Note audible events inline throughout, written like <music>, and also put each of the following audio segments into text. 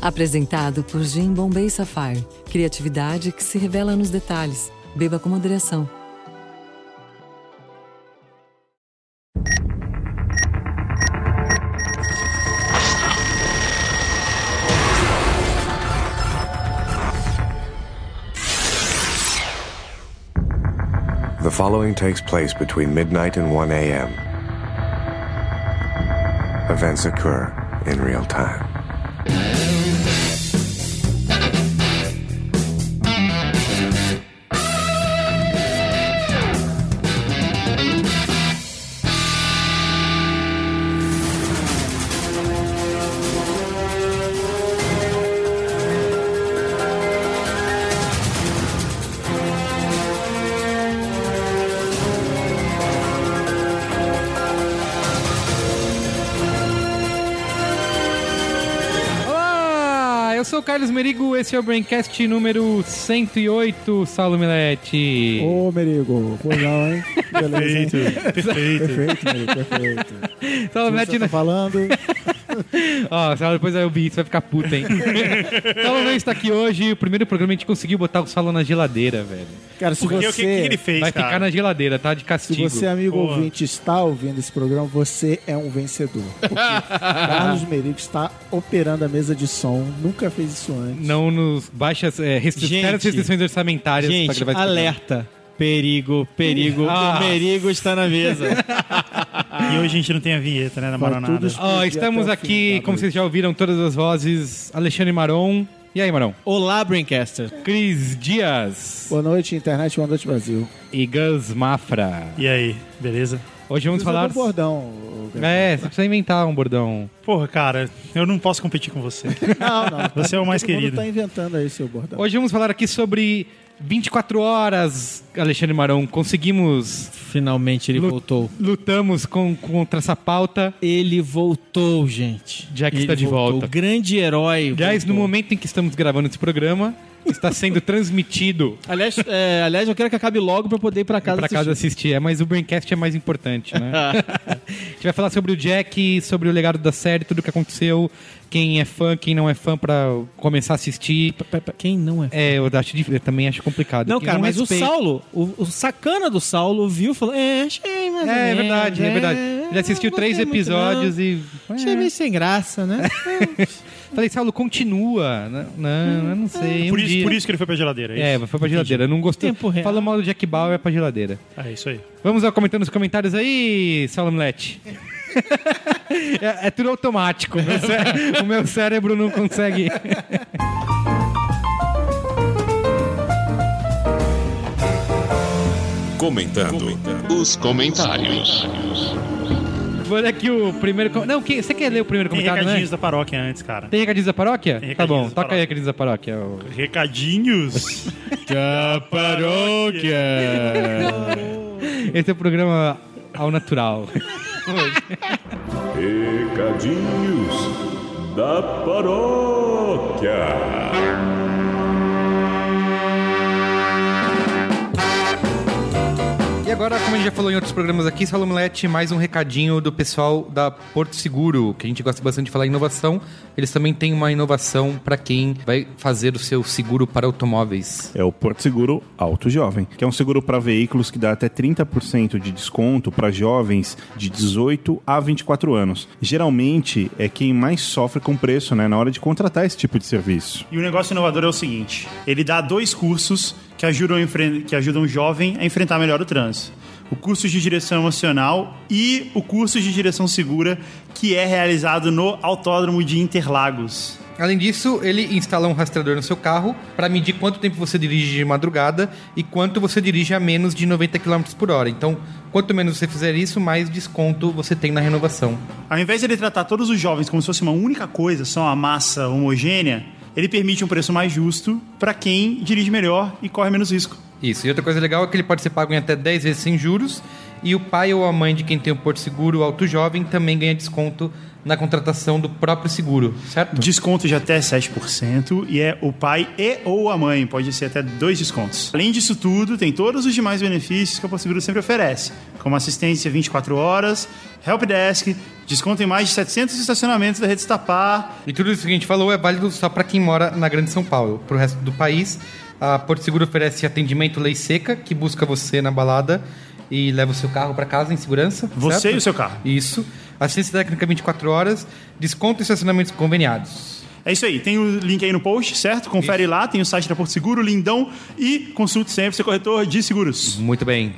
Apresentado por Jim Bombay Sapphire. Criatividade que se revela nos detalhes. Beba com moderação. The following takes place between midnight and 1 a.m. Events occur in real time. Olá, eu sou o Carlos Merigo, esse é o Braincast número 108, Saulo Milete. <laughs> Ô, Merigo, foi legal, <laughs> hein? Beleza, hein? é Perfeito. Perfeito, Merigo, perfeito. Saulo Milete, Você tá falando, ó, Saulo, depois eu vi, você vai ficar puto, hein? Saulo não está aqui hoje, o primeiro programa a gente conseguiu botar o Saulo na geladeira, velho. cara, se Porque você, o que, que ele fez, vai cara? ficar na geladeira, tá? De se castigo. você é amigo Boa. ouvinte está ouvindo esse programa, você é um vencedor. <laughs> Porque Carlos Merigo está operando a mesa de som, nunca fez isso antes. Não nos baixas, é, restri... Gente. sérias restrições orçamentárias pra Gente, gravar esse programa. alerta. Perigo, perigo, Ah. o perigo está na mesa. E hoje a gente não tem a vinheta, né, da Fala Maronada. tudo isso. Ó, estamos Até o aqui, fim, como tá, Bruno? vocês já ouviram todas as vozes, Alexandre Maron. E aí, Maron? Olá, Braincaster. Cris Dias Boa noite, internet, boa noite, Brasil. e Gus Mafra. E aí, beleza? Hoje vamos Isso é falar... do bordão. né? ô, Gabriel. É, você precisa inventar um bordão. Porra, cara, eu não posso competir com <laughs> você. Não, não. Você é o mais Todo mundo querido. tá inventando aí seu bordão. Hoje vamos falar aqui sobre 24 horas, Alexandre Maron. Conseguimos, Finalmente ele Lu- voltou. lutamos com, contra essa pauta. Ele voltou, gente. Jack ele está de voltou. volta. O grande herói. Aliás, no voltou. momento em que estamos gravando esse programa, está sendo <laughs> transmitido Aliás, é, aliás, eu quero que acabe logo pra eu poder ir pra casa. para casa assistir. É, mas o Braincast é mais importante, <laughs> né? A gente vai falar sobre o Jack, sobre o legado da série, tudo o que aconteceu, quem é fã, quem não é fã, para começar a assistir. assistir. Quem não é? É, eu, acho, dif- eu também acho complicado. Não, E cara, mas respeito. o Saulo, o, o sacana do Saulo viu e falou: É, achei, mas. É, é verdade, né? é verdade. Ele assistiu três episódios e. é, Achei meio sem graça, né? Falei, Saulo, continua. Não, não, eu É. não sei. Por um isso, dia. por isso que ele foi pra geladeira. É, É, isso? foi pra geladeira. Eu Não gostei. Tempo real. Falou mal do Jack Bauer, é pra geladeira. É isso aí. Vamos lá comentando os comentários aí, Saulo <laughs> Milete. é, é tudo automático. O meu, cé- o meu cérebro não consegue. Comentando, os comentários. Vou ler aqui o primeiro. com- Não, quem- você quer ler o primeiro Tem comentário, né? recadinhos da paróquia antes, cara. Tem recadinhos da paróquia? Tem tá recadinhos bom, da toca aí paróquia. recadinhos da paróquia. ô. Recadinhos. Da paróquia. Esse é o programa ao natural. Recadinhos da paróquia. E agora, como a gente já falou em outros programas aqui, Saulo Milete, mais um recadinho do pessoal da Porto Seguro, que a gente gosta bastante de falar em inovação. Eles também têm uma inovação para quem vai fazer o seu seguro para automóveis. É o Porto Seguro Alto Jovem, que é um seguro para veículos que dá até 30% de desconto para jovens de 18 a 24 anos. Geralmente é quem mais sofre com preço, né, na hora de contratar esse tipo de serviço. <laughs> E o negócio inovador é o seguinte: ele dá dois cursos que ajudam, a enfren- que ajudam o jovem a enfrentar melhor o trânsito. O curso de direção emocional e o curso de direção segura, que é realizado no Autódromo de Interlagos. Além disso, ele instala um rastreador no seu carro para medir quanto tempo você dirige de madrugada e quanto você dirige a menos de 90 km por hora. Então, quanto menos você fizer isso, mais desconto você tem na renovação. Ao invés de ele tratar todos os jovens como se fosse uma única coisa, só uma massa homogênea, ele permite um preço mais justo para quem dirige melhor e corre menos risco. Isso. E outra coisa legal é que ele pode ser pago em até 10 vezes sem juros E o pai ou a mãe de quem tem o Porto Seguro Alto Jovem também ganha desconto na contratação do próprio seguro, certo? Desconto de até 7% e é o pai e ou a mãe, pode ser até dois descontos. Além disso tudo, tem todos os demais benefícios que a Porto Seguro sempre oferece, como assistência 24 horas, helpdesk, desconto em mais de 700 estacionamentos da rede Estapar. E tudo isso que a gente falou é válido só para quem mora na Grande São Paulo. Para o resto do país, a Porto Seguro oferece atendimento lei seca, que busca você na balada e leva o seu carro para casa em segurança. Você certo? e o seu carro. Isso. Assistência técnica 24 horas, desconto e estacionamentos conveniados. É isso aí, tem o link aí no post, certo? Confere lá, tem o site da Porto Seguro, lindão e consulte sempre seu corretor de seguros. Muito bem.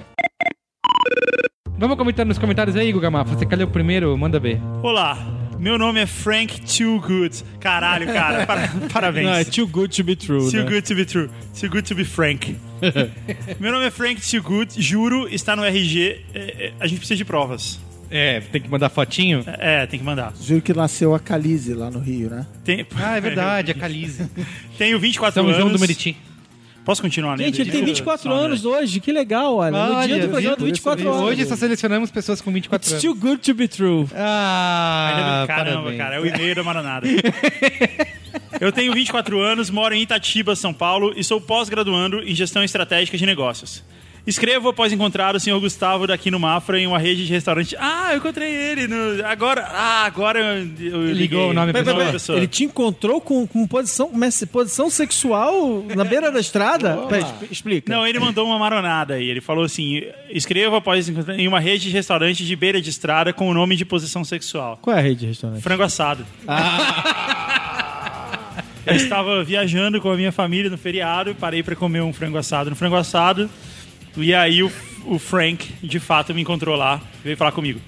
Vamos comentar nos comentários aí, Guga Mafra. Você calhou primeiro, manda ver. Olá, meu nome é Frank Too Good. Caralho, <laughs> cara, para- parabéns. Não, é too good to be true. Too né? good to be true. Too good to be Frank. <laughs> Meu nome é Frank Too Good, juro, está no RG. É, é, a gente precisa de provas. É, tem que mandar fotinho. É, tem que mandar. Juro que nasceu a Calize lá no Rio, né? Tem- Ah, é verdade, a <laughs> Calize. Tenho 24 São João anos. do Meriti. Posso continuar, né? Gente, ele tem Desculpa, 24 só, né? anos hoje, que legal, olha. no dia do viu? programa, 24 anos. Hoje só selecionamos pessoas com 24 It's anos. too good to be true. Ah, Caramba, parabéns. cara, é o e-mail da Maranada. <laughs> Eu tenho 24 anos, moro em Itatiba, São Paulo e sou pós-graduando em gestão estratégica de negócios. Escrevo após encontrar o senhor Gustavo daqui no Mafra em uma rede de restaurante. Ah, eu encontrei ele no... agora. Ah, agora eu, eu liguei. o nome da Pera, pera, pessoa. pera. pessoa. Ele te encontrou com, com posição, mas- posição sexual na beira da estrada? Pera, exp- explica. Não, ele mandou uma maronada aí. Ele falou assim: escrevo após encontrar em uma rede de restaurante de beira de estrada com o nome de posição sexual. Qual é a rede de restaurante? Frango assado. Eu estava viajando com a minha família no feriado, parei para comer um frango assado no frango assado. E aí o, o Frank, de fato, me encontrou lá, veio falar comigo.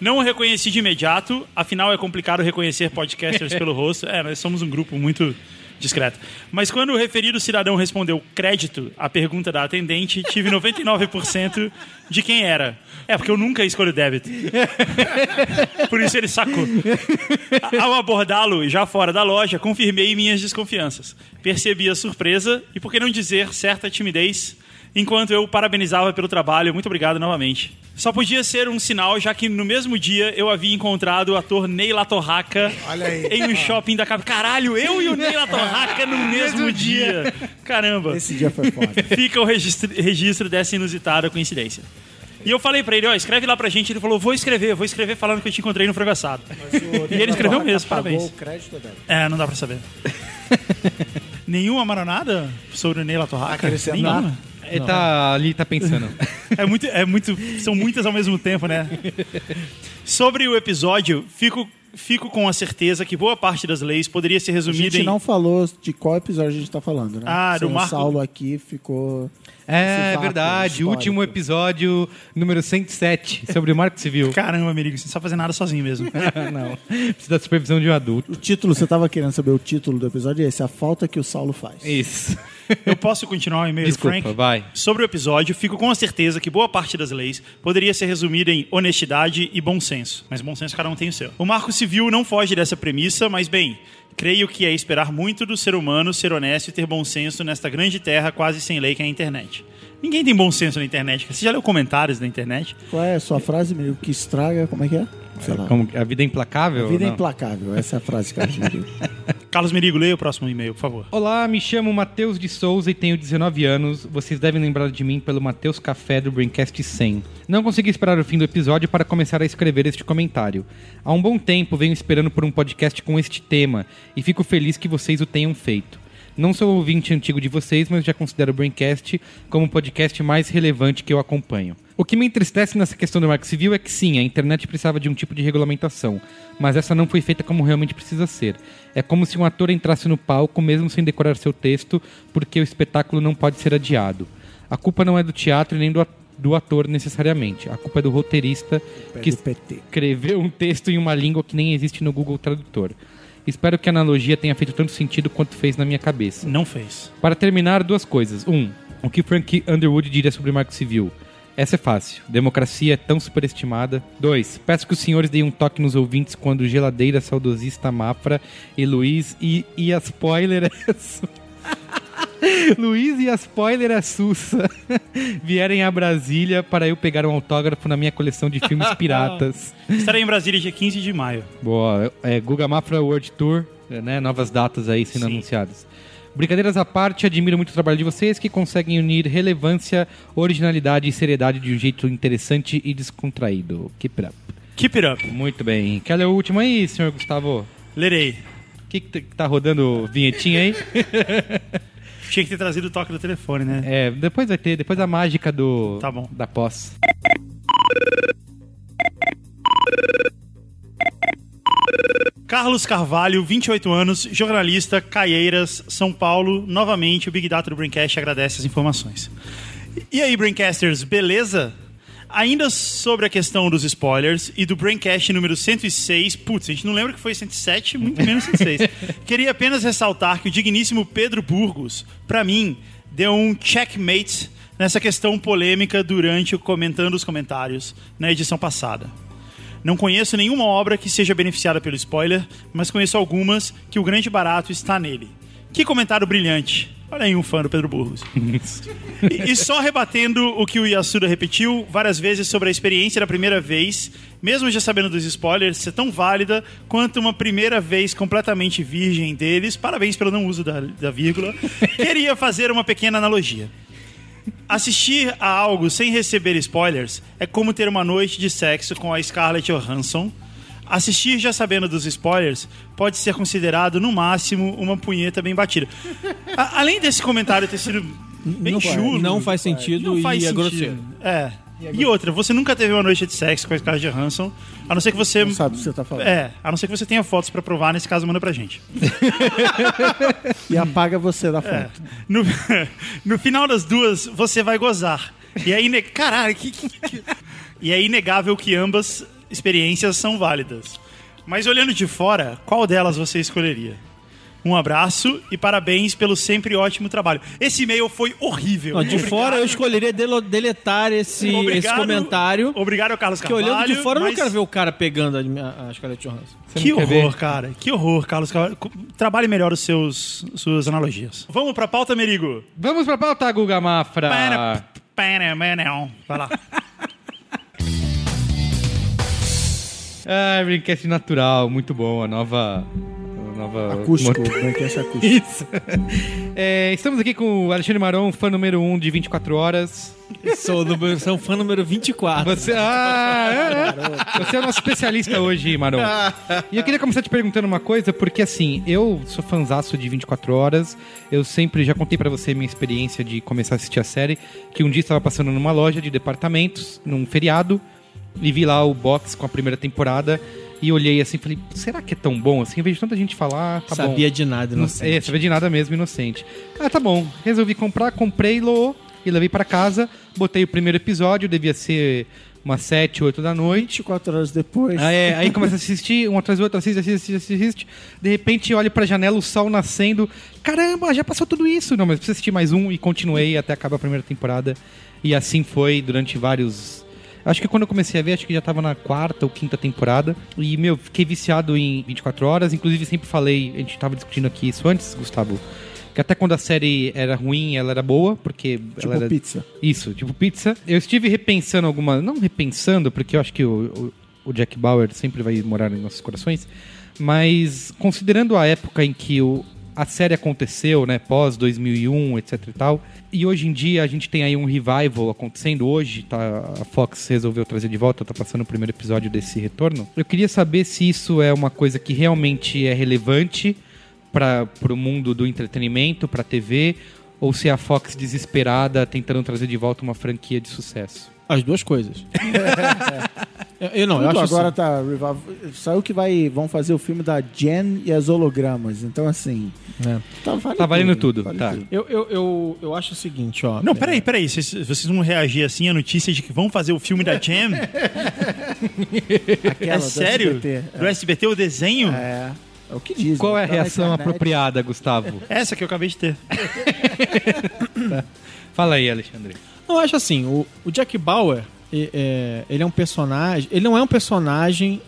Não o reconheci de imediato, afinal é complicado reconhecer podcasters pelo rosto. É, nós somos um grupo muito discreto. Mas quando o referido cidadão respondeu crédito à pergunta da atendente, tive 99% de quem era. É, porque eu nunca escolho débito. Por isso ele sacou. Ao abordá-lo, já fora da loja, confirmei minhas desconfianças. Percebi a surpresa e, por que não dizer, certa timidez, enquanto eu o parabenizava pelo trabalho. Muito obrigado novamente. Só podia ser um sinal, já que no mesmo dia eu havia encontrado o ator Ney Latorraca em um shopping da capital. Caralho, eu e o Ney Latorraca <laughs> no mesmo dia. Caramba. Esse dia foi foda. Fica o registro, registro dessa inusitada coincidência. E eu falei pra ele, ó, escreve lá pra gente. Ele falou, vou escrever, vou escrever falando que eu te encontrei no frango assado. E ele escreveu mesmo, <laughs> parabéns. Pagou o tá crédito dela. É, não dá pra <laughs> saber. Nenhuma maronada sobre o Neila Torraca? Acrescentar? Nenhuma. Ele tá ali, tá <laughs> pensando. É muito, é muito. São muitas ao mesmo tempo, né? Sobre o episódio, fico, fico com a certeza que boa parte das leis poderia ser A resumida gente em. não falou de qual episódio a gente tá falando, né? Ah, do Sem Marco- O Saulo aqui ficou... É, esse é vácuo verdade. histórico. Último episódio, número 107, sobre o Marco <laughs> Civil. Caramba, Merigo, você não sabe fazer nada sozinho <laughs> mesmo. Não, precisa da supervisão de um adulto. O título, você tava querendo saber o título do episódio? É esse, a falta que o Saulo faz. Isso. Eu posso continuar o e-mail do Desculpa, Frank? vai. Sobre o episódio, fico com a certeza que boa parte das leis poderia ser resumida em honestidade e bom senso. Mas bom senso cada um tem o seu. O Marco Civil não foge dessa premissa, mas bem, creio que é esperar muito do ser humano ser honesto e ter bom senso nesta grande terra quase sem lei que é a internet. Ninguém tem bom senso na internet. cara. Você já leu comentários na internet? Qual é a sua frase, menino? Que estraga, como é que é? Sei lá. Como, a vida é implacável? Vida é Não. implacável, essa é a frase que a gente viu. Carlos Merigo, leia o próximo e-mail, por favor. Olá, me chamo Matheus de Souza e tenho 19 anos. Vocês devem lembrar de mim pelo Matheus Café do Braincast 100. Não consegui esperar o fim do episódio para começar a escrever este comentário. Há um bom tempo venho esperando por um podcast com este tema e fico feliz que vocês o tenham feito. Não sou ouvinte antigo de vocês, mas já considero o Braincast como o podcast mais relevante que eu acompanho. O que me entristece nessa questão do Marco Civil é que sim, a internet precisava de um tipo de regulamentação, mas essa não foi feita como realmente precisa ser. É como se um ator entrasse no palco mesmo sem decorar seu texto, porque o espetáculo não pode ser adiado. A culpa não é do teatro e nem do a- do ator necessariamente. A culpa é do roteirista que do PT. escreveu um texto em uma língua que nem existe no Google Tradutor. Espero que a analogia tenha feito tanto sentido quanto fez na minha cabeça. Não fez. Para terminar, duas coisas. Um, o que Frank Underwood diria sobre o Marco Civil? Essa é fácil. Democracia é tão superestimada. Dois, peço que os senhores deem um toque nos ouvintes quando Geladeira, Saudosista, Mafra e Luiz e, <laughs> e a spoiler é su- Luiz e a spoiler é Sussa <laughs> vierem a Brasília para eu pegar um autógrafo na minha coleção de filmes piratas. Estarei em Brasília dia 15 de maio. Boa, é Guga Mafra World Tour, né? Novas datas aí sendo anunciadas. Brincadeiras à parte, admiro muito o trabalho de vocês que conseguem unir relevância, originalidade e seriedade de um jeito interessante e descontraído. Keep it up. Keep it up. Muito bem. Qual é o último aí, senhor Gustavo? Lerei. O que, que t- que tá rodando vinhetinha <laughs> aí? Tinha que ter trazido o toque do telefone, né? É, depois vai ter, depois a mágica do. Tá bom. Da pós. Carlos Carvalho, 28 anos, jornalista, Caieiras, São Paulo. Novamente, o Big Data do Braincast agradece as informações. E aí, Braincasters, beleza? Ainda sobre a questão dos spoilers e do Braincast número 106, putz, a gente não lembra que foi 107, muito menos 106. Queria apenas ressaltar que o digníssimo Pedro Burgos, pra mim, deu um checkmate nessa questão polêmica durante o Comentando os Comentários na edição passada. Não conheço nenhuma obra que seja beneficiada pelo spoiler, mas conheço algumas que o grande barato está nele. Que comentário brilhante! Olha aí um fã do Pedro Burgos. e, e só rebatendo o que o Yasuda repetiu várias vezes sobre a experiência da primeira vez, mesmo já sabendo dos spoilers, ser tão válida quanto uma primeira vez completamente virgem deles, parabéns pelo não uso da- da vírgula, queria fazer uma pequena analogia. Assistir a algo sem receber spoilers é como ter uma noite de sexo com a Scarlett Johansson. Assistir já sabendo dos spoilers pode ser considerado, no máximo, uma punheta bem batida. A- além desse comentário ter sido bem chulo, Não faz sentido não e faz é sentido. grosseiro. É. E outra, você nunca teve uma noite de sexo com a Scarlett Johansson, a não ser que você... Não sabe o que você tá falando. <laughs> É, a não ser que você tenha fotos pra provar, nesse caso manda pra gente. E apaga você da foto. É. No, <laughs> no final das duas, você vai gozar. E aí, ne... caralho, que, que- que- E é inegável que ambas experiências são válidas. Mas olhando de fora, qual delas você escolheria? Um abraço e parabéns pelo sempre ótimo trabalho. Esse e-mail foi horrível. Não, de Obrigado- fora eu escolheria delo- deletar esse, esse obrigado- comentário. Obrigado, Carlos Porque Carvalho. olhando de fora eu não mas- quero ver o cara pegando a, minha- a Scarlett Johansson. Você que não quer horror, ver? cara. Que horror, Carlos Carvalho. Co- Trabalhe melhor os seus, suas analogias. Vamos pra pauta, Merigo. Vamos pra pauta, Guga Mafra. Para, para, para. Vai <laughs> lá. Ah, Brincast Natural, muito bom. A nova. a nova É. Acústico, Braincast acústico. <laughs> Isso. É, estamos aqui com o Alexandre Maron, fã número 1 um de 24 horas. Sou, do, um sou fã número 24. Você, ah, é, é. Você é o nosso especialista hoje, Maron. E eu queria começar te perguntando uma coisa, porque assim, eu sou fanzaço de 24 horas. Eu sempre já contei pra você minha experiência de começar a assistir a série, que um dia estava passando numa loja de departamentos, num feriado, e vi lá o box com a primeira temporada. E olhei assim e falei, será que é tão bom assim? Eu vejo tanta gente falar, tá bom. Sabia de nada, não É, sei. sabia de nada mesmo, inocente. Ah, tá bom. Resolvi comprar, comprei, loou e levei pra casa. Botei o primeiro episódio, devia ser umas 7, 8 da noite. 24 horas depois. Ah, é, aí começa a assistir, um atrás do outro, assiste, assiste, assiste, assiste. De repente olho pra janela, o sol nascendo. Caramba, já passou tudo isso. Não, mas preciso assistir mais um e continuei até acabar a primeira temporada. E assim foi durante vários. Acho que quando eu comecei a ver, acho que já tava na quarta ou quinta temporada. E, meu, fiquei viciado em 24 horas. Inclusive, sempre falei, a gente tava discutindo aqui isso antes, Gustavo. Que até quando a série era ruim, ela era boa, porque Tipo ela era. pizza. Isso, tipo pizza. Eu estive repensando alguma. Não repensando, porque eu acho que o, o- o Jack Bauer sempre vai morar em nossos corações. Mas considerando a época em que o- a série aconteceu, né? Pós 2001, etc e tal. E hoje em dia a gente tem aí um revival acontecendo. Hoje tá, a Fox resolveu trazer de volta, tá passando o primeiro episódio desse retorno. Eu queria saber se isso é uma coisa que realmente é relevante para o mundo do entretenimento, para TV, ou se é a Fox desesperada tentando trazer de volta uma franquia de sucesso? As duas coisas. <laughs> Eu, eu não, eu Tudo acho agora assim. tá revival- saiu que vai vão fazer o filme da Jen e as hologramas. Então assim, tá valendo, Tá valendo tudo, tá. Eu, eu, eu, eu acho o seguinte, ó. Não, peraí, peraí. Vocês, vocês vão reagir assim à notícia de que vão fazer o filme da Jam? Aquela é do sério? SBT. <laughs> É. Do SBT, o desenho? É, é o que dizem. Qual é a Tá na reação internet. apropriada, Gustavo? Essa que eu acabei de ter. Fala aí, Alexandre. Não, eu acho assim, o, o Jack Bauer, e- é, ele é um personagem. Ele não é um personagem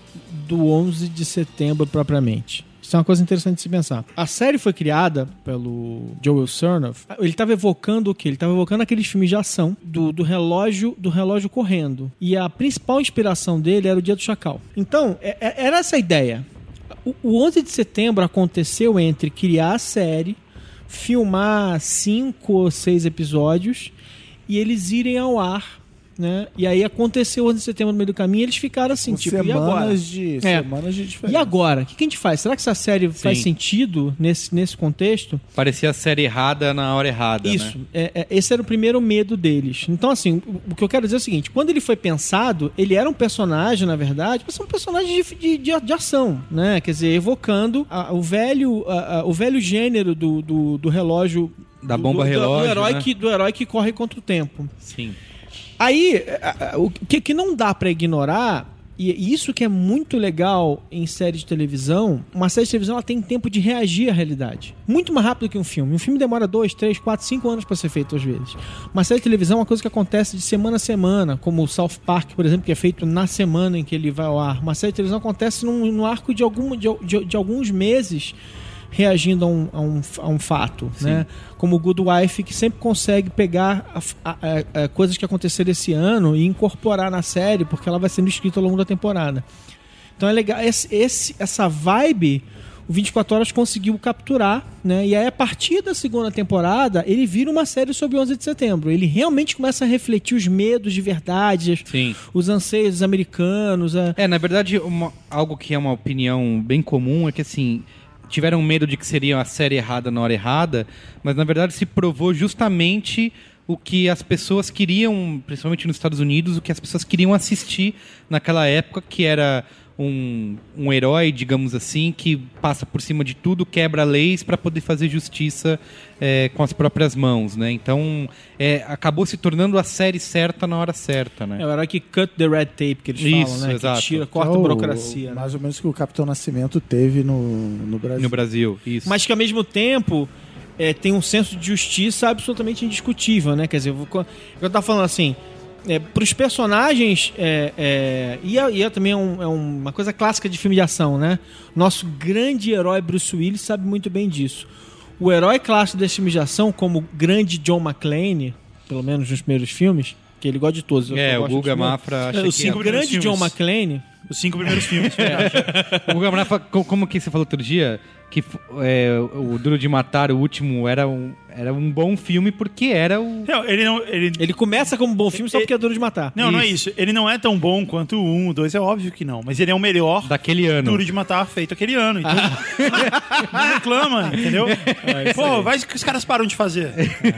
do 11 de setembro propriamente. Isso é uma coisa interessante de se pensar. A série foi criada pelo Joel Cernoff. Ele estava evocando o quê? Ele estava evocando aqueles filmes de ação do, do relógio do relógio correndo. E a principal inspiração dele era o Dia do Chacal. Então, é- é- era essa a ideia. O, o 11 de setembro aconteceu entre criar a série, filmar cinco ou seis episódios e eles irem ao ar. Né? E aí aconteceu o 11 de setembro no meio do caminho e eles ficaram assim, Com tipo, e semanas agora? de- É. semanas de E diferença. agora? O que que a gente faz? Será que essa série faz Sim. sentido nesse, nesse contexto? Parecia a série errada na hora errada, Isso. né? É, é, esse era o primeiro medo deles. Então, assim, o, o que eu quero dizer é o seguinte: quando ele foi pensado, ele era um personagem, na verdade, mas um personagem de, de, de, de ação, né? Quer dizer, evocando a- o, velho, a- a- o velho gênero do, do, do relógio. Da do- bomba do, relógio, Do herói, né? que, do herói que corre contra o tempo. Sim. Aí, a- a- o que, que não dá pra ignorar, e e isso que é muito legal em série de televisão, uma série de televisão ela tem tempo de reagir à realidade. Muito mais rápido que um filme. Um filme demora dois, três, quatro, cinco anos pra ser feito às vezes. Uma série de televisão é uma coisa que acontece de semana a semana, como o South Park, por exemplo, que é feito na semana em que ele vai ao ar. Uma série de televisão acontece num, num arco de, algum, de, de- de alguns meses reagindo a um, a um, a um fato, né? Como o Good Wife, que sempre consegue pegar a f- a- a- a coisas que aconteceram esse ano e incorporar na série, porque ela vai sendo escrita ao longo da temporada. Então é legal. Esse, esse- essa vibe, o 24 Horas conseguiu capturar, né? E aí, a partir da segunda temporada, ele vira uma série sobre o 11 de setembro. Ele realmente começa a refletir os medos de verdade, as- Sim. os anseios dos americanos. a- É, na verdade, uma- algo que é uma opinião bem comum é que, assim, tiveram medo de que seria a série errada na hora errada, mas na verdade se provou justamente o que as pessoas queriam, principalmente nos Estados Unidos, o que as pessoas queriam assistir naquela época, que era um, um herói, digamos assim, que passa por cima de tudo, quebra leis para poder fazer justiça é, com as próprias mãos, né? Então, é, acabou se tornando a série certa na hora certa, né? É o herói que cut the red tape que eles falam, Isso, né? exato. Que tira, corta É a o- burocracia. né? Mais ou menos o que o Capitão Nascimento teve no, no Brasil. No Brasil, isso. Mas que ao mesmo tempo é, tem um senso de justiça absolutamente indiscutível, né? Quer dizer, eu vou co- eu tava falando assim. para os personagens, é, é, e, é, e é também um- é uma coisa clássica de filme de ação, né? Nosso grande herói Bruce Willis sabe muito bem disso. O herói clássico desse filme de ação, como o grande John McClane, pelo menos nos primeiros filmes, que ele gosta de todos. eu É, só o gosto Guga dos meus. <laughs> Mafra. É, achei os que- cinco O grande Primeiros John filmes. McClane Os cinco primeiros É. filmes. <laughs> O Guga Mafra, co- como que você falou outro dia? Que f- é, o Duro de Matar, o último, era um, era um bom filme porque era o. Não, ele não. Ele... Ele começa como um bom filme só E- porque é duro de matar. Não, não é isso. Ele não é tão bom quanto o 1, o 2, é óbvio que não. Mas ele é o melhor Daquele ano. duro de matar feito aquele ano. Então, Ah. <laughs> não reclama, entendeu? Pô, vai que os caras param de <laughs> fazer.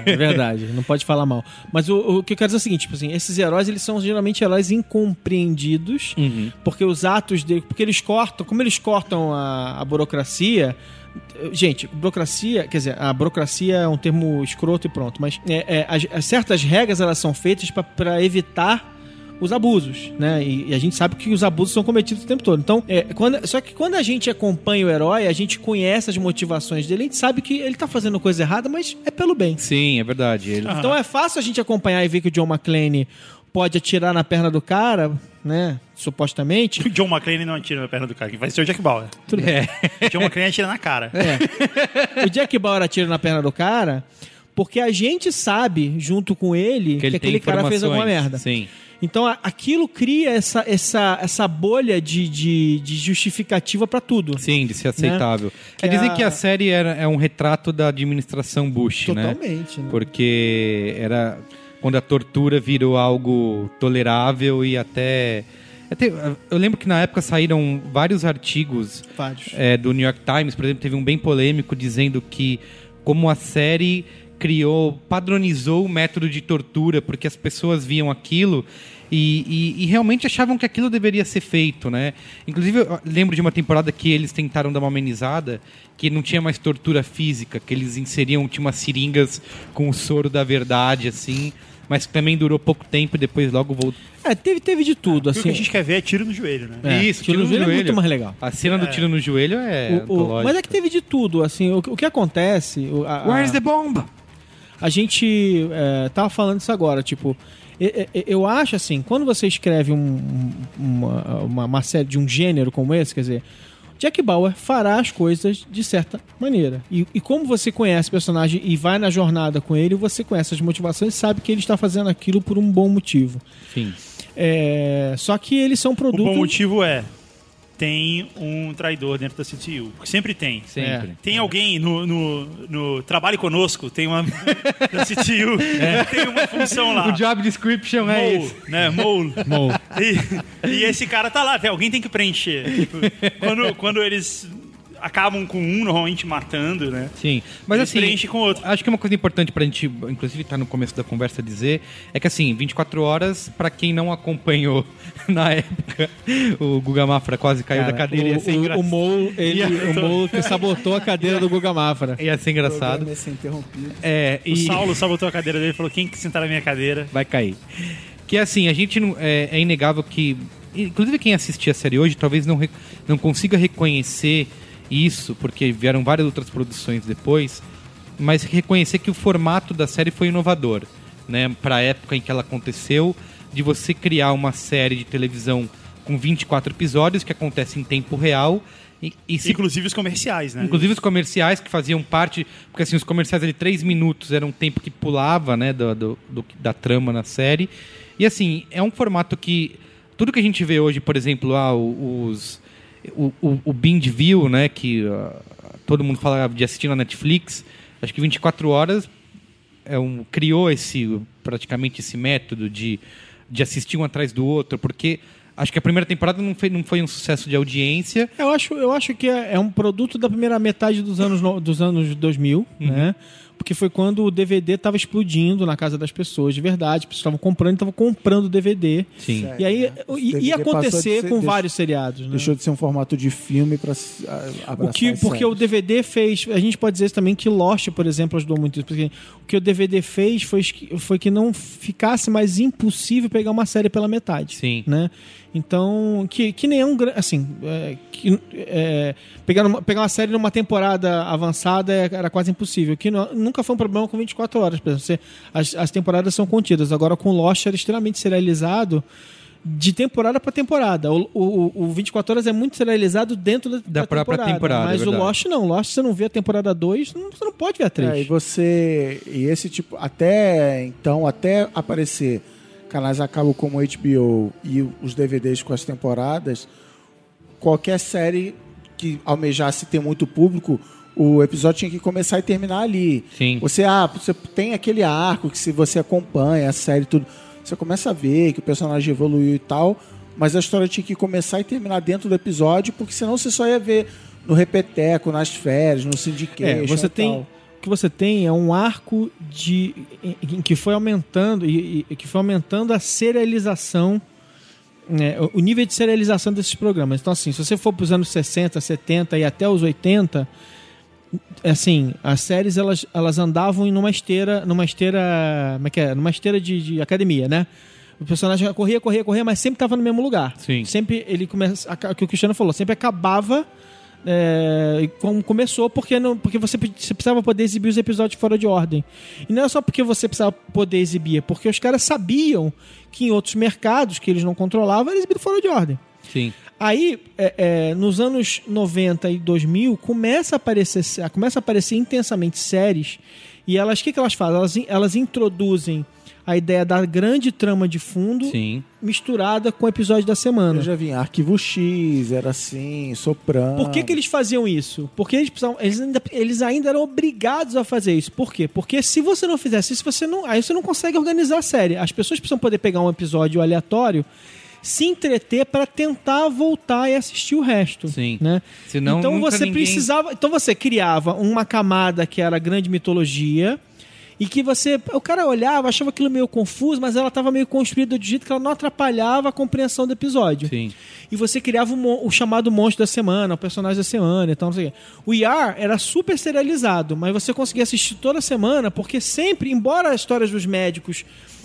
É verdade, não pode falar mal. Mas o, o que eu quero dizer é o seguinte, tipo assim, esses heróis, eles são geralmente heróis incompreendidos, porque os atos dele, porque eles cortam, como eles cortam a, a burocracia, gente, burocracia, quer dizer, a burocracia é um termo escroto e pronto, mas é, é, as- as certas regras, elas são feitas para evitar os abusos, né? E, e a gente sabe que os abusos são cometidos o tempo todo. Então, é, quando- só que quando a gente acompanha o herói, a gente conhece as motivações dele, a gente sabe que ele tá fazendo coisa errada, mas é pelo bem. Sim, é verdade. Ele- Então é fácil a gente acompanhar e ver que o John McClane pode atirar na perna do cara, né? Supostamente. <laughs> O John McClane não atira na perna do cara, que vai ser o Jack Bauer. É. O John McClane atira na cara. O Jack Bauer atira na perna do cara porque a gente sabe, junto com ele, que, ele tem aquele cara fez informações, alguma merda. Sim. Então a- aquilo cria essa, essa, essa bolha de, de, de justificativa pra tudo. Sim, de ser aceitável. Né? Que é dizer a- que a série era, é um retrato da administração Bush, né? Totalmente, né? Porque era quando a tortura virou algo tolerável e até. até- eu lembro que na época saíram vários artigos Vários. é, do New York Times, por exemplo, teve um bem polêmico dizendo que como a série criou, padronizou o método de tortura, porque as pessoas viam aquilo e, e- e realmente achavam que aquilo deveria ser feito, né? Inclusive, eu lembro de uma temporada que eles tentaram dar uma amenizada, que não tinha mais tortura física, que eles inseriam, tinha umas seringas com o soro da verdade, assim, mas que também durou pouco tempo e depois logo voltou. É, teve, teve de tudo, O que assim. a gente quer ver é tiro no joelho, né? É, tiro no joelho é muito mais legal. A cena do tiro no joelho é O- o- antológica. mas é que teve de tudo, assim. O, que- o que acontece. o- a- a- Where's the bomb? A gente é, tava falando isso agora, tipo. e- e- Eu acho assim, quando você escreve um- um- uma, uma, uma série de um gênero como esse, quer dizer, Jack Bauer fará as coisas de certa maneira. E, e como você conhece o personagem e vai na jornada com ele, você conhece as motivações e sabe que ele está fazendo aquilo por um bom motivo. Enfim. É, só que eles são O bom produtos. motivo é. Tem um traidor dentro da CTU. Porque sempre tem. Sempre. Tem alguém no, no, no Trabalhe Conosco, tem <laughs> uma. da CTU. Tem uma função lá. É. O job description é Mole, esse. né? <laughs> Mole. E, e esse cara tá lá, tem alguém tem que preencher. Tipo, quando, quando eles acabam com um, normalmente matando, né? Sim, mas Ele assim, preenche com outro. acho que uma coisa importante pra gente, inclusive tá no começo da conversa dizer, é que assim, 24 horas, pra quem não acompanhou <laughs> na época, o Guga Mafra quase é caiu da cadeira, ia ser, o, engra... o, <laughs> o Mole, ele, Ia- o Mole então? que sabotou a cadeira do Guga Mafra. ia ser Programa engraçado. ia ser interrompido. É, O e- Saulo sabotou a cadeira dele e falou: quem que sentar na minha cadeira? vai cair. Que assim, a gente não- é, é inegável que, inclusive quem assistir a série hoje, talvez não, re- não consiga reconhecer isso, porque vieram várias outras produções depois, mas reconhecer que o formato da série foi inovador, né, para a época em que ela aconteceu, de você criar uma série de televisão com 24 episódios que acontece em tempo real e, e se Inclusive os comerciais, né? Inclusive os comerciais que faziam parte, porque assim, os comerciais ali, três minutos, era um tempo que pulava, né, do, do- do- da trama na série. E assim, é um formato que. Tudo que a gente vê hoje, por exemplo, ah, o- os. O, o, o binge view, né, que ah, todo mundo fala de assistir na Netflix, acho que 24 horas é um, criou esse praticamente esse método de, de assistir um atrás do outro, porque acho que a primeira temporada não foi, não foi um sucesso de audiência. Eu acho, eu acho que é, é um produto da primeira metade dos anos, no- dos anos 2000, Uhum. né? Porque foi quando o DVD estava explodindo na casa das pessoas, de verdade. As pessoas estavam comprando, estavam comprando DVD. Sim. É, E aí Esse ia DVD acontecer passou de com ser- vários seriados, né? Deixou de ser um formato de filme pra se- a- abraçar O que, as porque o séries. DVD fez. A gente pode dizer isso também que Lost, por exemplo, ajudou muito isso. Porque o que o DVD fez foi, que- foi que não ficasse mais impossível pegar uma série pela metade. Sim. Né? Então, que, que nem é um. gran- Assim, é, que, é, pegar, uma, pegar uma série numa temporada avançada é- era quase impossível. Que não- nunca foi um problema com 24 horas. Por exemplo, você- as, as temporadas são contidas. Agora, com Lost, era extremamente serializado. De temporada para temporada. O, o, o 24 horas é muito serializado dentro da, Da própria temporada, é mas o verdade. Lost não. Lost você não vê a temporada 2, não- você não pode ver a 3. É, e você. E esse tipo. Até então, até aparecer canais a cabo como HBO e os DVDs com as temporadas, qualquer série que almejasse ter muito público, o episódio tinha que começar e terminar ali. Sim. Você, ah, você tem aquele arco que se você acompanha a série e tudo, você começa a ver que o personagem evoluiu e tal, mas a história tinha que começar e terminar dentro do episódio, porque senão você só ia ver no repeteco, nas férias, no sindicato. É, você tem o que você tem é um arco de em- em que foi aumentando e, e- que foi aumentando a serialização né, o- o nível de serialização desses programas. Então assim, se você for para os anos 60, 70 e até os 80, assim, as séries elas, elas andavam em uma esteira, numa esteira, como é que é? Numa esteira de, de academia, né? O personagem corria, corria, corria, mas sempre estava no mesmo lugar. Sim. Sempre ele começa, aca- o que o Cristiano falou, sempre acabava é, como começou, porque não, porque você, pe- você precisava poder exibir os episódios fora de ordem. E não é só porque você precisava poder exibir, é porque os caras sabiam que em outros mercados que eles não controlavam era exibido fora de ordem. Sim. Aí, é, é, nos anos 90 e 2000, começa a aparecer, sé- começa a aparecer intensamente séries. E elas, o que, que elas fazem? Elas, in- elas introduzem a ideia da grande trama de fundo Sim. misturada com o episódio da semana. Eu já vi em Arquivo X, era assim, Soprano. Por que, que eles faziam isso? Porque eles, precisavam, eles, ainda, eles ainda eram obrigados a fazer isso. Por quê? Porque se você não fizesse isso, você não, aí você não consegue organizar a série. As pessoas precisam poder pegar um episódio aleatório, se entreter para tentar voltar e assistir o resto. Sim. Né? Senão, então nunca você ninguém- precisava. Então você criava uma camada que era a grande mitologia. E que você. O cara olhava, achava aquilo meio confuso, mas ela estava meio construída de jeito que ela não atrapalhava a compreensão do episódio. Sim. E você criava o, mon- o chamado monstro da semana, o personagem da semana, então não sei o quê. O IR era super serializado, mas você conseguia assistir toda semana, porque sempre, embora as histórias dos médicos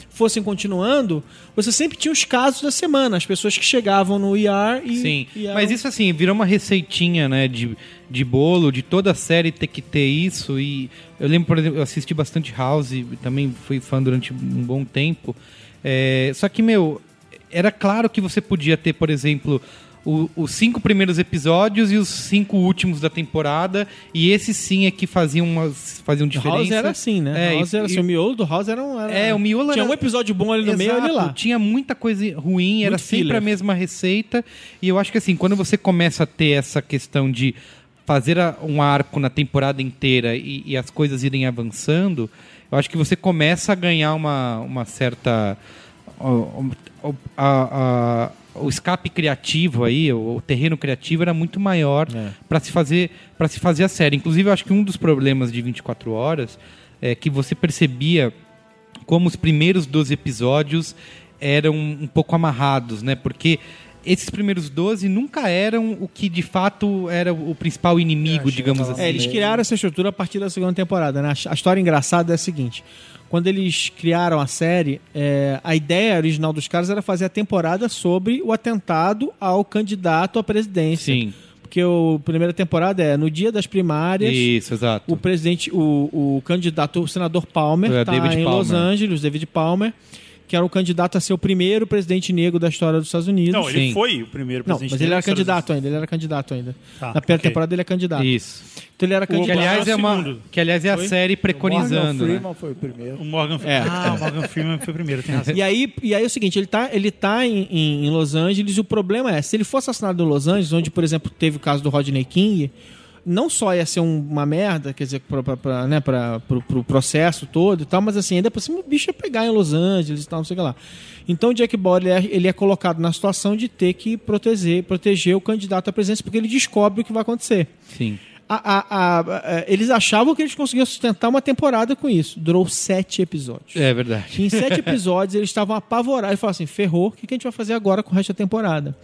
fossem continuando, você sempre tinha os casos da semana, as pessoas que chegavam no IR e. Sim, e é mas eram- isso assim, virou uma receitinha, né, de, de bolo, de toda a série ter que ter isso e eu lembro, por exemplo, eu assisti bastante House, e também fui fã durante um bom tempo, É, só que, meu, era claro que você podia ter, por exemplo, o- os cinco primeiros episódios e os cinco últimos da temporada. E esses sim é que faziam, umas, faziam diferença. House era assim, né? É, House e- era assim, e- o miolo do House era um. era- É, o miolo Tinha era- um episódio bom ali no meio meio, ele Exato, lá. Tinha muita coisa ruim, era Muito sempre filler. a mesma receita. E eu acho que assim, quando você começa a ter essa questão de fazer a- um arco na temporada inteira e, e as coisas irem avançando, eu acho que você começa a ganhar uma, uma certa. ó, ó, ó, a- a- o escape criativo aí, o, o terreno criativo era muito maior É. pra se fazer para se fazer a série. Inclusive, eu acho que um dos problemas de 24 horas é que você percebia como os primeiros 12 episódios eram um pouco amarrados, né? Porque esses primeiros 12 nunca eram o que de fato era o principal inimigo, digamos assim. É, eles criaram essa estrutura a partir da segunda temporada, né? A história engraçada é a seguinte. Quando eles criaram a série, é, a ideia original dos caras era fazer a temporada sobre o atentado ao candidato à presidência. Sim. Porque a primeira temporada é no dia das primárias, né? Isso, exato. o presidente, o, o candidato, o senador Palmer, É, tá David em Palmer. Los Angeles, David Palmer, que era o candidato a ser o primeiro presidente negro da história dos Estados Unidos. Não, ele Sim. foi o primeiro Não, presidente. mas ele da era história dos- candidato ainda, ele era candidato ainda. Tá, Na primeira ok. temporada ele é candidato. Isso. Então ele era Que candidato. aliás, é uma, segundo. que aliás é a série preconizando. Morgan né? Freeman foi o primeiro. O Morgan É. Freeman. Ah, o Morgan Freeman foi o primeiro, tem <laughs> razão. E aí, e aí é o seguinte, ele tá, ele tá em, em- em Los Angeles e o problema é, se ele for assassinado em Los Angeles, onde, por exemplo, teve o caso do Rodney King, não só ia ser um- uma merda, quer dizer, pra, pra- pra, né, pra, pro, pro processo todo e tal, mas assim, ainda por cima o bicho ia pegar em Los Angeles e tal, não sei o que lá. Então o Jack Bauer, ele é, ele é colocado na situação de ter que proteger, proteger o candidato à presidência, porque ele descobre o que vai acontecer. Sim. A- a- a- a- eles achavam que eles conseguiam sustentar uma temporada com isso. Durou sete episódios. É verdade. Em sete episódios, eles estavam apavorados e falaram assim: ferrou, o que que a gente vai fazer agora com o resto da temporada?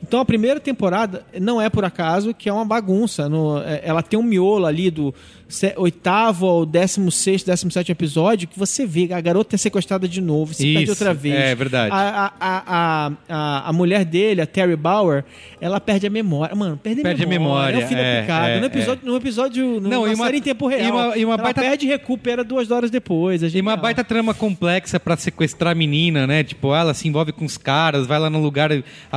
Então a primeira temporada não é por acaso que é uma bagunça. no- é- ela tem um miolo ali do se- oitavo ao décimo sexto, décimo sétimo episódio, que você vê a garota é sequestrada de novo, se perde Isso, outra vez. é verdade. A, a, a, a, a mulher dele, a Terry Bauer, ela perde a memória. Mano, perde a Perde a memória. É memória, o fim da é, picada. é, no episódio, no episódio no, Não, na e uma- série em tempo real. e uma- e uma ela baita- perde e recupera duas horas depois. é E uma genial. baita trama complexa pra sequestrar a menina, né? Tipo, ela se envolve com os caras, vai lá num lugar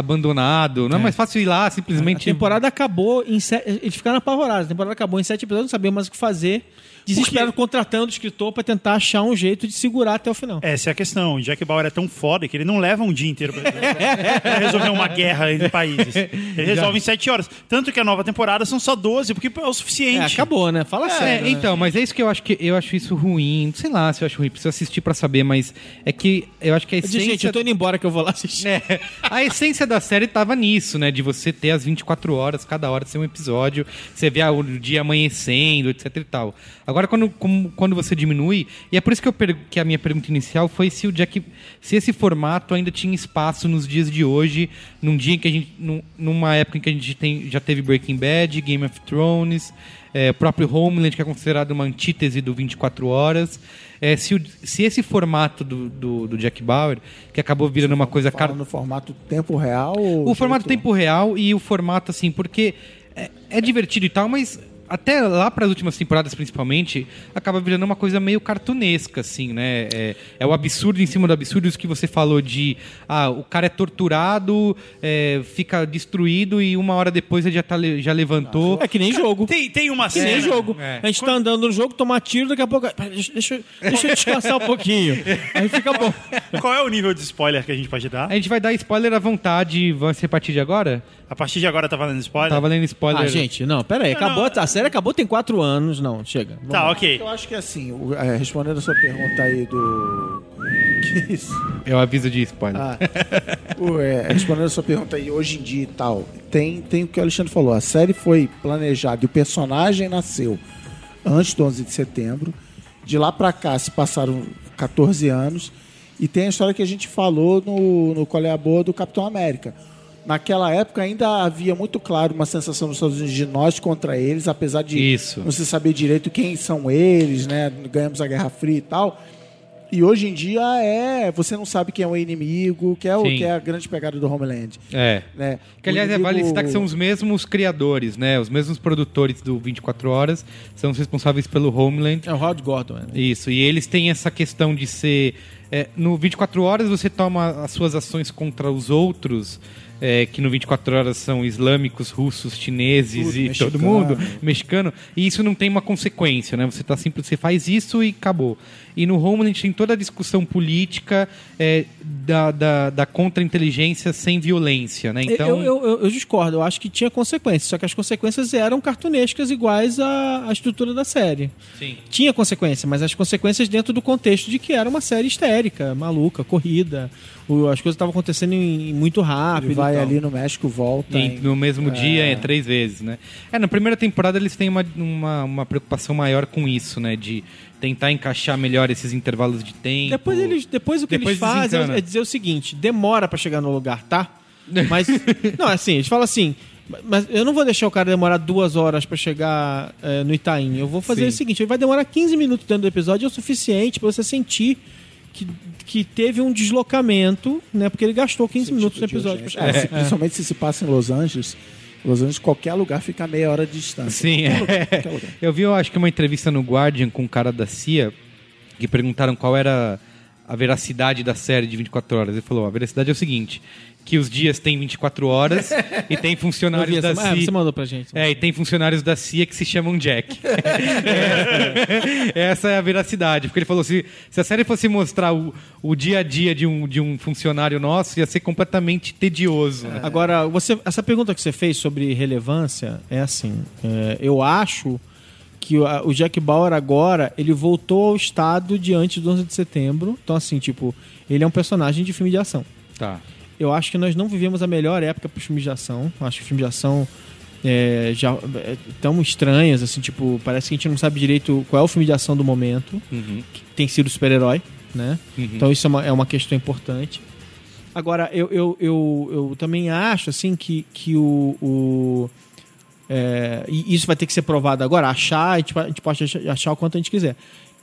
abandonado. Não é, mais fácil ir lá, A simplesmente. temporada acabou em sete. Eles ficaram apavorados. A temporada acabou em sete episódios, não sabiam mais o que fazer. Desesperado contratando o escritor pra tentar achar um jeito de segurar até o final. Essa é a questão. O Jack Bauer é tão foda que ele não leva um dia inteiro pra- pra resolver uma guerra entre países. <laughs> Ele resolve em sete horas. Tanto que a nova temporada são só 12, porque é o É, suficiente. acabou, né? Fala É, sério. né? então, mas é isso que eu acho que eu acho isso ruim. Sei lá se eu acho ruim, preciso assistir pra saber, mas é que eu acho que a Eu disse, essência gente, eu tô indo embora que eu vou lá assistir. É, a essência da série tava nisso, né? De você ter as 24 horas, cada hora ser um episódio, você vê ah, o dia amanhecendo, etc e tal. Agora, quando, como- quando você diminui, e é por isso que, eu per- que a minha pergunta inicial foi se o Jack. se esse formato ainda tinha espaço nos dias de hoje, num dia em que a gente. num- numa época em que a gente tem, já teve Breaking Bad, Game of Thrones, é, o próprio Homeland, que é considerado uma antítese do 24 horas. É, se, o- se esse formato do, do- do Jack Bauer, que acabou virando uma coisa Fala car- no formato tempo real. ou é, o formato jeito- tempo real e o formato assim, porque é, é divertido e tal, mas até lá para as últimas temporadas principalmente, acaba virando uma coisa meio cartunesca assim, né? É, é o absurdo em cima do absurdo isso que você falou de ah, o cara é torturado, é, fica destruído e uma hora depois ele já tá le- já levantou. Ah, É que nem jogo. Tem, tem uma Que cena. nem jogo. é. A gente tá andando no jogo, tomar tiro, daqui a pouco. Pera, Deixa, deixa, eu- deixa eu descansar um <laughs> pouquinho. Aí <laughs> fica bom. Qual é o nível de spoiler que a gente pode dar? A gente vai dar spoiler à vontade, vai ser a partir de agora? A partir de agora tá valendo spoiler? Tava lendo spoiler. Ah, gente, não, é- pera aí. Acabou, a série acabou tem quatro anos. Não, chega. Vamos Tá, lá. ok. Eu acho que assim, o- é, respondendo a sua pergunta aí do. <laughs> Que isso? Eu aviso de spoiler. Ah, o, é, respondendo a sua pergunta aí, hoje em dia e tal, tem, tem o que o Alexandre falou. A série foi planejada e o personagem nasceu antes do 11 de setembro. De lá pra cá se passaram 14 anos. E tem a história que a gente falou no, no Qual é a Boa do Capitão América. Naquela época ainda havia muito claro uma sensação nos Estados Unidos de nós contra eles, apesar de Isso. não se saber direito quem são eles, né? Ganhamos a Guerra Fria e tal. E hoje em dia é. Você não sabe quem é o inimigo, que é, o, Sim. que é a grande pegada do Homeland. É. Né? Que, O aliás, é inimigo- vale citar que são os mesmos criadores, né? Os mesmos produtores do 24 Horas são os responsáveis pelo Homeland. É o Rod Gordon. né? Isso, e eles têm essa questão de ser é, no 24 horas você toma as suas ações contra os outros, é, que no 24 horas são islâmicos, russos, chineses Tudo, e mexicano. todo mundo, mexicano, e isso não tem uma consequência, né? Você tá simples, você faz isso e acabou. E no Homeland tem toda a discussão política é, da, da, da contra-inteligência sem violência, né? Então... Eu, eu- eu- eu discordo, eu acho que tinha consequências, só que as consequências eram cartunescas iguais à, à estrutura da série. Sim. Tinha consequência, mas as consequências dentro do contexto de que era uma série histérica, maluca, corrida, o- as coisas estavam acontecendo em- muito rápido. Ele vai e então. tal. ali no México, volta. E em- no mesmo dia, é, três vezes, né? É, na primeira temporada eles têm uma, uma, uma preocupação maior com isso, né? De tentar encaixar melhor esses intervalos de tempo. Depois, eles, depois o que Depois eles fazem desencana. é dizer o seguinte: demora pra chegar no lugar, tá? <laughs> Mas. não, assim, eles falam assim. Mas eu não vou deixar o cara demorar duas horas pra chegar eh, no Itaim. Eu vou fazer Sim. o seguinte: ele vai demorar 15 minutos dentro do episódio, é o suficiente pra você sentir que, que teve um deslocamento, né? Porque ele gastou 15 minutos no de episódio pra urgência. chegar. É, se- Principalmente se se passa em Los Angeles. Los Angeles, qualquer lugar fica a meia hora de distância. <laughs> Sim, é. Qualquer lugar. Eu vi, eu acho que uma entrevista no Guardian com um cara da CIA que perguntaram qual era a veracidade da série de 24 horas. Ele falou: a veracidade é o seguinte: que os dias têm 24 <laughs> horas e tem Eu vi funcionários É, da essa- ah, CIA. você mandou pra gente. É, e tem funcionários da CIA que se chamam Jack. <laughs> Essa é a veracidade. Porque ele falou assim: se a série fosse mostrar o, o dia a dia de um, de um funcionário nosso, ia ser completamente tedioso. né? Agora, você, essa pergunta que você fez sobre relevância é assim: é, eu acho que o, a- o Jack Bauer agora ele voltou ao estado de antes do 11 de setembro. Então, assim, tipo, ele é um personagem de filme de ação. Tá. Eu acho que nós não vivemos a melhor época para os filmes de ação. Eu Acho que filmes de ação é, já é, tão estranhos, assim, tipo, parece que a gente não sabe direito qual é o filme de ação do momento, que tem sido super-herói, né? Uhum. Então isso é uma, é uma questão importante. Agora, eu, eu, eu, eu também acho, assim, que, que o. o- é, e isso vai ter que ser provado agora. Achar, a gente, vai- a gente pode achar, achar o quanto a gente quiser.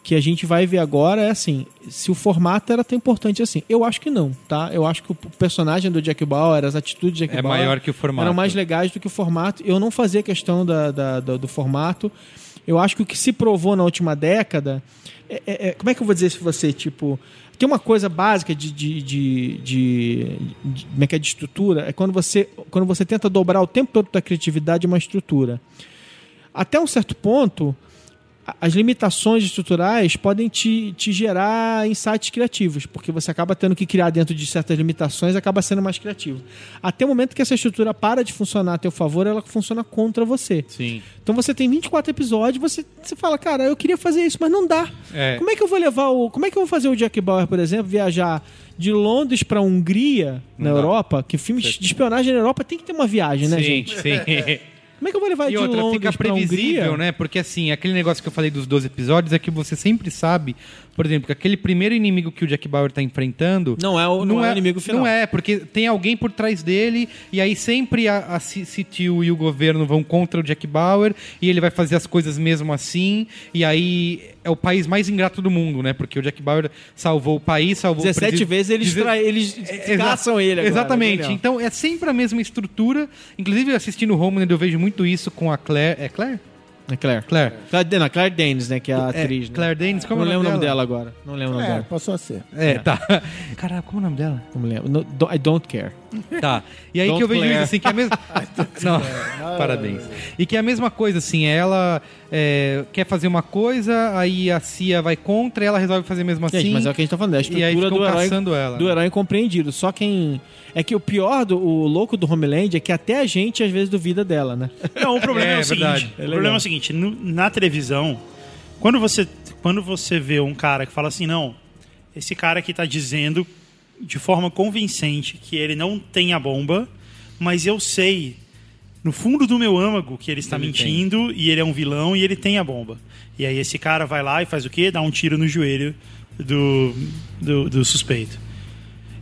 Que a gente vai ver agora é assim: se o formato era tão importante assim. Eu acho que não, tá? Eu acho que o personagem do Jack Bauer, as atitudes do Jack É Bauer. maior que o formato. Eram mais legais do que o formato. Eu não fazia questão da, da- da- do formato. Eu acho que o que se provou na última década. é- é- é- como é que eu vou dizer isso pra você? Tipo, tem uma coisa básica de, de, de, de- de- como é que é, de estrutura. É quando você, quando você tenta dobrar o tempo todo da criatividade uma estrutura. Até um certo ponto, a- as limitações estruturais podem te, te gerar insights criativos, porque você acaba tendo que criar dentro de certas limitações e acaba sendo mais criativo. Até o momento que essa estrutura para de funcionar a teu favor, ela funciona contra você. Sim. Então você tem 24 episódios, você, você fala, cara, eu queria fazer isso, mas não dá. É. Como é que eu vou levar o. Como é que eu vou fazer o Jack Bauer, por exemplo, viajar de Londres pra Hungria, na Europa? Que filme de espionagem na Europa tem que ter uma viagem, né, sim, gente? <laughs> sim. Como é que eu vou levar E de outra, Londres fica pra Hungria? previsível, né? Porque assim, aquele negócio que eu falei dos 12 episódios é que você sempre sabe, por exemplo, que aquele primeiro inimigo que o Jack Bauer tá enfrentando. Não é o- não é o inimigo final. Não é, porque tem alguém por trás dele, e aí sempre a, a C- CTU e o governo vão contra o Jack Bauer, e ele vai fazer as coisas mesmo assim, e aí é o país mais ingrato do mundo, né? Porque o Jack Bauer salvou o país, salvou o 17 presid- vezes eles, Deze- tra... eles É, Exa- caçam ele agora. Exatamente. entendeu? Então é sempre a mesma estrutura. Inclusive, assistindo o Homeland, eu vejo muito isso com a Claire. É Claire? É Claire. Claire. Claire, não, Claire Danes, né? Que é a É, atriz. né? Claire Danes, como não é o lembro nome o nome dela agora. Não lembro o nome É, dela. passou a ser. É, tá. <laughs> Caralho, como é o nome dela? Não lembro. No- do- I don't care. Tá. E aí Don't que eu vejo Claire. isso, assim, que é a <laughs> mesma. <laughs> Não, parabéns. E que é a mesma coisa, assim, ela é, quer fazer uma coisa, aí a CIA vai contra e ela resolve fazer mesmo assim. Gente, mas é o que a gente tá falando. É a E aí estrutura ficam do herói, caçando ela. né? do herói incompreendido. Só quem... É que o pior, do, o louco do Homeland é que até a gente, às vezes, duvida dela, né? Não, o problema é, É, o seguinte. verdade. o problema é o seguinte, no- na televisão, quando você, quando você vê um cara que fala assim, não, esse cara aqui tá dizendo de forma convincente que ele não tem a bomba, mas eu sei no fundo do meu âmago que ele está mentindo e ele é um vilão e ele tem a bomba. E aí esse cara vai lá e faz o quê? Dá um tiro no joelho do, do, do suspeito.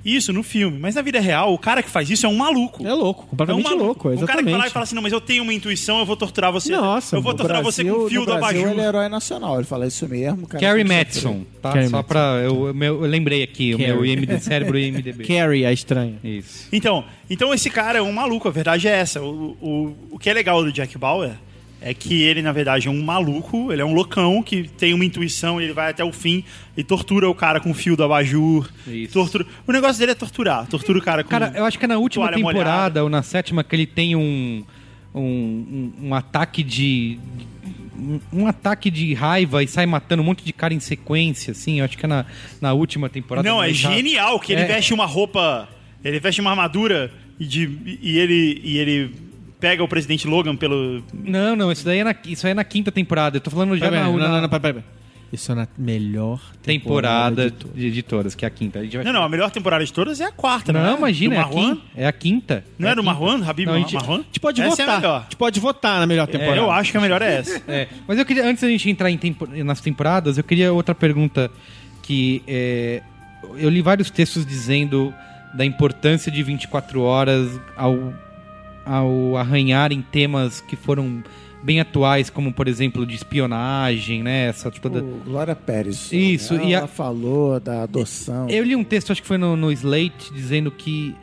Isso no filme, mas na vida real, o cara que faz isso é um maluco. É louco, completamente É um louco, Um cara que vai lá e exatamente. fala assim, não, mas eu tenho uma intuição, eu vou torturar você. Nossa, eu vou no torturar você com o fio É, no da Brasil, abajur. ele é herói nacional. Ele fala isso mesmo, cara. Carrie Tem que Madison, tá? Carrie Só Madison. pra. Eu, eu- eu lembrei aqui, o meu Carrie. é IMD, cérebro <laughs> IMDB. Carrie, a estranha. Isso. Então, então esse cara é um maluco, a verdade é essa. O, o, o que é legal do Jack Bauer É que ele, na verdade, é um maluco, ele é um loucão que tem uma intuição, ele vai até o fim e tortura o cara com o fio do abajur. Isso. Tortura... O negócio dele é torturar. Tortura o cara com Cara, eu acho que é na última toalha temporada molhada. ou na sétima que ele tem um. um, um- um ataque de. um- Um ataque de raiva e sai matando um monte de cara em sequência, assim. Eu acho que é na, na última temporada. Não, é Mas já- genial que ele É. veste uma roupa. Ele veste uma armadura e, de- e ele, e ele pega o presidente Logan pelo. Não, não, isso daí é na, isso aí é na quinta temporada. Eu tô falando já Pera, na, não, na Tá não, não, pera, pera, pera. Isso é na melhor temporada temporada. de todas. de, de todas, que é a quinta. A gente vai- Não, não, a melhor temporada de todas é a quarta, Não, né? imagina, é Do a, Marwan. quin, é a quinta. Não era do o Marwan, Habib Não, a Mar- gente- Marwan? A gente pode Essa é a votar. melhor. a gente pode votar na melhor temporada. Eu acho que a melhor é essa. É, mas eu queria, antes da gente entrar em tempo- nas temporadas, eu queria outra pergunta que é, eu li vários textos dizendo da importância de 24 horas ao, ao arranhar em temas que foram bem atuais, como por exemplo de espionagem, né? Essa toda... O Glória Pérez. Isso, Ela e a- falou da adoção. Eu li um texto, acho que foi no, no Slate, dizendo que,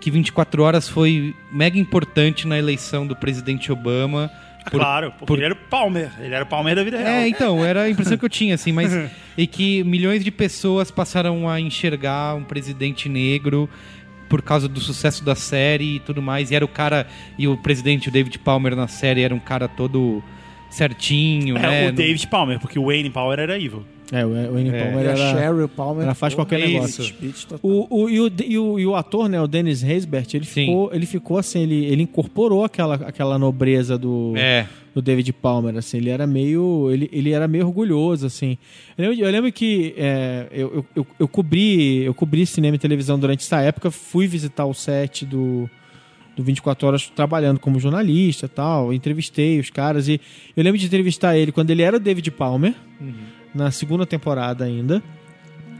que 24 horas foi mega importante na eleição do presidente Obama. <laughs> por- Ah, claro, porque por- ele era o Palmer. Ele era o Palmer da vida real. É, então, era a impressão que eu tinha, assim, <laughs> mas. e que milhões de pessoas passaram a enxergar um presidente negro por causa do sucesso da série e tudo mais. E era o cara. E o presidente, o David Palmer, na série, era um cara todo certinho, É, né? o Não- David Palmer, porque o Wayne Palmer era evil. É, o o Annie É. Palmer E a era... Sheryl Palmer. ela faz foi qualquer um negócio. speech total. O, o- e, o, e, o, e o ator, né, o Dennis Haysbert, ele Sim. ficou, ele ficou assim, ele, ele incorporou aquela, aquela nobreza do, É. do David Palmer, assim, ele era meio, ele, ele era meio orgulhoso, assim. Eu lembro, eu lembro que é, eu, eu, eu, eu cobri, eu cobri cinema e televisão durante essa época, fui visitar o set do do 24 horas trabalhando como jornalista, e tal, entrevistei os caras e eu lembro de entrevistar ele quando ele era o David Palmer, na segunda temporada ainda.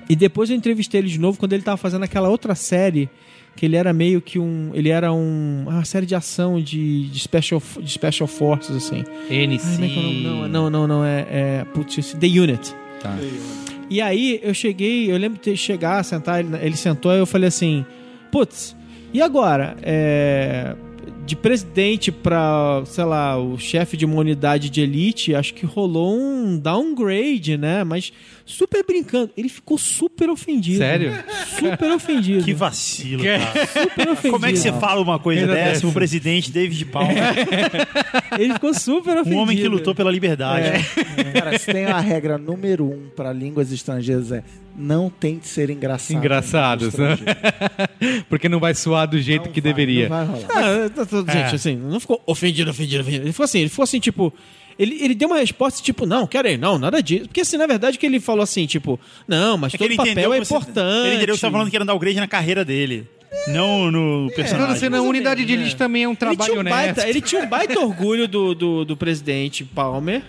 E depois eu entrevistei ele de novo quando ele tava fazendo aquela outra série que ele era meio que um, ele era um, uma série de ação de, de special de special forces assim. Ai, NC. como é que é o nome? Não, não, não, não, é, é putz, esse- The Unit. Tá. E aí eu cheguei, eu lembro de chegar, sentar, ele, ele sentou e eu falei assim, putz, e agora? É, de presidente pra, sei lá, o chefe de uma unidade de elite, acho que rolou um downgrade, né? Mas super brincando. Ele ficou super ofendido. Sério? Super ofendido. Que vacilo, Que- cara. super ofendido. <laughs> Como é que você fala uma coisa Ainda dessa? dessa. O presidente <laughs> David É, Palmer, Ele ficou super um ofendido. homem que lutou pela liberdade. É. Cara, se tem a regra número um para línguas estrangeiras é não tem que ser engraçado. Engraçados, Não né? Porque não vai soar do jeito que vai, deveria. Não vai rolar. Ah, tá É. tudo- gente, assim, não ficou ofendido, ofendido, ofendido. Ele ficou assim, ele ficou assim, tipo. Ele, ele deu uma resposta tipo, não, quero aí, não, nada disso. Porque assim, na verdade, que ele falou assim, tipo, não, É mas que todo ele papel entendeu é que você- importante. Ele entendeu que você tava falando que era um downgrade na carreira dele. Não no É, Não, personagem. não sei, não, unidade de menos, elite é. também é um ele trabalho tinha um honesto. baita, ele tinha <laughs> um baita orgulho do, do, do presidente Palmer.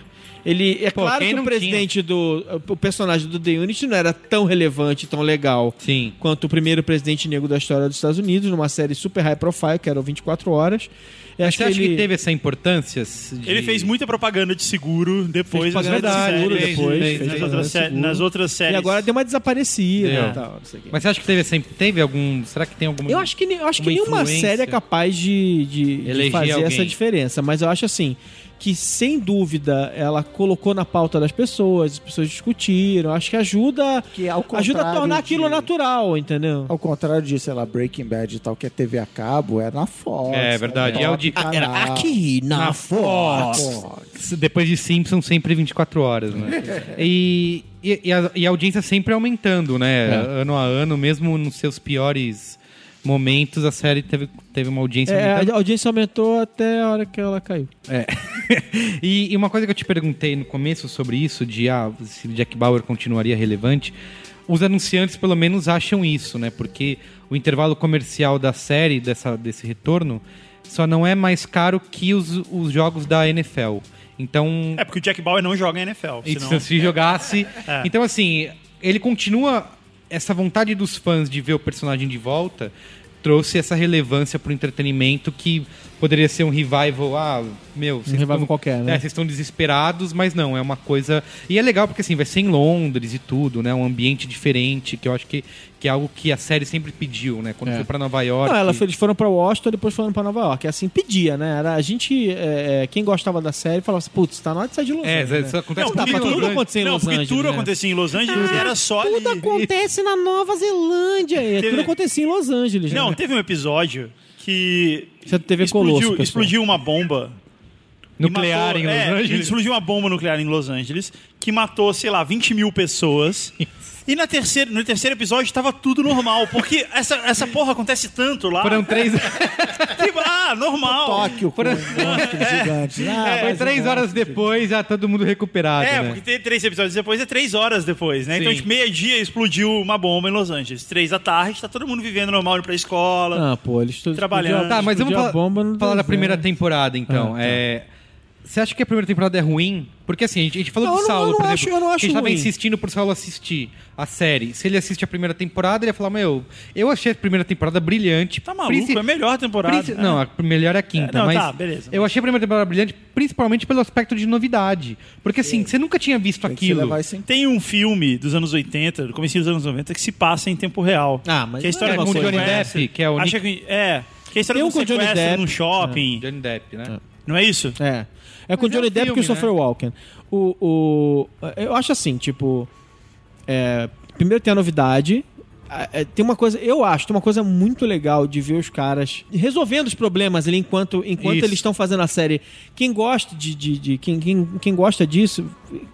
Ele, é Pô, claro quem que o não presidente do. O personagem do The Unity não era tão relevante, tão legal. Sim. quanto o primeiro presidente negro da história dos Estados Unidos, numa série super high profile, que era o 24 Horas. Eu acho Você que acha ele... que teve essa importância? assim, de- Ele fez muita propaganda de seguro depois. Fez propaganda nas outras de seguro séries, depois, fez, fez um nas, propaganda outras de sé- seguro. nas outras séries. E agora deu uma desaparecida Deu. e tal, não sei o quê. Mas você acha que teve, sempre teve algum. Será que tem alguma. Eu acho que, nem- eu acho que uma nenhuma influência. série é capaz de, de- de Eleger fazer alguém. essa diferença. Mas eu acho assim que sem dúvida ela colocou na pauta das pessoas, as pessoas discutiram. Acho que ajuda, Que é ao ajuda a contrário tornar aquilo de- natural, entendeu? Ao contrário de, sei lá, Breaking Bad e tal, que é TV a cabo, é na Fox. É verdade, né? é o de- Canal. na Fox. Depois de Simpsons, sempre 24 horas, né? e, e, e a, e a audiência sempre aumentando, né? Ano a ano, mesmo nos seus piores momentos, a série teve, teve uma audiência É, aumentando. a audiência aumentou até a hora que ela caiu. <laughs> E, e uma coisa que eu te perguntei no começo sobre isso, de ah, se Jack Bauer continuaria relevante, os anunciantes pelo menos acham isso, né? Porque o intervalo comercial da série, dessa, desse retorno, só não é mais caro que os, os jogos da NFL. Então, É porque o Jack Bauer não joga em NFL. e senão- se jogasse. É. Então, assim, ele continua. Essa vontade dos fãs de ver o personagem de volta trouxe essa relevância pro entretenimento que poderia ser um revival, ah, meu... vocês revival tão- qualquer, né? É, vocês estão desesperados, mas não, é uma coisa... E é legal porque, assim, vai ser em Londres e tudo, né? Um ambiente diferente, que eu acho que, que é algo que a série sempre pediu, né? Quando foi pra Nova York... É. Não, ela foi- eles foram pra Washington, depois foram pra Nova York. Assim, pedia, né? Era, a gente, é, é, quem gostava da série, falava assim, putz, tá na hora de sair de Los É, Angeles. isso né? acontece Não, dá muito pra em Los tudo Angeles. É. acontecer em Não, Los porque Angeles, tudo né? acontecia em Los Angeles e era só ali. Tudo acontece na Nova Zelândia. é, Teve- Tudo acontecia em Los Angeles. Não, né? teve um episódio que Isso é TV Colosso, explodiu, pessoal. explodiu uma bomba. e Nuclear matou- em Los é, Angeles. Explodiu uma bomba nuclear em Los Angeles que matou, sei lá, 20 mil pessoas. E na terceira, no terceiro episódio tava tudo normal, porque essa, essa porra acontece tanto lá. Foram <laughs> três, Que- ah, normal. Tóquio com um <laughs> monstro gigante. Ah, É, foi mais um três horas monstro. depois, já todo mundo recuperado, É, né? porque tem três episódios depois é três horas depois, né? Então, Sim. tipo, meia-dia explodiu uma bomba em Los Angeles. Três da tarde, tá todo mundo vivendo normal, indo pra escola. Ah, pô, eles tudo- Trabalhando. explodiu- Tá, mas vamos explodiu falar, a bomba no falar da deserto. primeira temporada, então. Ah, tá. É, Você acha que a primeira temporada é ruim? Porque assim, a gente, a gente falou Não, do eu não- eu Saulo, não por acho- exemplo. eu não acho a gente tava ruim. insistindo pro Saulo assistir a série. Se ele assiste a primeira temporada, ele ia falar, meu, eu achei a primeira temporada brilhante. Tá maluco, Princi- é a melhor temporada. né? Princi- É. Não, a melhor é a quinta, É, não, mas tá, beleza. eu achei a primeira temporada brilhante principalmente pelo aspecto de novidade. Porque assim, você nunca tinha visto Tem que se aquilo. levar Ah. isso em Tem um filme dos anos 80, do comecinho dos anos 90, que se passa em tempo real. Ah, mas que a história não é de um com Johnny sequestro. né? Depp, que é o Acha que, é, que a história Tem um de um com Johnny sequestro Depp. Ah. num shopping. Johnny Depp, né? Não é isso? É. É com Mas é um Johnny Depp e filme, Christopher né? Walken. O, o, eu acho assim, tipo. é, primeiro tem a novidade. Ah, é, Tem uma coisa, eu acho, tem uma coisa muito legal de ver os caras resolvendo os problemas ali enquanto, enquanto Isso. eles estão fazendo a série. Quem gosta de. de, de- quem, quem, quem gosta disso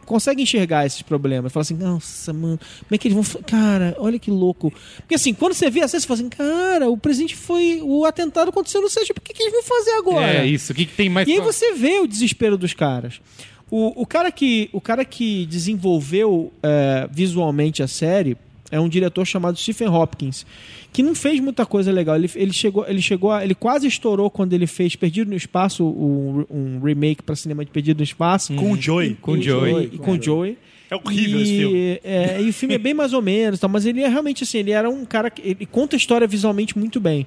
consegue enxergar esses problemas. Fala assim, nossa, mano, como é que eles vão. fa- Cara, olha que louco. Porque assim, quando você vê a série, você fala assim, cara, o presidente foi. O atentado aconteceu no Sérgio, por que, que eles vão fazer agora? É isso. O que, que tem mais E aí pra- você vê o desespero dos caras. O, o cara, que, o cara que desenvolveu é, visualmente a série é um diretor chamado Stephen Hopkins, que não fez muita coisa legal. Ele, ele chegou, ele chegou, a- ele quase estourou quando ele fez Perdido no Espaço, um, um remake para cinema de Perdido no Espaço. Com o Joey. com o Joey. E com o Joey. É horrível e, esse filme. é, e o filme é bem mais ou menos, tá? mas ele é realmente assim, ele era um cara que ele conta a história visualmente muito bem.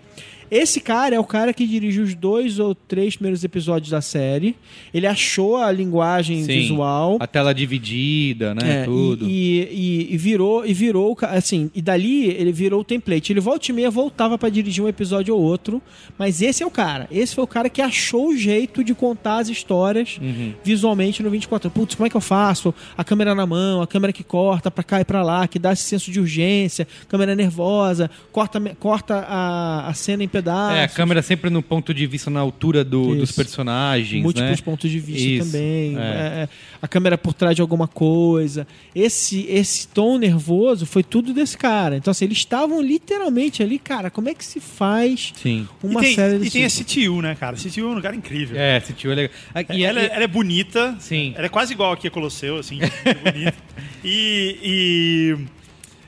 Esse cara é o cara que dirige os dois ou três primeiros episódios da série. Ele achou a linguagem Sim. visual. A tela dividida, né? É, tudo. E, e- e virou, e virou, o ca- assim, e dali ele virou o template. Ele volta e meia voltava pra dirigir um episódio ou outro, mas esse é o cara. Esse foi o cara que achou o jeito de contar as histórias Uhum. visualmente no 24. Putz, como é que eu faço? A câmera na mão, a câmera que corta pra cá e pra lá, que dá esse senso de urgência, câmera nervosa, corta, me- corta a, a cena em pedaços. né? É, a câmera sempre no ponto de vista na altura do- dos Isso. personagens, múltiplos né? pontos de vista Isso, também é. é, é, a câmera por trás de alguma coisa esse esse tom nervoso foi tudo desse cara então assim, eles estavam literalmente ali cara como é que se faz Sim. uma e tem, série e desse tem a tipo? CTU, né, cara? CTU é um lugar incrível. É, esse tio é legal. Ah, E e ela, e- ela é bonita. Sim. Ela é quase igual aqui a Colosseu, assim, é <laughs> bonita. E,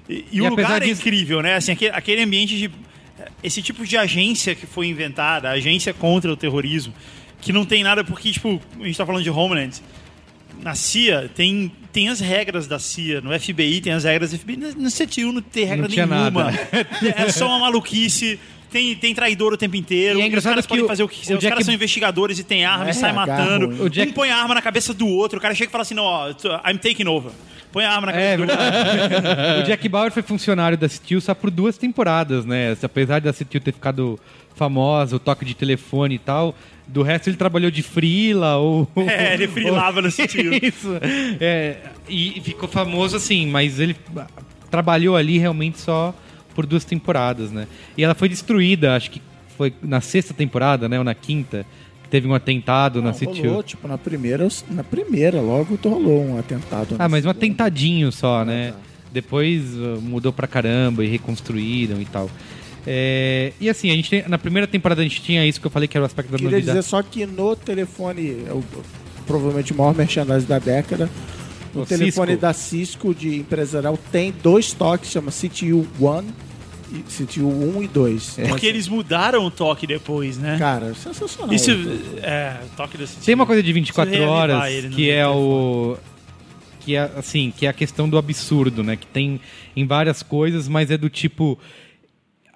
e, e, e o E apesar lugar é disso- incrível, né? Assim, aquele, aquele ambiente de. Esse tipo de agência que foi inventada, a agência contra o terrorismo, que não tem nada, porque, tipo, a gente tá falando de Homeland. Na CIA tem, tem as regras da CIA, no FBI tem as regras do FBI. Na- No CTU não tem regra Não tinha nenhuma. nada. <laughs> É só uma maluquice. Tem, tem traidor o tempo inteiro. E é os engraçado caras que podem o- fazer o que o quiser. Os Jack caras são investigadores e tem arma É, e sai agarro, matando. hein? O Jack- Um põe a arma na cabeça do outro. O cara chega e fala assim: não, ó, t- I'm taking over. Põe a arma na cabeça É, do outro. é, o Jack Bauer foi funcionário da CTU só por duas temporadas, né? Apesar da CTU ter ficado famosa, o toque de telefone e tal, do resto ele trabalhou de frila ou... <laughs> É, ele frilava no sentido. <laughs> Isso. É, e ficou famoso assim, mas ele trabalhou ali realmente só por duas temporadas, né? E ela foi destruída, acho que foi na sexta temporada, né? Ou na quinta, que teve um atentado na Não, rolou, CTU. tipo, na primeira, na primeira logo rolou um atentado. Ah, mas um uma atentadinho só, né? Depois uh, mudou pra caramba e reconstruíram e tal. É, e assim, a gente tem- na primeira temporada a gente tinha isso que eu falei que era o aspecto da Queria dizer novidade. só que no telefone, é o- provavelmente o maior merchandising da década, no O telefone Cisco. da Cisco de empresarial tem dois toques, chama CTU One, e CTU 1 e 2. É. Porque eles mudaram o toque depois, né? Cara, sensacional. Isso. É, o toque do sentido. Tem uma coisa de 24 Preciso reavivar horas ele no que é telefone. o que é assim, que é a questão do absurdo, né? Que tem em várias coisas, mas é do tipo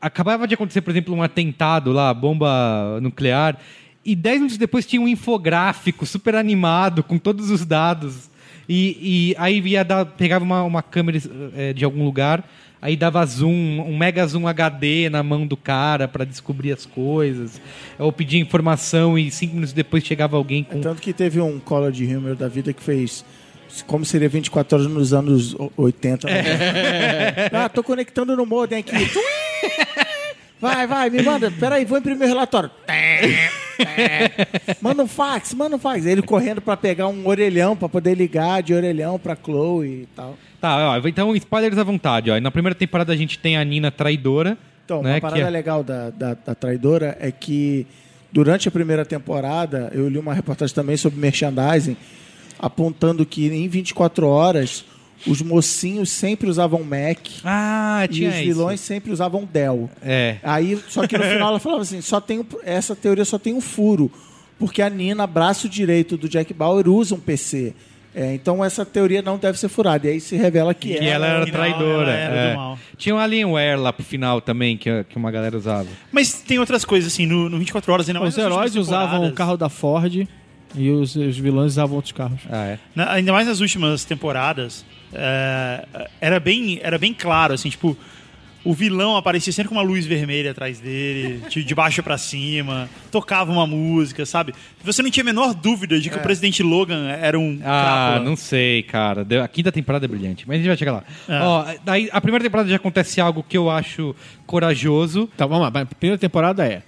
acabava de acontecer, por exemplo, um atentado lá, bomba nuclear, E 10 minutos depois tinha um infográfico super animado com todos os dados. E, e aí ia dar, pegava uma, uma câmera eh, de algum lugar, aí dava zoom, um mega zoom HD na mão do cara para descobrir as coisas. Ou pedia informação e cinco minutos depois chegava alguém com. Tanto que teve um College Humor da vida que fez. Como seria 24 horas nos anos o- 80. né? Ah, tô conectando no modem aqui. Vai, vai, me manda. Peraí, vou imprimir o relatório. Manda um fax, manda um fax. Ele correndo pra pegar um orelhão, pra poder ligar de orelhão pra Chloe e tal. Tá, ó, então spoilers à vontade. Ó. Na primeira temporada a gente tem a Nina traidora. Então, né, uma que parada é- legal da, da, da Traidora é que durante a primeira temporada eu li uma reportagem também sobre merchandising apontando que em 24 horas os mocinhos sempre usavam Mac Ah, e tinha os isso. vilões sempre usavam Dell. É. Aí, <laughs> só que no final ela falava assim, só tem um- essa teoria só tem um furo, porque a Nina, braço direito do Jack Bauer, usa um PC. É, então essa teoria não deve ser furada. E aí se revela que, Que ela era Não, traidora. ela era do é. mal. Tinha um Alienware lá pro final também, que, que uma galera usava. Mas tem outras coisas, assim, no, no 24 Horas ainda mais. Os nas heróis últimas usavam o temporadas. carro da Ford e os, os vilões usavam outros carros. Ah, é. Na- ainda mais nas últimas temporadas, é, era, bem, era bem claro, assim, tipo, o vilão aparecia sempre com uma luz vermelha atrás dele, de, de baixo pra cima, tocava uma música, sabe? Você não tinha a menor dúvida É. de que o presidente Logan era um Ah, crápula. não sei, cara. Deu- A quinta temporada é brilhante, mas a gente vai chegar lá. Ó, daí, a primeira temporada já acontece algo que eu acho corajoso. Tá, vamos lá. Vai, Primeira temporada é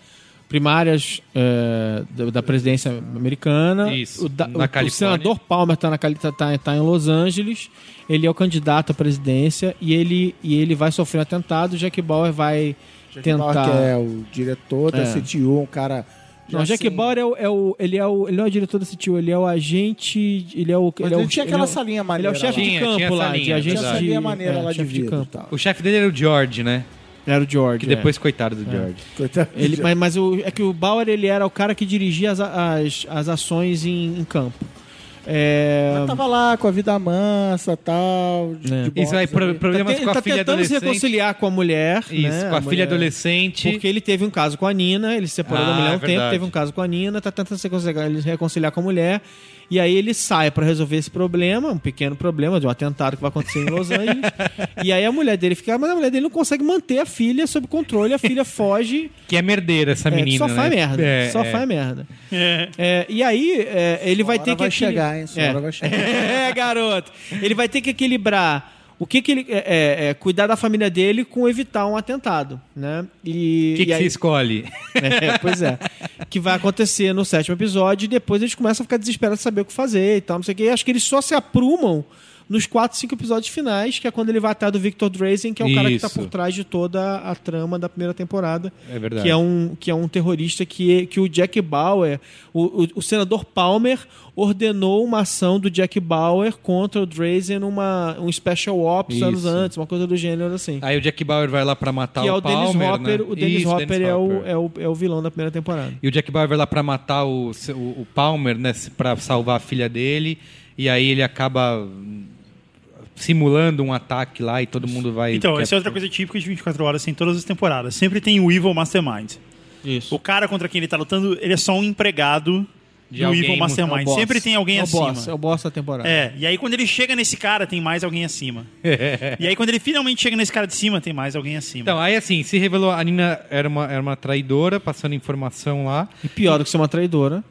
primárias é, da, da presidência americana. Isso, O, da- na o- o Califórnia. senador Palmer tá, na, Cali- tá, tá- tá em Los Angeles. Ele é o candidato à presidência e ele, e ele vai sofrer um atentado. Jack Bauer vai Jack Bauer, tentar... que é o diretor da É. CTU, um cara... Não, já Jack assim- Bauer é o, é o- ele é o ele não é o diretor da CTU, ele é o agente, ele é o Mas é ele o- tinha é aquela o- salinha Ele é maneira. o chefe lá. Tinha, de campo tinha lá, salinha, de agente Tinha verdade. essa de, linha maneira é, lá de chefe vidro e campo. tal. O chefe dele era o George, né? Era o George. Que é. depois, coitado do George. Coitado Ele, do mas mas o- é que o Bauer ele era o cara que dirigia as, as, as ações em, em campo. É, Jack. tava lá com a vida mansa tal. De, É. de Isso aí, boxe pro- ali. problemas tá te- com a tá filha tentando se adolescente. reconciliar com a mulher. Isso, né, com a, filha mulher- adolescente. Porque ele teve um caso com a Nina, ele se separou Ah, da mulher há é um tempo, verdade. teve um caso com a Nina, tá tentando se reconciliar, ele se reconciliar com a mulher. E aí ele sai pra resolver esse problema, um pequeno problema de um atentado que vai acontecer <laughs> em Los Angeles. e aí a mulher dele fica, mas a mulher dele não consegue manter a filha sob controle, a <laughs> filha foge Que é merdeira essa É, que menina. só faz né? merda. É, só é. faz merda. É, e aí, é, ele vai hora ter que. vai equili- chegar, hein? Sua É. hora vai <laughs> chegar. é, garoto. Ele vai ter que equilibrar o que, que ele. É, é, é, cuidar da família dele com evitar um atentado, né? E. O que, e que aí- você escolhe? <laughs> É, pois é. Que vai acontecer no sétimo episódio e depois eles começam a ficar desesperados de saber o que fazer e tal, não sei o quê. E acho que eles só se aprumam nos quatro, cinco episódios finais, que é quando ele vai atrás do Victor Drazen, que é o cara que tá Isso. por trás de toda a trama da primeira temporada. É verdade. Que é um, que é um terrorista que, que o Jack Bauer, o, o, o senador Palmer, ordenou uma ação do Jack Bauer contra o Drazen, uma, um special ops anos Isso. antes, uma coisa do gênero assim. Aí o Jack Bauer vai lá pra matar que é o, o Dennis Palmer, Hopper. né? O Dennis Isso, Hopper, é, o, Hopper. é, o, é o vilão da primeira temporada. E o Jack Bauer vai lá pra matar o, seu- o, o Palmer, né? se- Pra salvar a filha dele. E aí ele acaba hum, simulando um ataque lá e todo mundo vai... Então, quer- essa é outra coisa típica de 24 horas, assim, em todas as temporadas. Sempre tem o Evil Mastermind. Isso. O cara contra quem ele tá lutando, ele é só um empregado De do alguém, Evil É o Mastermind. boss. Sempre tem alguém é o acima. Boss, é o boss da temporada. É, e aí quando ele chega nesse cara, tem mais alguém acima. e aí quando ele finalmente chega nesse cara de cima, tem mais alguém acima. Então, aí assim, se revelou... A Nina era uma, era uma traidora, passando informação lá. E pior do que ser uma traidora,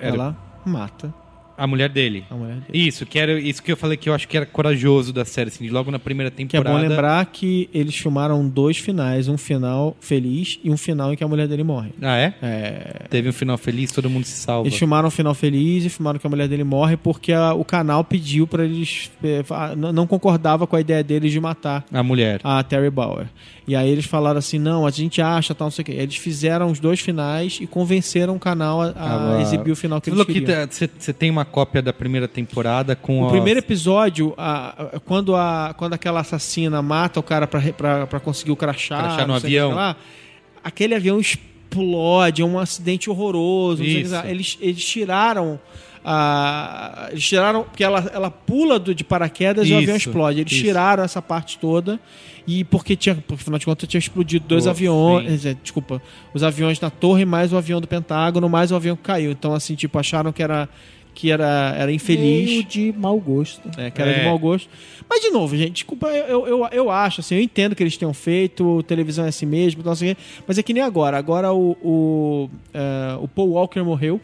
É. Era ela mata a mulher dele. a mulher dele. Isso, que era isso que eu falei que eu acho que era corajoso da série, assim, de logo na primeira Que é temporada. bom lembrar que eles filmaram dois finais, um final feliz e um final em que a mulher dele morre. Ah, é? É, Teve um final feliz, todo mundo se salva. eles filmaram um final feliz e filmaram que a mulher dele morre porque a- o canal pediu pra eles. é, fa- não não concordava com a ideia deles de matar A mulher. a Terry Bauer. E aí eles falaram assim: não, a gente acha, tal, não sei o quê. Eles fizeram os dois finais e convenceram o canal a, a Ah, exibir o final que Você eles falou que queriam. você tem uma cópia da primeira temporada com O as- primeiro episódio, a- a- quando, a, quando aquela assassina mata o cara pra, re- pra, pra conseguir o crachá, Crachá no não sei o que avião. lá, aquele avião explode, é um acidente horroroso. não sei o que Isso. lá. Eles, eles tiraram a- eles tiraram. Porque ela, ela pula do- de paraquedas e o Isso, avião explode. Eles isso. tiraram essa parte toda. E porque tinha. Porque afinal de contas tinha explodido dois Pô, aviões. eh, Desculpa. Os aviões na torre, mais o avião do Pentágono, mais o avião que caiu. Então, assim, tipo, acharam que era. Que era, era infeliz. Meio de mau gosto. É, que era É. de mau gosto. Mas, de novo, gente, desculpa, eu, eu, eu acho, assim, eu entendo que eles tenham feito, televisão é assim mesmo, não sei o quê, mas é que nem agora. Agora o, o, é, o Paul Walker morreu.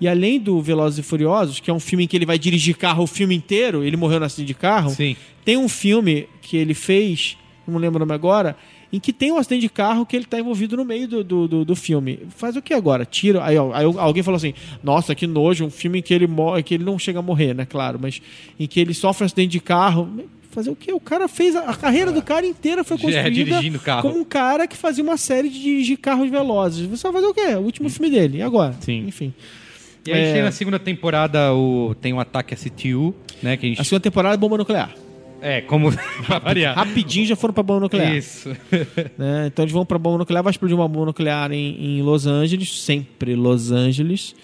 E além do Velozes e Furiosos, que é um filme em que ele vai dirigir carro o filme inteiro, ele morreu no acidente de carro. Sim. Tem um filme que ele fez, não me lembro o nome agora, em que tem um acidente de carro que ele tá envolvido no meio do, do, do, do filme. Faz o que agora? Tira. Aí, ó, aí alguém falou assim: nossa, que nojo, um filme em que ele morre, que ele não chega a morrer, né? Claro, mas em que ele sofre um acidente de carro. Fazer o quê? O cara fez. A, a carreira do cara inteira <laughs> foi É, construída dirigindo carro. como um cara que fazia uma série de dirigir carros velozes. Você vai fazer o quê? O último filme dele. E agora? Hum. Sim. Enfim. E aí É. chega na segunda temporada o tem um ataque STU, né, que a gente A segunda temporada é bomba nuclear. é <laughs> como pra É. variar. Rapidinho já foram pra bomba nuclear. Isso. né? Então eles vão pra bomba nuclear, vai explodir uma bomba nuclear em, em Los Angeles, sempre Los Angeles.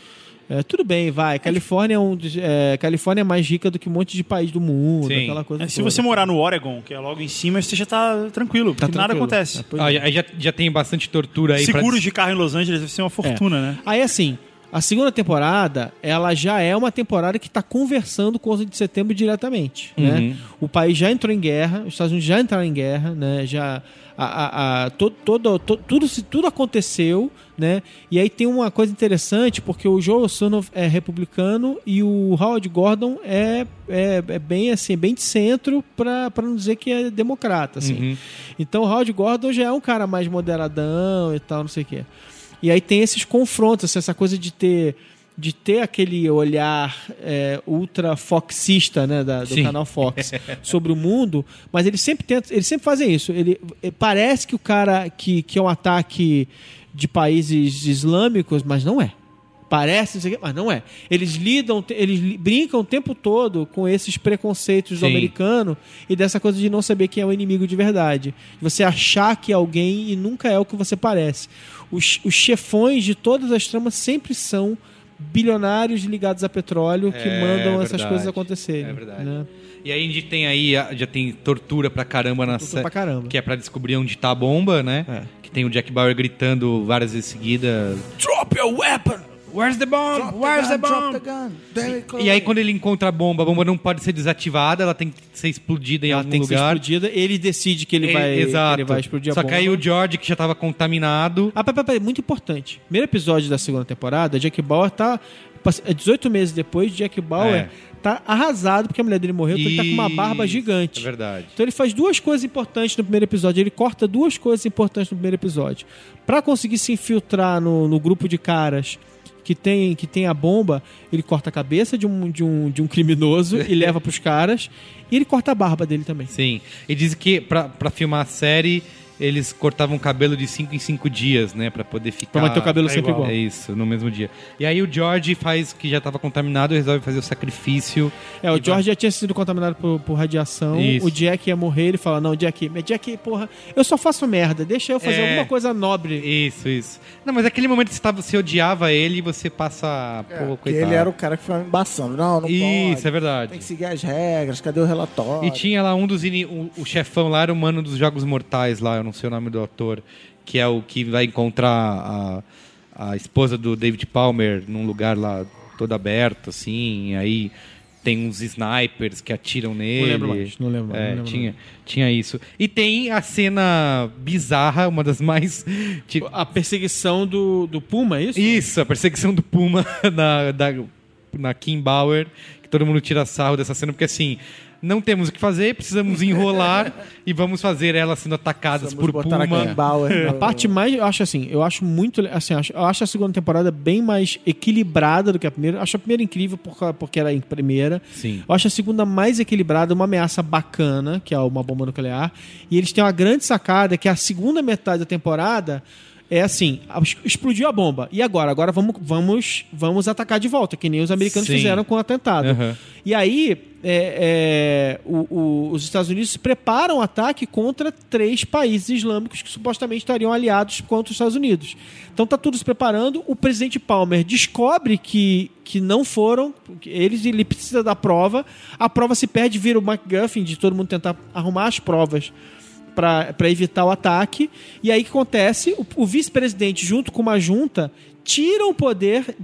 É, tudo bem, vai. Califórnia é, um dos- é, Califórnia é mais rica do que um monte de país do mundo, Sim. aquela coisa. É, se toda. você morar no Oregon, que é logo em cima, você já tá tranquilo, porque Tá nada tranquilo. acontece. É, pois é. Aí aí já, já tem bastante tortura aí pra- Seguros de carro em Los Angeles deve ser uma fortuna, né? Aí assim, a segunda temporada, ela já é uma temporada que está conversando com o 11 de setembro diretamente, né? O país já entrou em guerra, os Estados Unidos já entraram em guerra, né? Já a, a- a- to- todo, to- tudo se tudo aconteceu, né? E aí tem uma coisa interessante porque o Joe Sunoff é republicano e o Howard Gordon é, é, é bem assim, bem de centro para não dizer que é democrata, assim. Então o Howard Gordon já é um cara mais moderadão e tal, não sei o quê. E aí tem esses confrontos, assim, essa coisa de ter de ter aquele olhar é, ultra foxista né, da- do Sim. canal Fox sobre o mundo, mas eles sempre tentam, eles sempre fazem isso. Ele eh, parece que o cara que, que é um ataque de países islâmicos, mas não é. Parece, não sei o quê, mas não é. Eles lidam, te- eles li- brincam o tempo todo com esses preconceitos do Sim. americano e dessa coisa de não saber quem é o inimigo de verdade. Você achar que é alguém e nunca é o que você parece. Os, os chefões de todas as tramas sempre são bilionários ligados a petróleo que É mandam essas verdade. coisas acontecerem. É verdade. né? E aí a gente tem aí a- já tem tortura pra caramba na Tortura sé- pra caramba. que é pra descobrir onde tá a bomba, né? É. Que tem o Jack Bauer gritando várias vezes seguidas. Drop your weapon! Where's the bomb? Where's the bomb? Drop the gun! E aí quando ele encontra a bomba, a bomba não pode ser desativada, ela tem que ser explodida em Ela algum tem que ser lugar. É, explodida, ele decide que ele, vai, exato. que ele vai explodir a Só bomba. que aí o George, que já tava contaminado, Ah, peraí, peraí, muito importante. Primeiro episódio da segunda temporada, Jack Bauer tá. pass- é 18 meses depois, Jack Bauer É. tá arrasado porque a mulher dele morreu, então ele tá com uma barba Isso, gigante. é verdade. Então ele faz duas coisas importantes no primeiro episódio. Ele corta duas coisas importantes no primeiro episódio. Pra conseguir se infiltrar no, no grupo de caras que tem, que tem a bomba, ele corta a cabeça de um, de um, de um criminoso <laughs> e leva pros caras. E ele corta a barba dele também. Sim. E diz que pra, pra filmar a série, eles cortavam o cabelo de 5 em 5 dias, né? Pra poder ficar. Pra manter o cabelo É sempre igual. É isso, no mesmo dia. E aí o George faz que já tava contaminado e resolve fazer o sacrifício. É, o E George já tinha sido contaminado por, por radiação. Isso. O Jack ia morrer, ele fala: Não, Jack, mas Jack, porra, eu só faço merda, deixa eu fazer É. alguma coisa vai- nobre. Isso, isso. Não, mas naquele momento você, tava, você odiava ele e você passa. Pô, Porque coitado. ele era o cara É, que ficava embaçando. Não, não Isso, pode. é verdade. Tem que seguir as regras, cadê o relatório? E tinha lá um dos. Ini... O, o chefão lá era o mano dos Jogos Mortais lá, eu não sei o nome do ator, que é o que vai encontrar a, a esposa do David Palmer num lugar lá todo aberto, assim, e aí tem uns snipers que atiram nele. lembro mais, não lembro mais, É, não lembro tinha, tinha isso. E tem a cena bizarra, uma das mais. <laughs> tipo, A perseguição do, do Puma, é isso? isso, a perseguição do Puma <laughs> na, da, na Kim Bauer, que todo mundo tira sarro dessa cena, porque assim, não temos o que fazer, precisamos <laughs> enrolar e vamos fazer elas sendo atacadas por Vamos botar a Kim Puma. Bauer. <laughs> A no- parte mais, eu acho assim, eu acho muito, le- assim, acho- eu acho a segunda temporada bem mais equilibrada do que a primeira. Eu Acho a primeira incrível por causa- porque era a primeira. Sim. Eu acho a segunda mais equilibrada, uma ameaça bacana, que é uma bomba nuclear. E eles têm uma grande sacada que a segunda metade da temporada é assim, a- explodiu a bomba. E agora? Agora vamos, vamos, vamos atacar de volta, que nem os americanos Sim. fizeram com o atentado. Aham. E aí, é, é, o- o- os Estados Unidos se preparam um ataque contra três países islâmicos que supostamente estariam aliados contra os Estados Unidos. Então tá tudo se preparando. O presidente Palmer descobre que, que não foram, que eles, ele precisa da prova. A prova se perde, vira o McGuffin de todo mundo tentar arrumar as provas para evitar o ataque. E aí o que acontece? O, o vice-presidente, junto com uma junta, tira o poder,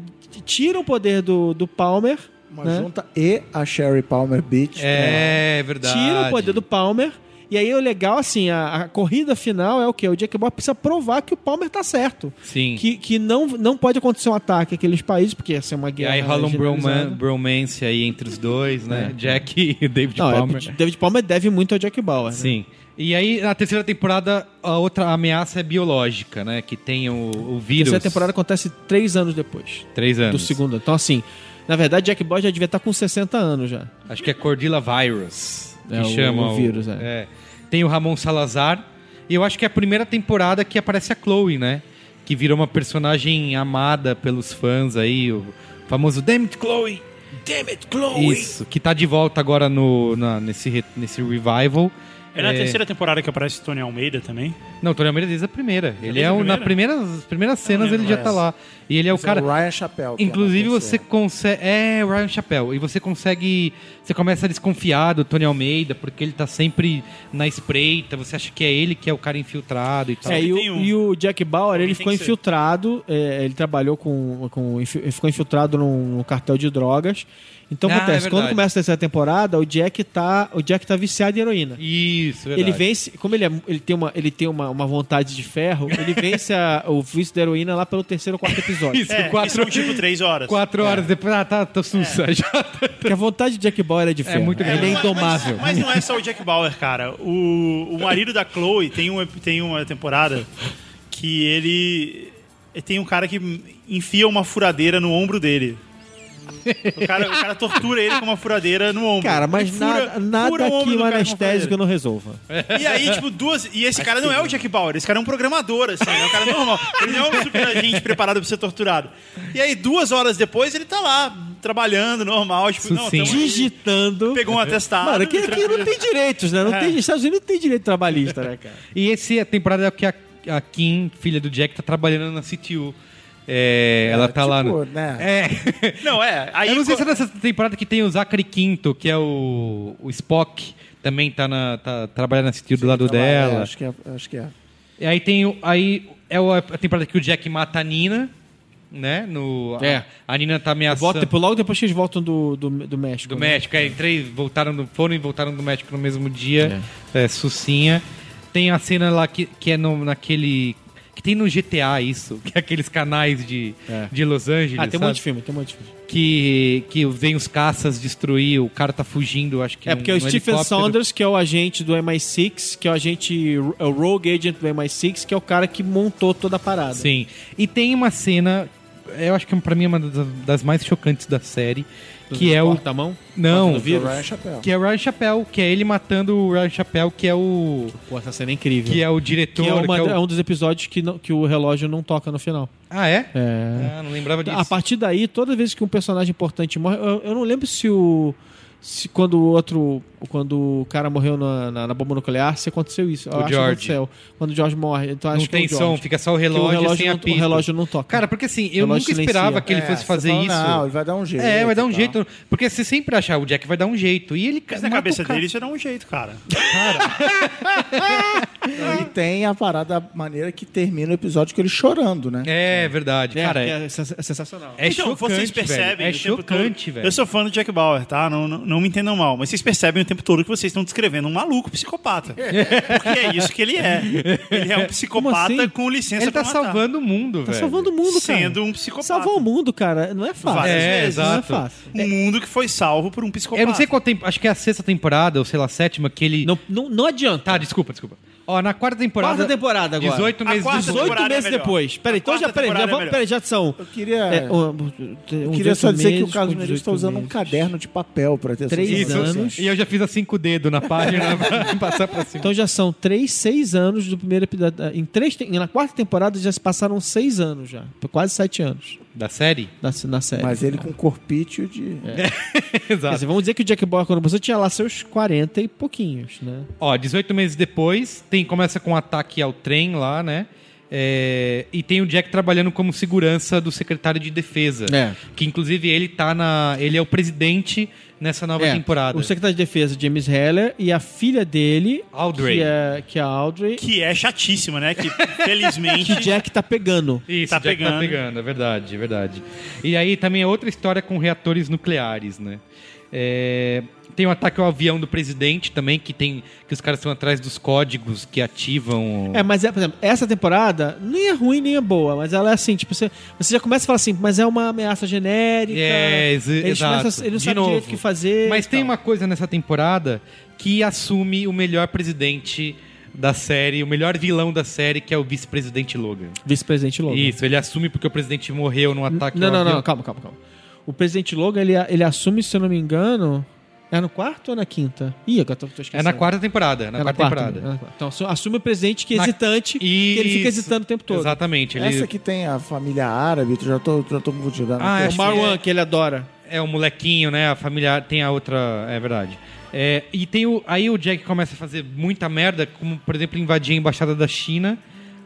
tira o poder do, do Palmer. Uma né? junta e a Sherry Palmer Beach. É, verdade. tira o poder do Palmer. E aí o legal, assim, a, a corrida final é o quê? O Jack Bauer precisa provar que o Palmer tá certo. Sim. Que, que não, não pode acontecer um ataque àqueles países, porque essa é uma E guerra. aí rola um generalizada. broman- bromance aí entre os dois, né? Jack e <laughs> David É. Não, é, Palmer. David Palmer deve muito ao Jack Bauer. né? Sim. E aí, na terceira temporada, a outra ameaça é biológica, né? Que tem o, o vírus. Terceira temporada acontece três anos depois Três anos. do segundo. Então, assim, na verdade, Jack Bauer já devia estar com 60 anos já. Acho que é Cordila Virus. Que É, o- chama o vírus, é. Tem o Ramon Salazar. E eu acho que é a primeira temporada que aparece a Chloe, né? Que virou uma personagem amada pelos fãs aí. O famoso Damn it, Chloe! Damn it, Chloe! Isso, que tá de volta agora no, na- nesse, re- nesse revival. É na terceira temporada que aparece Tony Almeida também. Não, o Tony Almeida desde a primeira. Ele desde é a o, na primeira, nas primeiras cenas ele já tá lá. E ele é o Esse é cara. o Ryan Chappell. que é Inclusive uma você pessoa. consegue. É, o Ryan Chappell. E você consegue. Você começa a desconfiar do Tony Almeida, porque ele tá sempre na espreita. Você acha que é ele que é o cara infiltrado e tal. É, e, o, Tem um. e o Jack Bauer, ele Alguém ficou tem que ser. infiltrado, é, ele trabalhou com. com infi- ele ficou infiltrado num, num cartel de drogas. Então Ah, acontece, é quando verdade. começa a terceira temporada, o Jack tá, o Jack tá viciado em heroína. Isso, verdade. Ele vence, como ele, é- ele tem, uma, ele tem uma, uma vontade de ferro, ele vence a- o vício da heroína lá pelo terceiro ou quarto episódio. <laughs> Isso, É, quatro, isso são tipo três horas. É. quatro horas depois. Ah, tá, tô sussa <laughs> já. Porque a vontade de Jack Bauer é de ferro. muito É. ele é grande. indomável. Mas não é só o Jack Bauer, cara. O, o marido da Chloe tem uma, tem uma temporada que ele. Tem um cara que enfia uma furadeira no ombro dele. O cara, o cara tortura ele com uma furadeira no ombro. Cara, mas Ele É, fura- nada, nada fura o ombro que do um cara com uma anestésico furadeira. não resolva. É. E aí, tipo, duas. E esse cara não é o Jack Bauer, esse cara é um programador, assim, é um cara normal. Ele não é um super agente preparado pra ser torturado. E aí, duas horas depois, ele tá lá, trabalhando, normal, tipo, não, Sucinto. tamo aí. Digitando. pegou um Ah, atestado. Mano, aqui, aqui não tem direitos, É. né? Não tem, Estados Unidos não tem direito trabalhista, né, cara? E esse a temporada é que a, a Kim, filha do Jack, tá trabalhando na CTU. É, ela tá lá tipo, no. né? É. Não, é. Aí eu não sei se é co- nessa temporada que tem o Zachary Quinto, que é o, o Spock, também tá, na, tá trabalhando na CTU do lado Ela- é, dela. acho que é. Acho que é. E aí tem o, aí é o- a temporada que o Jack mata a Nina, né? No, a- É. A, Nina tá ameaçando. Volta, tipo, logo depois que eles voltam do, do, do México. do né? México. Aí três voltaram do, foram e voltaram do México no mesmo dia. É. Sucinha. Tem a cena lá que, que é no, naquele. Que tem no GTA isso, <laughs> que é aqueles canais de, de Los Angeles. Ah, tem um sabe? monte de filme, tem um monte de filme. que, que vem os caças destruir, o cara tá fugindo, acho que é num- porque o num Stephen helicóptero. Saunders, que é o agente do MI6, que é o agente, é o rogue agent do MI6, que é o cara que montou toda a parada. Sim. E tem uma cena, eu acho que pra mim é uma das, das mais chocantes da série, Do- que do é o... porta-mão. Não, do vírus. Ryan Chappell. que é o Ryan Chappell, que é ele matando o Ryan Chappell, que é o... Pô, essa cena é incrível. Que é o Que diretor, é uma- que é o- é um dos episódios que, não- que o relógio não toca no final. Ah, é? É. Ah, não lembrava disso. A partir daí, toda vez que um personagem importante morre, eu, eu não lembro se o. Se quando o outro. Quando o cara morreu na, na- na bomba nuclear, se aconteceu isso. Eu O acho que George. aconteceu. Quando o George morre. Então acho não que é tem o som, George. fica só o Que relógio, o, sem relógio não, apito. o relógio não toca. Cara, porque assim, eu relógio nunca esperava silencia. que ele É, fosse você fazer fala, isso. Não, ele vai dar um jeito. É, vai dar um e tal. jeito. Porque você sempre acha, o Jack vai dar um jeito. E ele Mas na cabeça dele isso era um jeito, cara. E tem a parada a maneira que termina o episódio com ele chorando, né? É, verdade. É, cara, que é, é, sens- é sensacional. é então, chocante, vocês percebem. velho. É o tempo chocante, todo- velho. Eu sou fã do Jack Bauer, tá? Não, não, não me entendam mal. Mas vocês percebem o tempo todo que vocês estão descrevendo um maluco psicopata. Porque é isso que ele é. Ele é um psicopata assim? com licença Ele tá pra matar. salvando o mundo, Tá velho. salvando o mundo, cara. Sendo um psicopata. Salvar o mundo, cara. Não é fácil. Várias É, vezes. Não é exato. fácil. Um mundo que foi salvo por um psicopata. é Eu não sei qual tempo, acho que é a sexta temporada, ou sei lá, a sétima, que ele. Não, não, não adianta. Tá, desculpa, desculpa. Ó, na quarta temporada. Quarta temporada agora. 18 A meses quarta depois. 18 temporada meses é melhor. depois. Peraí, A então já, quarta peraí, já, temporada é vamos- melhor. peraí, já são. Eu queria, é, um- eu uns queria só 18 dizer que o meses Carlos com Merigo está 18 usando um meses. caderno de papel para ter Três essas Isso. informações. E eu já fiz a cinco dedos na página pra passar pra cima. Então já são 3, 6 anos do primeiro episódio. Em três, te- na quarta temporada já se passaram 6 anos já. Quase 7 anos Da série? da, na série. Mas ele com corpício de. É, Quer dizer, vamos dizer que o Jack Bauer, quando começou, tinha lá seus 40 e pouquinhos, né? Ó, 18 meses depois, tem, começa com um ataque ao trem lá, né? É, e tem o Jack trabalhando como segurança do secretário de defesa. É. Que inclusive ele tá na. Ele é o presidente nessa nova É, temporada. O secretário de defesa, James Heller, e a filha dele, Audrey. Que, é, que é a Audrey, que, Que é chatíssima, né? Que <laughs> felizmente. Jack tá pegando. Isso, tá Jack tá pegando. pegando, é verdade, é verdade. E aí também é outra história com reatores nucleares, né? É, Tem um ataque ao avião do presidente também, que tem. Que os caras estão atrás dos códigos que ativam. É, mas, é, por exemplo, essa temporada nem é ruim nem é boa, mas ela é assim, tipo, você, você já começa a falar assim, mas é uma ameaça genérica. É, ex- eles exato. começam a- eles não De sabem direito novo. o que fazer. Mas e tem tal. uma coisa nessa temporada que assume o melhor presidente da série, o melhor vilão da série, que é o vice-presidente Logan. Vice-presidente Logan. Isso, ele assume porque o presidente morreu num ataque. Não, ao não, avião. não, calma, calma, calma. O presidente Logan, ele, ele assume, se eu não me engano, é no quarto ou na quinta? Ih, agora tô, tô esquecendo. É na quarta temporada, na É quarta, né? temporada. É na quarta. Então assu- assume o presidente que é Na- hesitante, E que ele fica hesitando o tempo todo. Exatamente. Ele Essa que tem a família árabe, tu já tô, já tô confundindo. Ah, Não é É tem- o Marwan, que ele adora. é um molequinho, né? A família tem a outra. É verdade. É, e tem o, aí o Jack começa a fazer muita merda, como, por exemplo, invadir a embaixada da China,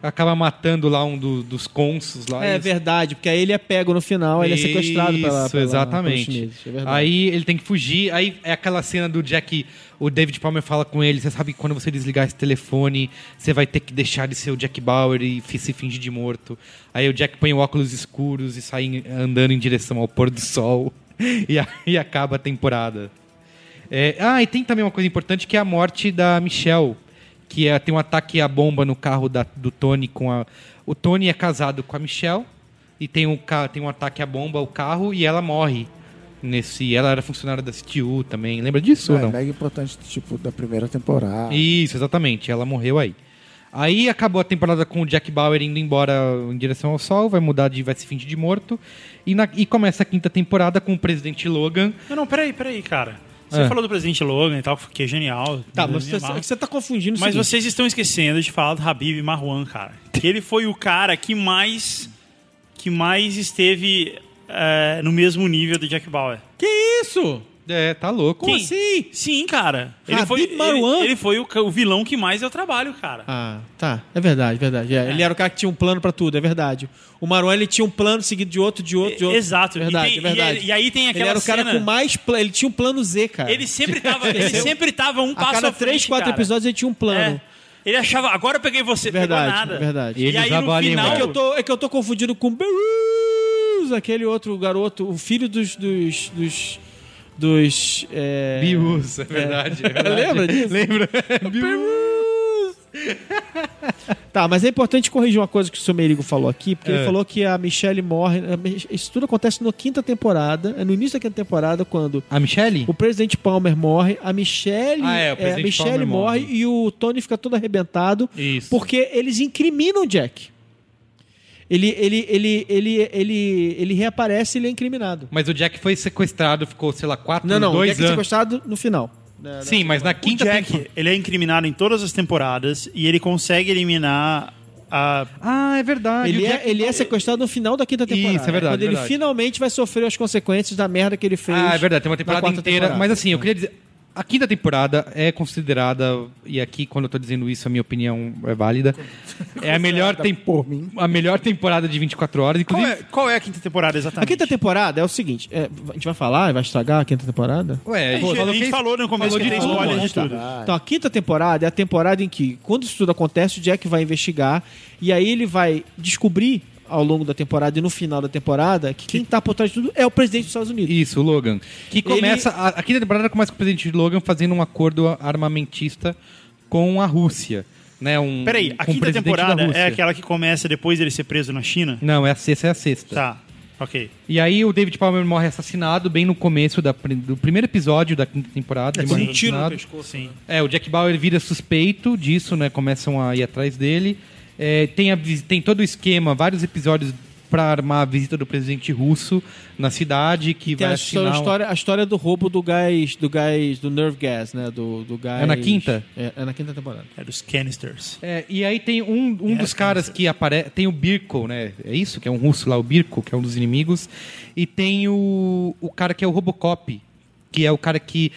acaba matando lá um do- dos cônsuls lá. É eles- verdade, porque aí ele é pego no final, ele é sequestrado pela, Isso, pela, exatamente. pelos chineses, é verdade. aí ele tem que fugir. Aí é aquela cena do Jack, o David Palmer fala com ele, você sabe que quando você desligar esse telefone, você vai ter que deixar de ser o Jack Bauer e fi- se fingir de morto. Aí o Jack põe óculos escuros e sai em- andando em direção ao pôr do sol. <laughs> e, a- e acaba a temporada. É, ah, e tem também uma coisa importante que é a morte da Michelle. Que é, tem um ataque à bomba no carro da- do Tony com a. O Tony é casado com a Michelle e tem um, ca- tem um ataque à bomba ao carro e ela morre. Nesse, ela era funcionária da CTU também. Lembra disso Ah, ou é não? mega importante, tipo, da primeira temporada. Isso, exatamente. Ela morreu aí. Aí acabou a temporada com o Jack Bauer indo embora em direção ao sol, vai mudar de vai se fingir de morto. E, na- e começa a quinta temporada com o presidente Logan. Não, não, peraí, peraí, cara. Você É. falou do presidente Logan e tal, que é genial. Tá, mas Me você, amarra. você tá confundindo o Mas seguinte. vocês estão esquecendo de falar do Habib Marwan, cara. Que ele foi o cara que mais que mais esteve eh, no mesmo nível do Jack Bauer. Que isso? É, tá louco. Como Quem? assim? Sim, cara. Ele Habib foi Marwan? ele, ele foi o, ca- o vilão que mais eu trabalho, cara. Ah, tá. É verdade, verdade. É, Ele era o cara que tinha um plano pra tudo, é verdade. O Marwan, ele tinha um plano seguido de outro, de outro, de outro. Exato. E Verdade, tem- é verdade. e- e aí tem Ele aquela era o cara cena- com mais plano. Ele tinha um plano Z, cara. Ele sempre tava, <laughs> ele sempre tava um é A passo cada à frente, três, quatro cara. episódios ele tinha um plano. É. Ele achava, agora eu peguei você, Verdade, pegou nada. verdade. E, E ele aí usava no alien final, É Não. que eu tô, é que eu tô confundindo com o Beerus, aquele outro garoto, o filho dos. dos. dos. dos é... Bius, é verdade. é verdade. Lembra disso? Lembra? Beerus! tá, mas é importante corrigir uma coisa que o seu Merigo falou aqui, porque ele É. falou que a Michelle morre. Isso tudo acontece na quinta temporada, é no início da quinta temporada, quando A Michelle? o presidente Palmer morre, a Michelle, Ah, é, o é, a presidente Michelle Palmer morre, morre. e o Tony fica todo arrebentado Isso. porque eles incriminam o Jack. Ele, ele, ele, ele, ele, ele reaparece e ele é incriminado. Mas o Jack foi sequestrado, ficou, sei lá, quatro, Não, não, o dois Jack é anos. sequestrado no final. Sim, mas na o quinta Jack, temporada- ele é incriminado em todas as temporadas e ele consegue eliminar a Ah, é verdade. Ele o é, Jack- ele é sequestrado no final da quinta temporada. Isso, é verdade, Quando ele verdade. finalmente vai sofrer as consequências da merda que ele fez. Ah, é verdade, tem uma na temporada quarta inteira. temporada. Mas assim, eu queria dizer. A quinta temporada é considerada, e aqui quando eu tô dizendo isso, a minha opinião é válida. É a melhor, tem... por mim. a melhor temporada de 24 horas, Qual inclusive. é, qual é a quinta temporada A exatamente? quinta temporada é o seguinte: é, a gente vai falar, vai estragar a quinta temporada? Ué, A gente, a gente que- é falou no começo falou que de tem tudo, spoiler né? de tudo. Então a quinta temporada é a temporada em que, quando isso tudo acontece, o Jack vai investigar e aí ele vai descobrir ao longo da temporada e no final da temporada que quem tá por trás de tudo é o presidente dos Estados Unidos. Isso, o Logan. Que Ele- começa. A, a quinta temporada começa com o presidente Logan fazendo um acordo armamentista com a Rússia. Né? Hum. Um, Peraí, a com o quinta presidente da temporada Rússia. é aquela que começa depois dele ser preso na China? Não, é a sexta, é a sexta. Tá. Ok. E aí o David Palmer morre assassinado bem no começo da pri- do primeiro episódio da quinta temporada. ele com morre um tiro assassinado. pescoço. Sim. É, o Jack Bauer vira suspeito disso, né? Começam a ir atrás dele. É, tem, a vis- tem todo o esquema, vários episódios para armar a visita do presidente russo na cidade que Tem vai a assinar... história, a um- história- a história do roubo do gás, do gás, do nerve gas, né? Do, do gás... É na quinta? É, é na quinta temporada. É dos canisters. É, e aí tem um, um dos caras que aparece. Tem o Birko, né? É isso? Que é um russo lá, o Birko, que é um dos inimigos. E tem o, o cara que é o Robocop, que é o cara que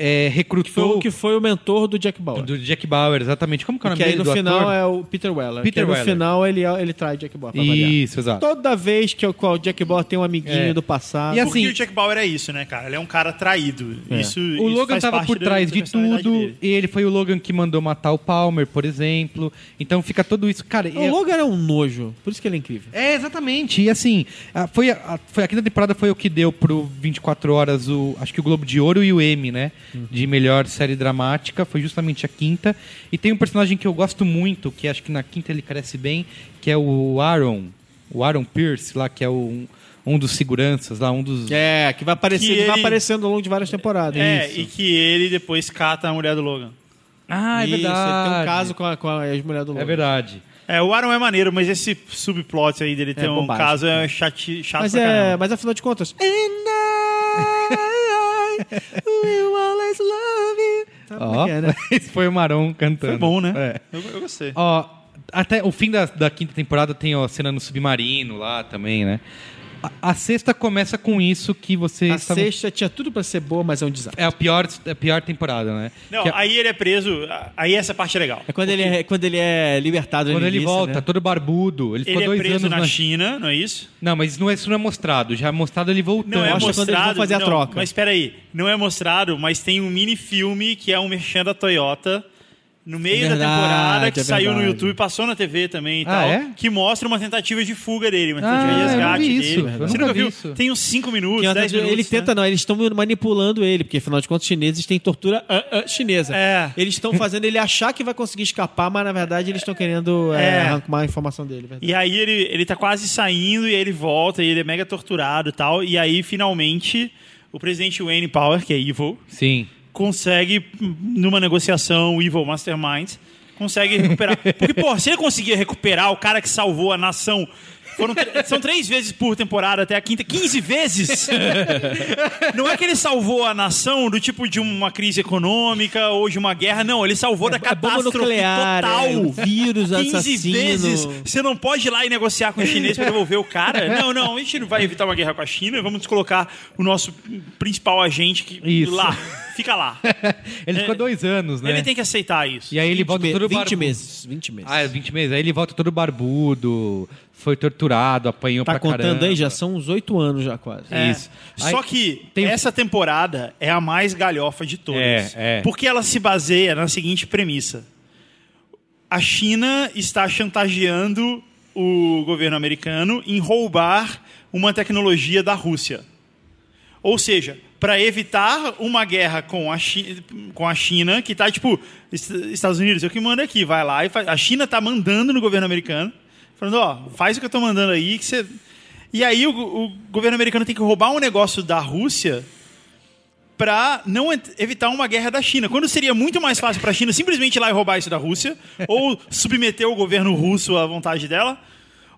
é, Que foi, o- recrutou que foi o mentor do Jack Bauer. do Jack Bauer, exatamente. Como que é o que nome aí dele? no do final ator? é o Peter Weller. Peter que no Weller. final ele, ele traz Jack Bauer pra variar. Isso, exato. Toda vez que o qual o Jack Bauer tem um amiguinho É. do passado... E Porque assim- É. o Jack Bauer é isso, né, cara? Ele é um cara traído. Isso, O isso Logan faz tava parte por da- trás da de personalidade tudo. dele. E ele foi o Logan que mandou matar o Palmer, por exemplo. Então fica tudo isso. Cara, O é- Logan é um nojo, por isso que ele é incrível. É, exatamente. E assim, a- foi a, a- foi a quinta temporada foi o que deu pro 24 Horas o. Acho que o Globo de Ouro e o M, né? Uhum. De melhor série dramática. Foi justamente a quinta. E tem um personagem que eu gosto muito, que acho que na quinta ele cresce bem, que é o Aaron. O Aaron Pierce, lá, que é o- um, um dos seguranças, lá, um dos. É, que vai aparecer, Que ele... vai ele- aparecendo ao longo de várias temporadas. É, e que ele depois cata a mulher do Logan. Ah, Isso, Ele tem um caso com a, com a ex-mulher do Logan. É <laughs> verdade. É, o Aaron é maneiro, mas esse subplot aí dele ter um bombástico. caso é chati, chato Mas, pra é, caramba. mas afinal de contas. And I will always love you. Sabe como Ó, é que é, né? esse <laughs> foi o Maron cantando. Foi bom, né? É. Eu, eu gostei. Ó, até o fim da, da quinta temporada tem ó, a cena no submarino lá também, né? A, a sexta começa com isso que você A estava- sexta tinha tudo pra ser boa, mas é um desastre. É a pior, é a pior temporada, né? Não, Que é- aí ele é preso, a- aí essa parte é legal. É quando ele é, quando ele é libertado. da quando ele milícia, volta, né? todo barbudo, ele ficou Ele é dois preso anos na na- China, não é isso? Não, mas não é, isso não é mostrado. Já é mostrado ele voltando. Não é acho que quando eles vão mostrado. fazer a não, troca. Mas peraí, não é mostrado, mas tem um mini filme que é um merchan da Toyota no meio É da verdade, temporada, que é saiu no verdade. YouTube, passou na TV também e Ah, tal, é? que mostra uma tentativa de fuga dele, uma Ah, tentativa de eu não resgate vi dele. isso, eu Você nunca nunca vi viu? isso. Tem uns 5 minutos, Que é uma 10 tentativa- minutos. ele tenta, né? não, eles estão manipulando ele, porque afinal de contas, os chineses têm tortura ah, ah, chinesa. É. Eles estão fazendo ele achar que vai conseguir escapar, mas na verdade eles estão querendo é, É. arrancar a informação dele. verdade. E aí ele, ele tá quase saindo e aí ele volta e ele é mega torturado e tal. E aí, finalmente, o presidente Wayne Power, que é evil, Sim. consegue, numa negociação, o Evil Mastermind, consegue <laughs> recuperar. Porque, pô, se ele conseguir recuperar o cara que salvou a nação. foram tr- são três vezes por temporada até a quinta, 15 vezes! <laughs> Não é que ele salvou a nação do tipo de uma crise econômica ou de uma guerra, não. Ele salvou da A É, bomba catástrofe nuclear, total. é, o <laughs> vírus 15 assassino. vezes. Você não pode ir lá e negociar com o chinês pra devolver <laughs> o cara. Não, não, a gente não vai evitar uma guerra com a China. Vamos colocar o nosso principal agente que, Isso. lá. <laughs> Fica lá. Ele ficou dois anos, né? É. Ele tem que aceitar isso. E aí ele 20 volta me- todo 20 barbudo. meses. 20 meses. Ah, é 20 meses. Aí ele volta todo barbudo, foi torturado, apanhou Tá pra contando caramba. aí? Já são uns oito anos já quase. É. Isso. Só Aí que tem- essa temporada é a mais galhofa de todas. É, é. Porque ela se baseia na seguinte premissa: a China está chantageando o governo americano em roubar uma tecnologia da Rússia. Ou seja, para evitar uma guerra com a, Chi- com a China, que tá tipo, "Est- Estados Unidos, eu que mando aqui, vai lá e faz. A China tá mandando no governo americano, falando, ó, faz o que eu tô mandando aí, que você. E aí o, go- o governo americano tem que roubar um negócio da Rússia para não ent- evitar uma guerra da China. Quando seria muito mais fácil para a China simplesmente ir lá e roubar isso da Rússia, ou submeter o governo russo à vontade dela,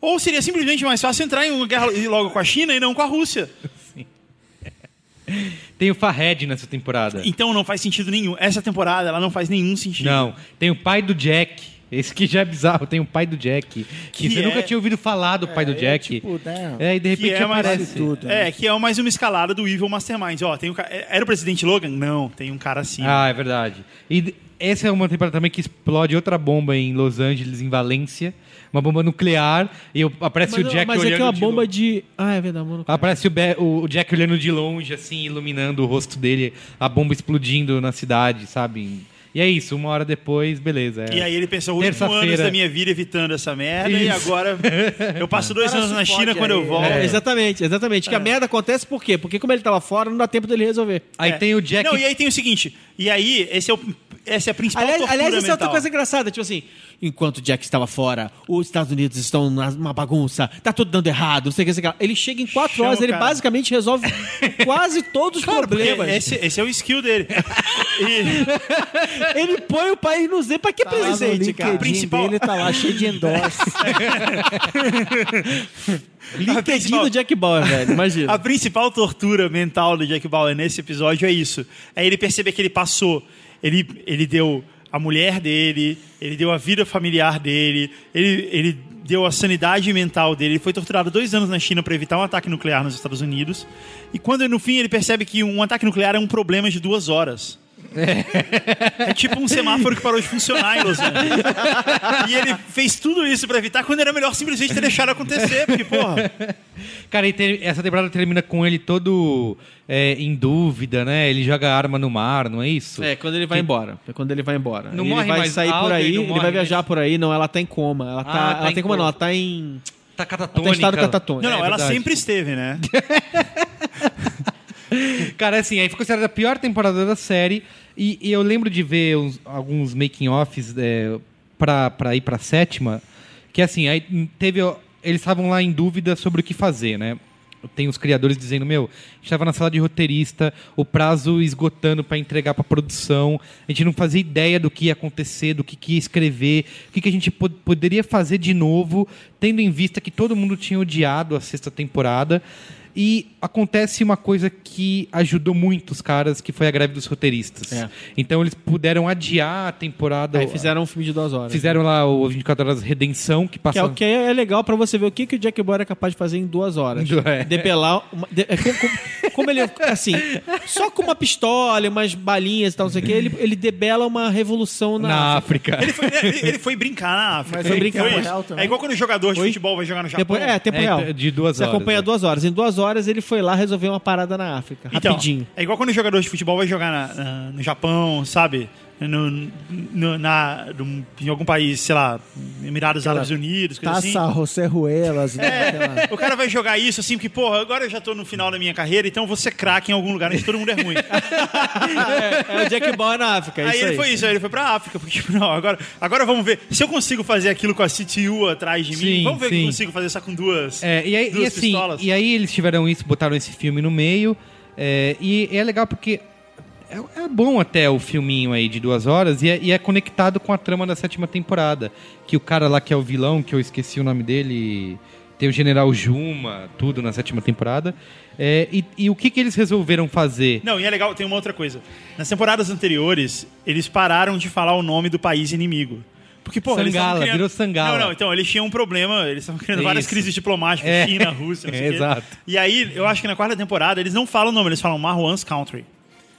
ou seria simplesmente mais fácil entrar em uma guerra logo com a China e não com a Rússia. Tem o Fahed nessa temporada. Então não faz sentido nenhum. Essa temporada ela não faz nenhum sentido. Não, tem o pai do Jack. Esse que já é bizarro, tem o pai do Jack. Que, Que você é- nunca tinha ouvido falar do pai do Jack. tipo, né? É, e de Que repente é, mais, aparece. tudo, né? é, que é mais uma escalada do Evil Mastermind. Ó, tem um ca- Era o presidente Logan? Não, tem um cara assim. Ah, é verdade. E d- essa é uma temporada também que explode outra bomba em Los Angeles, em Valência. Uma bomba nuclear. E o- aparece Mas, o Jack mas olhando é que é uma de Tá bomba longe. de. Ah, é verdade, mano. Aparece o, Be- o- o Jack olhando de longe, assim, iluminando o rosto dele. A bomba explodindo na cidade, sabe? E é isso, uma hora depois, beleza. é. E aí ele pensou, oito anos Terça-feira. da minha vida evitando essa merda e Isso. agora eu passo dois anos na se China fode quando eu aí. volto. É, exatamente, exatamente. Que a merda acontece por É. quê? Porque como ele tava fora, não dá tempo dele resolver. Aí tem o Jack. Não, e aí tem o seguinte, e aí esse é o essa é a principal Aliás, tortura aliás, essa é outra mental. coisa engraçada, tipo assim, enquanto Jack estava fora, os Estados Unidos estão numa bagunça, tá tudo dando errado, não sei o que, não sei o que. lá. Ele chega em quatro Chama horas, o ele cara. basicamente <laughs> resolve quase todos os problemas. É, Esse, esse é o skill <laughs> dele. Ele põe o país Tá no Z pra que Lá no presente, cara? LinkedIn Principal- dele tá lá cheio de endorse. <laughs> LinkedIn do Jack Bauer, velho, imagina. A principal tortura mental do Jack Bauer nesse episódio é isso. É ele perceber que ele passou. Ele, ele deu a mulher dele, ele deu a vida familiar dele, ele, ele deu a sanidade mental dele. Ele foi torturado dois anos na China para evitar um ataque nuclear nos Estados Unidos. E quando, no fim, ele percebe que um ataque nuclear é um problema de duas horas. É tipo um semáforo que parou de funcionar em Los Angeles. E ele fez tudo isso para evitar quando era melhor simplesmente ter deixado acontecer, porque, porra. Cara, e ter- essa temporada termina com ele todo é, em dúvida, né? Ele joga arma no mar, não é isso? É, quando ele vai embora. É quando ele vai embora. Não ele morre vai mais sair por Alder, aí, não ele morre vai viajar mais- por aí. Não, ela tá em coma. Ela tá, Ah, ela tá tá em em coma, não. coma. Ela tá em. Tá Ela tá em catatônica. estado catatônico. Não, não, É ela verdade. sempre esteve, né? <laughs> Cara, assim, aí ficou considerada a pior temporada da série. E, e eu lembro de ver uns- alguns making-offs é, pra, pra ir pra sétima. Que assim, aí hum, teve. ó, Eles estavam lá em dúvida sobre o que fazer, né? Tem os criadores dizendo: Meu, a gente tava na sala de roteirista, o prazo esgotando pra entregar pra produção, a gente não fazia ideia do que ia acontecer, do que, que ia escrever, o que, que a gente pod- poderia fazer de novo, tendo em vista que todo mundo tinha odiado a sexta temporada. E acontece uma coisa que ajudou muito os caras, que foi a greve dos roteiristas. É. Então eles puderam adiar a temporada. Aí fizeram um filme de duas horas. fizeram lá o 24 Horas Redenção, que Que é passa. o que é legal pra você ver o que, que o Jack Bauer é capaz de fazer em duas <laughs> horas. É. Depelar. Uma, de- é como, como- como ele. Assim, só com uma pistola, umas balinhas e tal, não sei o quê, ele, ele debela uma revolução é na. Na África. África. Ele foi, <laughs> ele- ele foi brincar na África. Mas foi brincar Foi na isso. real também. É igual quando o jogador de Oi? futebol vai jogar no Japão. Depois, é, tempo É, real. de duas Você horas, acompanha é. duas horas. Em duas horas ele foi lá resolver uma parada na África. Então, rapidinho. É igual quando o jogador de futebol vai jogar na- na- no Japão, sabe? No, no- na, num- em algum país, sei lá, Emirados Árabes Unidos, coisa assim. Taça <laughs> José Ruelas, né? Aquela- O cara vai jogar isso assim, porque, porra, agora eu já tô no final da minha carreira, então eu vou ser craque em algum lugar onde todo mundo é ruim. É, o Jack Bauer na África. aí ele foi isso, aí ele foi pra África, porque, tipo, não, agora, agora vamos ver. Se eu consigo fazer aquilo com a CTU atrás de mim, Sim, vamos ver se eu sim. consigo fazer só com duas. É, e, aí, duas e assim, pistolas. e aí eles tiveram isso, botaram esse filme no meio. é, e é legal porque é, é bom até o filminho aí de duas horas e é, e é conectado com a trama da sétima temporada. Que o cara lá que é o vilão, que eu esqueci o nome dele, tem o General Juma, tudo na sétima temporada. É, e, e o que, que eles resolveram fazer? Não, e é legal, tem uma outra coisa. Nas temporadas anteriores, eles pararam de falar o nome do país inimigo. Porque, pô, eles Sangala, tavam criando... virou Sangala. Não, não, então, eles tinham um problema, eles estavam criando Isso. várias crises diplomáticas, É. China, <laughs> Rússia, não sei É, o quê. exato. E aí, eu acho que na quarta temporada, eles não falam o nome, eles falam Marwan's Country.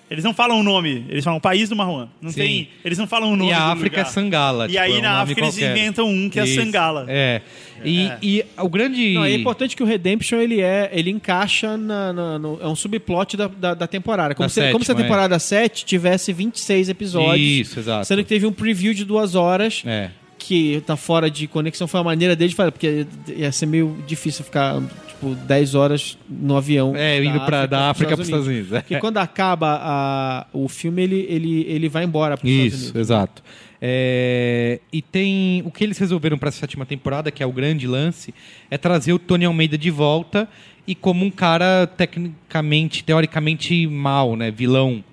Eles não falam o nome, eles falam o país do Marwan. Não Sim. tem, eles não falam o nome E do a África é lugar. Sangala. E tipo, aí, é um na nome África, eles qualquer. inventam um que é Isso, Sangala. É. E, É. e o grande. Não, é importante que o Redemption ele é, ele encaixa na, na- no- é um subplot da, da, da temporada. Como, Da se, como se a sétima, é. temporada 7 tivesse 26 episódios. Isso, exato. Sendo que teve um preview de duas horas. É. Que tá fora de conexão, foi a maneira dele de fazer, porque ia ser meio difícil ficar, tipo, 10 horos no avião. É, indo pra- da África pros pros Estados Unidos, é. Porque quando acaba a- o filme, ele, ele, ele vai embora pros Estados Isso, né? Unidos. exato. É, e tem. O que eles resolveram para essa sétima temporada, que é o grande lance, é trazer o Tony Almeida de volta e como um cara tecnicamente, teoricamente mal, né? Vilão.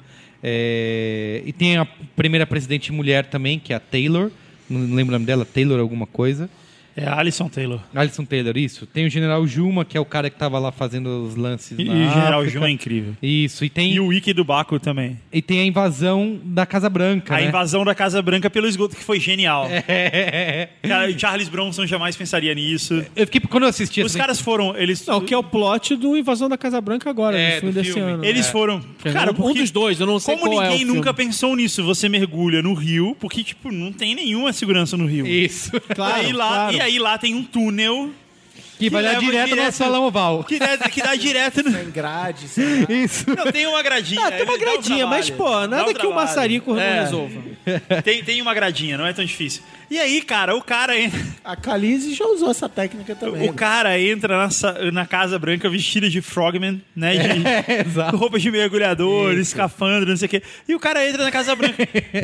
É, e tem a primeira presidente mulher também, que é a Taylor. Não lembro o nome dela, Taylor alguma coisa. É Alison Taylor. Alison Taylor, isso. Tem o General Juma, que é o cara que tava lá fazendo os lances. E, na e o General África. Jun é incrível. Isso, e tem, E o Wiki do Baco também. e tem a invasão da Casa Branca. A né? invasão da Casa Branca pelo esgoto, que foi genial. É. Cara, Charles Bronson jamais pensaria nisso. <laughs> Eu fiquei, quando eu assisti Os essa- caras foram, eles. É. Não, que é o plot do Invasão da Casa Branca agora, É, no filme do desse filme. ano. <laughs> Eles É. foram. Cara, um porque dos dois, eu não sei Como qual é o ninguém nunca filme. pensou nisso, você mergulha no rio, porque, tipo, não tem nenhuma segurança no rio. Isso. aí lá, E aí lá tem um túnel. Que vai dar leva direto na sala oval. Que, dá- que dá direto no... Tem grade, sei lá. Isso. Não, tem uma gradinha. É, Ah, tem uma ele dá um gradinha, mas, trabalho, pô, dá um nada que o trabalho. maçarico não É. resolva. Tem, tem uma gradinha, não é tão difícil. E aí, cara, o cara entra, A Khaleesi já usou essa técnica também. o cara entra na, sa- na Casa Branca vestido de Frogman, né? <laughs> De roupa de mergulhador, escafandro, não sei o quê. E o cara entra na Casa Branca. <laughs> <laughs>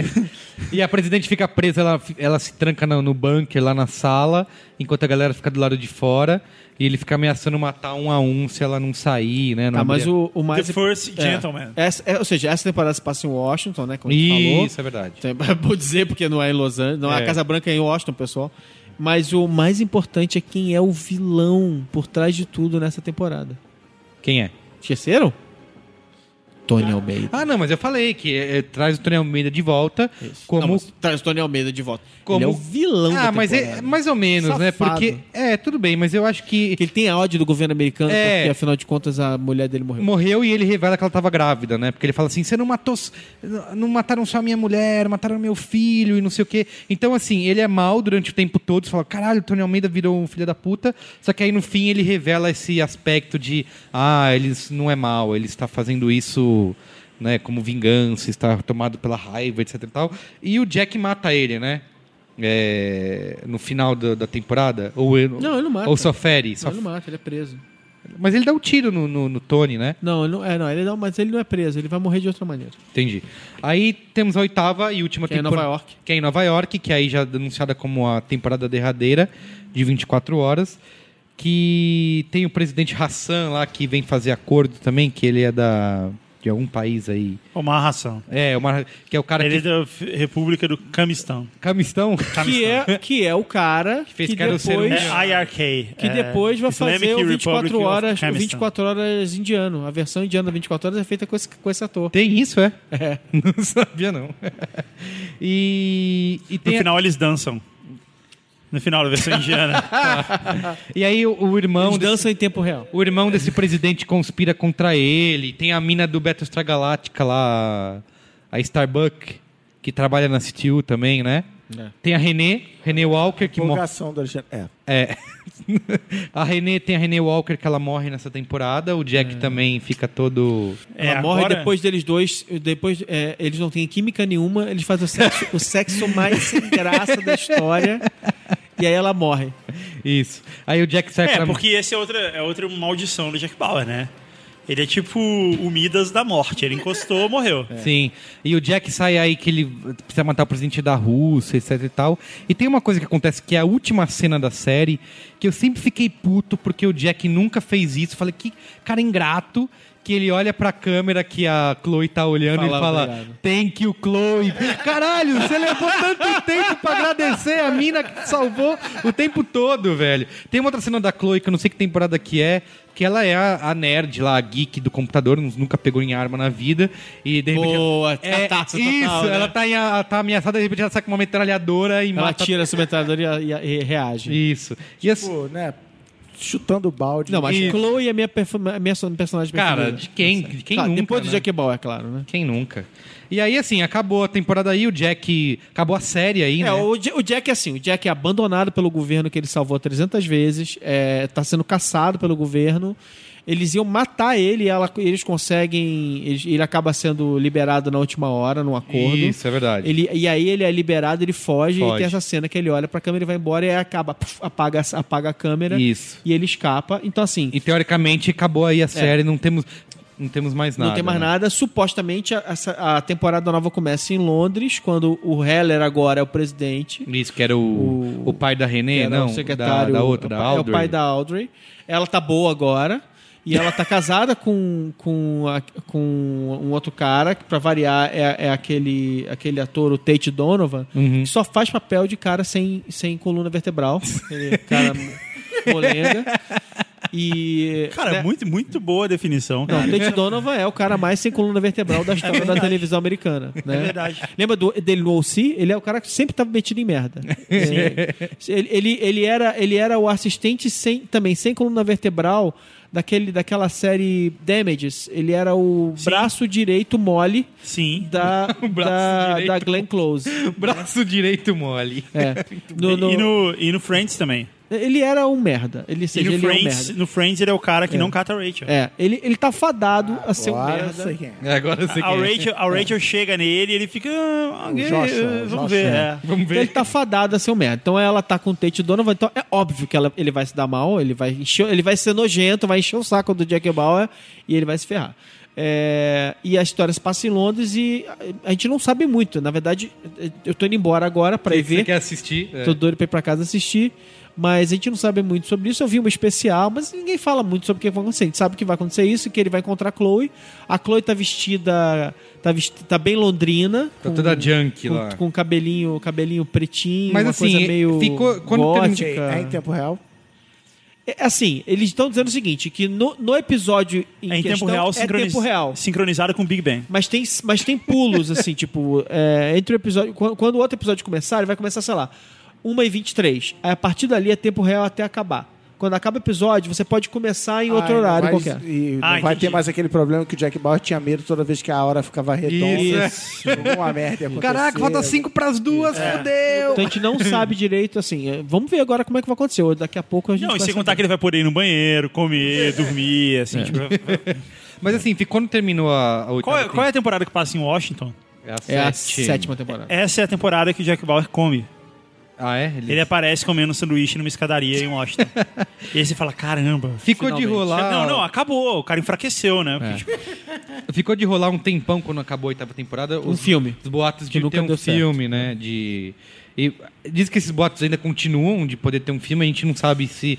E a presidente fica presa, ela, ela se tranca no, no bunker lá na sala, enquanto a galera fica do lado de fora, e ele fica ameaçando matar um a um se ela não sair, né? Não Tá, mas abrir- o, o mais. The First é. Gentleman. Essa- é, ou seja, essa temporada se passa em Washington, né? Como a gente falou. Isso, é verdade. Então, é bom dizer, porque não é em Los Angeles. Não, É. A Casa Branca é em Washington, pessoal. Mas o mais importante é quem é o vilão por trás de tudo nessa temporada. Quem é? Esqueceram? Tony Almeida. Ah, não, mas eu falei que é, é, traz o Tony Almeida de volta, como... Não, mas traz o Tony Almeida de volta. como... Ele é o vilão Ah, da mas é temporada. mais ou menos, né? Safado. Porque... É, tudo bem, mas eu acho que... Porque ele tem a ódio do governo americano, É. porque afinal de contas a mulher dele morreu. Morreu e ele revela que ela tava grávida, né? Porque ele fala assim: você não matou. Não mataram só a minha mulher, mataram meu filho e não sei o quê. Então, assim, ele é mal durante o tempo todo. Você fala: caralho, o Tony Almeida virou um filho da puta. Só que aí no fim ele revela esse aspecto de: ah, ele não é mal, ele está fazendo isso. Né, como vingança, está tomado pela raiva, etc. E, tal. e o Jack mata ele, né? É, no final da, da temporada? Ou, Não, ele não mata. Ou só fere. Não, só- ele não mata, ele é preso. Mas ele dá um tiro no- no- no Tony, né? Não, ele não, é, não, ele não, mas ele não é preso, ele vai morrer de outra maneira. Entendi. Aí temos a oitava e última Que é em tempor- Nova York. Que é em Nova York, que aí já anunciada como a temporada derradeira de 24 horas. Que tem o presidente Hassan lá que vem fazer acordo também, que ele é da. de algum país aí. Uma ração. É, uma, que é o cara Ele é que. da F- República do Camistão. Camistão? Que é, que é <laughs> o cara que, fez cara o depois, ser humano. É IRK. que é depois vai Islamic fazer o Republic 24 of horas, o Camistão. 24 horas indiano. A versão indiana do 24 horas é feita com esse, com esse ator. Tem isso, é? <laughs> Não sabia, não. <laughs> E, e No tem a- final eles dançam. No final da versão <laughs> indiana. e aí o, o irmão. Eles desse- dançam em tempo real. O irmão desse presidente conspira contra ele. Tem a mina do Battlestar Galáctica lá, a Starbuck, que trabalha na CTU também, né? É. Tem a René, René Walker, que morre. Empolgação da Alexandre. É. É. <laughs> a René, tem a René Walker que ela morre nessa temporada. O Jack também fica todo. É, Ela morre agora- depois deles dois, depois é, eles não têm química nenhuma, eles fazem o sexo, o sexo <laughs> mais sem graça da história. E aí ela morre. Isso. Aí o Jack sai É, pra. porque esse é outra, é outra maldição do Jack Bauer, né? Ele é tipo o Midas da morte. Ele encostou, morreu. É. Sim. E o Jack sai aí que ele precisa matar o presidente da Rússia, etc e tal. E tem uma coisa que acontece que é a última cena da série, que eu sempre fiquei puto porque o Jack nunca fez isso. Falei, que cara ingrato. Que ele olha pra câmera que a Chloe tá olhando Fala, e fala: obrigado. Thank you, Chloe. Caralho, você levou tanto tempo pra agradecer a mina que te salvou o tempo todo, velho. Tem uma outra cena da Chloe, que eu não sei que temporada que é, que ela é a, a nerd lá, a geek do computador, nunca pegou em arma na vida. E de repente. Boa, é, catástrofe Isso, total, né? ela tá, em, a- tá ameaçada, de repente ela sai com uma metralhadora e Ela mata. tira a submetralhadora e, e- e reage. Isso. E assim, Tipo- Pô, né? Chutando o balde. Não, mas e- Chloe é minha, perfum- a minha son- personagem Cara, preferida. de quem- de quem Claro, nunca, Depois né? do Jack Ball, é claro, né? quem nunca? E aí, assim, acabou a temporada aí, o Jack. Acabou a série aí, É, né? o, Ja- o Jack é assim, o Jack é abandonado pelo governo que ele salvou 300 vezes, é, tá sendo caçado pelo governo. Eles iam matar ele, ela, eles conseguem. eles- ele acaba sendo liberado na última hora, num acordo. Isso, é verdade. Ele, e aí ele é liberado, ele foge, Foge. e tem essa cena que ele olha pra câmera e vai embora e aí acaba, puf, apaga, apaga a câmera Isso. e ele escapa. Então, assim, E teoricamente acabou aí a série, não temos. Não temos mais nada. É. não tem mais né? nada. Supostamente a, essa- a temporada nova começa em Londres, quando o Heller agora é o presidente. Isso, que era o, o, pai da Renê, Era não? o secretário, da, da outra, é da o pai- Audrey. É o <laughs> pai da Audrey. Ela tá boa agora. E ela tá casada com, com, a- com um outro cara, que pra variar é, é aquele, aquele ator, o Tate Donovan, Uhum. que só faz papel de cara sem, sem coluna vertebral. Aquele cara <laughs> molenga. E. Cara, né? muito, muito boa a definição. Não, cara. Tate Donovan é o cara mais sem coluna vertebral da história da televisão americana. Né? É verdade. Lembra do- dele no OC? Ele é o cara que sempre tava metido em merda. Sim. Ele, ele, ele era, ele era o assistente sem, também sem coluna vertebral daquele, daquela série Damages. Ele era o braço direito mole Sim. da, braço da, direito. da Glenn Close. Braço direito mole. É. No- no- E, no, e no Friends também. Ele era um merda. Ele, ou E seja, no ele é um Friends, merda. no Friends ele é o cara que não cata a Rachel. É, ele, ele tá fadado a ser um Agora merda. sei quem é. É, agora eu sei A quem é. Rachel, a Rachel chega nele e ele fica. ah, ok, Joshua, eh, vamos Joshua. ver. é. Vamos Então ele ver. tá fadado a ser um merda. Então ela tá com o Tate Donovan. Então é óbvio que ela- ele vai se dar mal, ele vai, encher- ele vai ser nojento, vai encher o saco do Jack Bauer e ele vai se ferrar. É, e a história se passa em Londres e a, a gente não sabe muito. Na verdade, eu tô indo embora agora pra ir Você ver. quer assistir? É. Tô doido pra ir pra casa assistir. Mas a gente não sabe muito sobre isso. Eu vi uma especial, mas ninguém fala muito sobre o que vai acontecer. A gente sabe que vai acontecer isso, que ele vai encontrar a Chloe. A Chloe tá vestida. tá, vesti- tá bem londrina. Tá toda junk com, lá. com cabelinho, cabelinho pretinho, Mas uma assim, coisa meio ficou- quando gótica. É, é em tempo real? É, assim, eles estão dizendo o seguinte, que no, no episódio em, É em questão tempo real, é sincroniz... tempo real. sincronizado com o Big Bang. Mas tem, mas <laughs> tem pulos, assim, tipo, é, entre o episódio. Quando, quando o outro episódio começar, ele vai começar, sei lá, 1h23. Aí a partir dali é tempo real até acabar. Quando acaba o episódio, você pode começar em outro Ah, e não horário vai- qualquer. E não Ah, vai entendi. ter mais aquele problema que o Jack Bauer tinha medo toda vez que a hora ficava redonda. Isso. é. Uma merda ia <laughs> acontecer. Caraca, falta cinco pras duas, fodeu! Então a gente <laughs> não sabe direito, assim. é, Vamos ver agora como é que vai acontecer. ou Daqui a pouco a gente. Não, e vai sem saber. É. contar que ele vai poder ir no banheiro, comer, dormir, assim. tipo, Mas assim, fi- quando terminou a, a qual, oitava é, qual é a temporada que passa em Washington? tem- a É a sétima temporada. Essa é a temporada que o Jack Bauer come. Ah, é? Ele- Ele aparece comendo um sanduíche numa escadaria em <laughs> Washington. e aí você fala, caramba. Ficou de Finalmente. rolar. Não, não, acabou. O cara enfraqueceu, né? É. Porque, tipo, Ficou de rolar um tempão quando acabou a oitava temporada. Um filme. Os boatos Que de nunca ter um deu certo. filme, né? De... E diz que esses boatos ainda continuam de poder ter um filme, a gente não sabe se.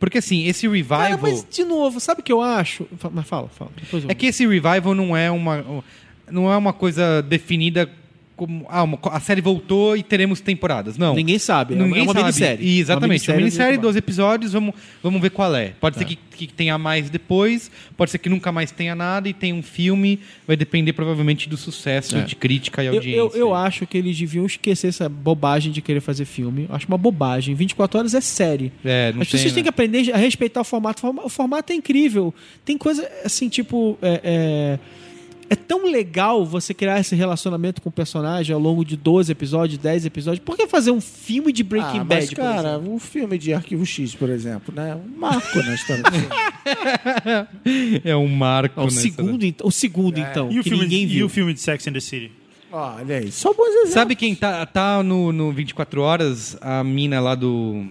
Porque assim, esse Cara, revival. mas de novo, sabe o que eu acho? Fa- Mas fala, fala. Depois eu... É que esse revival não é uma, não é uma coisa definida como. Ah, uma co- a série voltou e teremos temporadas. Não. Ninguém sabe. é uma- Ninguém é uma sabe. minissérie. Tá. E, Exatamente. É uma minissérie, do 12 episódios, vamos, vamos ver qual é. Pode ser que, que tenha mais depois, pode ser que nunca mais tenha nada e tenha um filme. Vai depender provavelmente do sucesso de crítica e É. eu, audiência. eu, eu acho que eles deviam esquecer essa bobagem de querer fazer filme. Eu Acho uma bobagem. 24 horas é série. É, não As pessoas tem, né? têm que aprender a respeitar o formato. Forma- O formato é incrível. Tem coisa assim, tipo. É, é- é tão legal você criar esse relacionamento com o personagem ao longo de 12 episódios, 10 episódios. Por que fazer um filme de Breaking ah, mas, Bad? por cara, exemplo? um filme de Arquivo X, por exemplo, né? Um marco na história do <laughs> filme. É um marco. Ah, o, nessa- segundo, então- o segundo, então. É. e, o que filme, ninguém e viu. o filme de Sex and the City? Olha aí, só bons exemplos. Sabe quem tá, tá no, no 24 Horas? A mina lá do.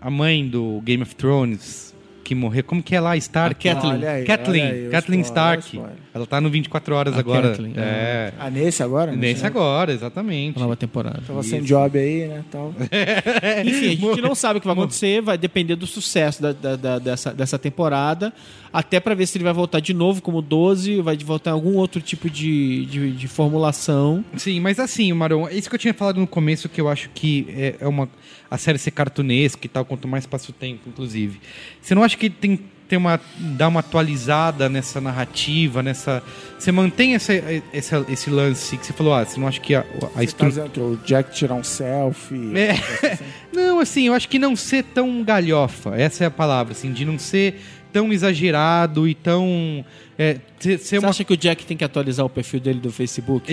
A mãe do Game of Thrones. Que morreu. Como que é lá? Stark? A Catelyn. Olha aí, Kathleen. olha aí, o Kathleen spoiler, Stark. o spoiler. Ela tá no 24 Horas A agora. Ah, Kathleen, é. Ah, nesse agora? né? Nesse agora, exatamente. A nova temporada. Tava sem job aí, né? Tal. É, Enfim, a <laughs> gente não sabe o que vai acontecer, vai depender do sucesso da- da- da- dessa, dessa temporada, até pra ver se ele vai voltar de novo como 12, vai voltar em algum outro tipo de, de, de formulação. Sim, mas assim, Maron, isso que eu tinha falado no começo, que eu acho que é, é uma. A série ser cartunesca e tal, quanto mais passa o tempo, inclusive. Você não acha que tem tem uma dar uma atualizada nessa narrativa, nessa. Você mantém essa, essa- esse lance que você falou, ah, você não acha que a, a Você tá estrutura. dizendo que o Jack tirar um selfie. É. Não, assim, eu acho que não ser tão galhofa, essa é a palavra, assim, de não ser tão exagerado e tão. É, ser, ser Você uma. acha que o Jack tem que atualizar o perfil dele do Facebook?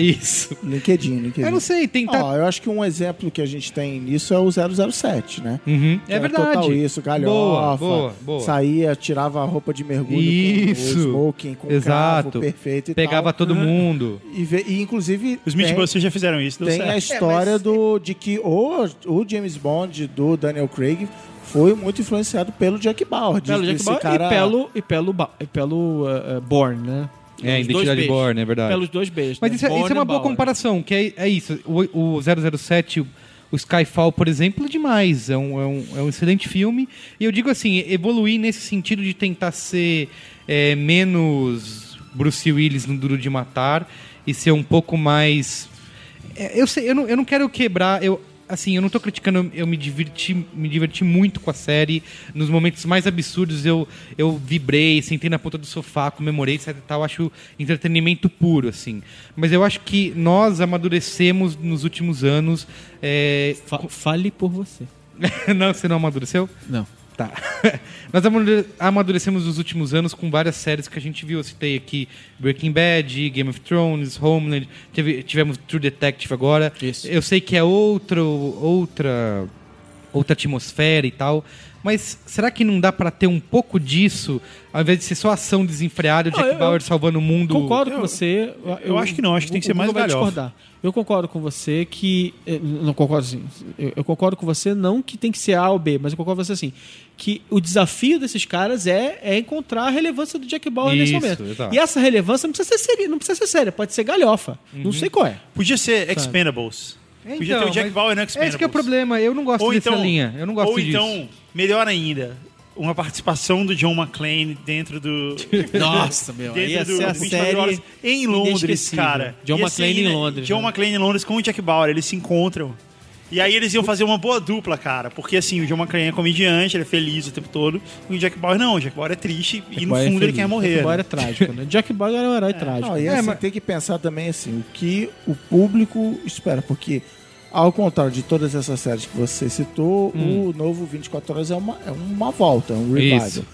<laughs> Isso. <laughs> LinkedIn, LinkedIn. Eu não sei, tá- tentar. Ó, eu acho que um exemplo que a gente tem nisso é o 007, né? Uhum, É, Era verdade. Total isso, galhofa. Boa, boa, boa. Saía, tirava a roupa de mergulho Isso. com o smoking, com Exato. o cravo perfeito e Pegava tal. Hum. Uhum. todo mundo. E, ve- e, inclusive Os tem, Mythbusters já fizeram isso, deu tem a certo. história do, de que o, o James Bond do Daniel Craig foi muito influenciado pelo Jack Bauer. Diz Pelo que Jack esse Bauer cara- e pelo, e pelo, Ba- e pelo eh, eh, Born, né? É, Os dois Identidade Bs. Born, é verdade. Pelos dois beijos. né? Mas isso, é- né, isso é uma boa comparação, que é, é isso. O, o 007, o o Skyfall, por exemplo, é demais. É um, é, um, é um excelente filme. E eu digo assim, evoluir nesse sentido de tentar ser é, menos Bruce Willis no Duro de Matar e ser um pouco mais... É, eu, sei, eu, não, eu não quero quebrar... Eu, Assim, eu não tô criticando, eu- eu me diverti, me diverti muito com a série. Nos momentos mais absurdos eu, eu vibrei, sentei na ponta do sofá, comemorei, etc e tal. Acho entretenimento puro, assim. Mas eu acho que nós amadurecemos nos últimos anos. é, <laughs> fale por você. não, você não amadureceu? Não. Tá. <laughs> Nós amadu- amadurecemos nos últimos anos com várias séries que a gente viu. Eu citei aqui Breaking Bad, Game of Thrones, Homeland. Teve- tivemos True Detective agora. Isso. Eu sei que é outro, outra outra atmosfera e tal. Mas será que não dá pra ter um pouco disso, ao invés de ser só ação desenfreada, o Não, Jack eu- Bauer salvando o mundo? Concordo com você. Eu, acho que não, acho que tem que ser o mais Google vai galhofa. discordar. Eu concordo com você que. eh, Não concordo assim. Eu eu concordo com você, não que tem que ser A ou B, mas eu concordo com você assim. Que o desafio desses caras é, é encontrar a relevância do Jack Bauer nesse Isso, momento. exato. E essa relevância não precisa ser séria, não precisa ser séria, pode ser galhofa. Não sei qual é. Podia ser Expendables. É, Podia ter o então, Jack mas Bauer no É Expendables. esse que é o problema. Eu não gosto Ou dessa então, linha. Eu não gosto ou disso. então, melhor ainda, uma participação do John McClane dentro do... Nossa, meu. dentro Ia do ser a 24 série. horas em Londres, inesquecível. cara. John Ia ser McClane em ina- Londres, John né? McClane em Londres com o Jack Bauer, eles se encontram. E aí eles iam fazer uma boa dupla, cara. Porque assim, o John McClane é comediante, ele é feliz o tempo todo. E o Jack Bauer não, o Jack Bauer é triste e no Bauer é fundo ele feliz. quer morrer. É. Jack Bauer é trágico, né? Jack Bauer era um herói trágico. Não, e né? assim, mas- tem que pensar também assim, o que o público espera, porque ao contrário de todas essas séries que você citou, o novo 24 Horas é uma, é uma volta, é um revival. Hum. Isso.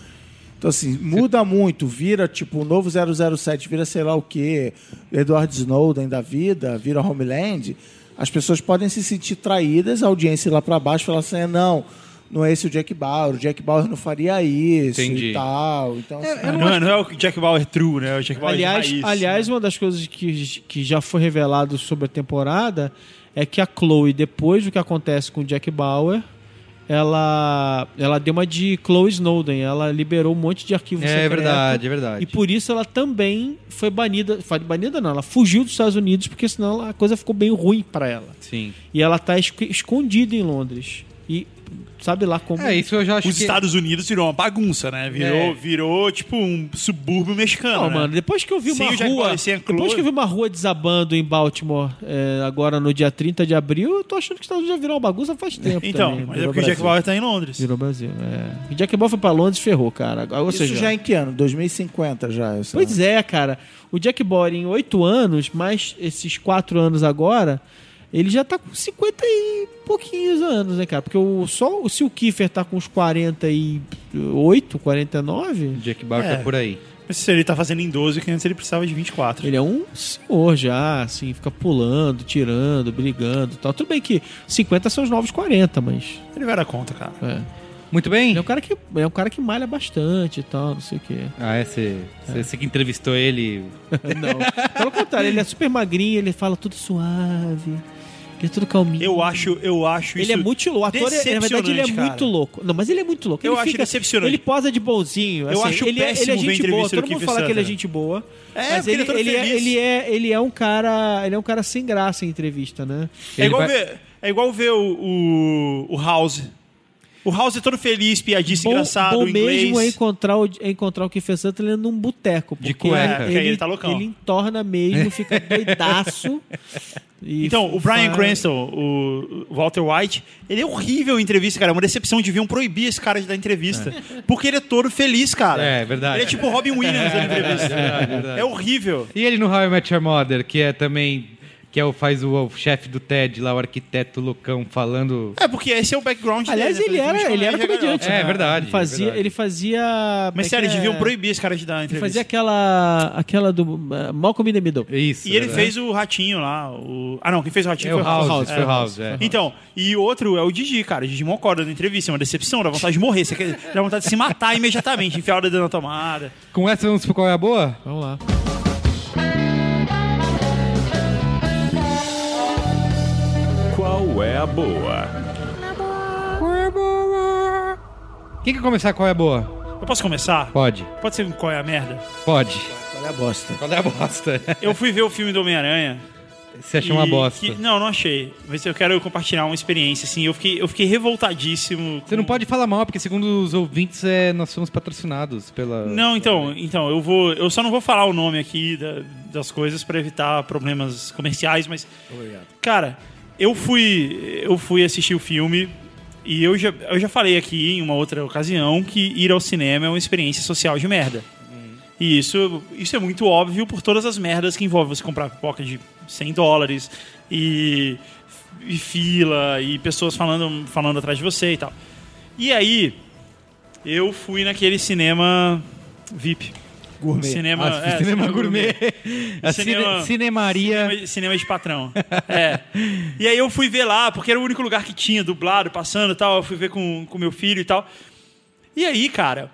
Então assim, muda muito, vira tipo o novo 007, vira sei lá o que, Edward Snowden da vida, vira Homeland, as pessoas podem se sentir traídas, a audiência lá pra baixo fala assim, "É, não, não é esse o Jack Bauer, o Jack Bauer não faria isso Entendi. e tal. Então, assim, Não, é- não é o Jack Bauer true, né? É O Jack Bauer Aliás, de raiz. né? aliás uma das coisas que, que já foi revelado sobre a temporada é que a Chloe, depois do que acontece com o Jack Bauer, ela, ela deu uma de Chloe Snowden. Ela liberou um monte de arquivos É secreto. verdade, é verdade. E por isso ela também foi banida. Foi banida não, ela fugiu dos Estados Unidos porque senão ela- a coisa ficou bem ruim pra ela. Sim. E ela tá esc- escondida em Londres. E sabe lá como... É, isso eu já acho Os que... É. Estados Unidos virou uma bagunça, né? Virou, virou tipo um subúrbio mexicano. Não, né? mano, depois que eu vi Sem uma o Jack é rua. Bauer, sem a Chloe. Depois que eu vi uma rua desabando em Baltimore é, agora no dia 30 de abril, eu tô achando que os Estados Unidos já virou uma bagunça faz tempo. Então, também. mas é virou porque o Jack Brasil. Bauer tá em Londres. Virou Brasil. É. O Jack Bauer foi pra Londres e ferrou, cara. Ou isso seja, já é em que ano? 2050 já. eu sei lá. Pois é, cara. O Jack Bauer em oito anos, mais esses quatro anos agora, ele já tá com 50 e pouquinhos anos, né, cara? Porque o, só o- se o Kiefer tá com uns 48, 49, Jack Bauer É. tá por aí. Mas se ele tá fazendo em 12, que antes ele precisava de 24. Ele é um senhor já, assim, fica pulando, tirando, brigando e tal. Tudo bem que 50 são os novos 40, mas. Ele vai dar conta, cara. É. Muito Ele é bem? um cara que é um cara que malha bastante e tal, não sei o <laughs> quê. Ah, é? Você você- você que entrevistou ele... Não. Pelo contrário, ele é super magrinho, ele fala tudo suave. Ele é tudo calminho. Eu acho, eu acho Ele isso. é muito louco. O ator, é- na verdade, ele é decepcionante, cara. muito louco. Não, mas ele é muito louco. Eu ele acho fica- decepcionante. Ele posa de bonzinho. Eu assim, acho ele, é- ele péssimo é ver gente boa. entrevista do Todo mundo Kiefer fala que ele é Sutherland. gente boa. É, mas porque ele ele, é todo ele, é, feliz. ele, é, ele é um cara. Ele é um cara sem graça em entrevista, né? É igual, Ele vai- ver, é igual ver o, o, o House. O House é todo feliz, piadista, engraçado, bom inglês. mesmo é encontrar o, é encontrar o Kiefer Sutherland num boteco. De porque cueca. É, porque Ele, aí ele tá loucão. ele <laughs> entorna mesmo, fica doidaço. e Então, o Brian fa- Cranston, o o Walter White, ele é horrível em entrevista, cara. É uma decepção. Deviam proibir esse cara de dar entrevista. Porque ele é todo feliz, cara. É, verdade. Ele é tipo o Robin Williams <laughs> da entrevista. verdade, verdade. É horrível. E ele no How I Met Your Mother, que é também... Que é o, faz o, o chefe do TED lá, o arquiteto loucão, falando... É, porque esse é o background Aliás, dele. ele né? era, ele era Felizmente, quando comediante. É, né? é verdade, Ele fazia. é verdade. Ele fazia Mas é sério, um que é- deviam proibir esse cara de dar Ele entrevista. fazia aquela. aquela do. eh, Malcolm in the Middle. Isso. E ele né? fez o ratinho lá. O... Ah, não, quem fez o ratinho É o foi House. House. Foi o House, é. Então, e outro é o Didi, cara. O Didi Mocora da entrevista. É uma decepção, dá vontade de morrer. Você quer... Dá vontade de se matar imediatamente, enfiar o dedo na tomada. Com essa vamos pro qual é a boa? Vamos lá. Qual é a boa? Quem quer começar qual é a boa? Eu posso começar? Pode. Pode ser um qual é a merda? Pode. Olha a bosta. Qual é a bosta? Eu fui ver o filme do Homem-Aranha. Você achou e uma bosta. que- Não, não achei. Mas eu quero compartilhar uma experiência, assim. Eu fiquei, eu fiquei revoltadíssimo. Você não pode falar mal, porque segundo os ouvintes, é, nós somos patrocinados pela... Não, então, então eu vou, eu só não vou falar o nome aqui da- das coisas pra evitar problemas comerciais, mas Cara, eu fui, eu fui assistir o filme e eu já, eu já falei aqui em uma outra ocasião que ir ao cinema é uma experiência social de merda. E isso, isso é muito óbvio por todas as merdas que envolve você comprar pipoca de 100 dólares e, e fila e pessoas falando, falando atrás de você e tal. E aí, eu fui naquele cinema VIP. Gourmet. Cinema, Ah, é, cinema gourmet. A cine- Cinema- cinemaria. Cinema, cinema de patrão. É. E aí eu fui ver lá, porque era o único lugar que tinha, dublado, passando e tal. Eu fui ver com, com meu filho e tal. E aí, cara.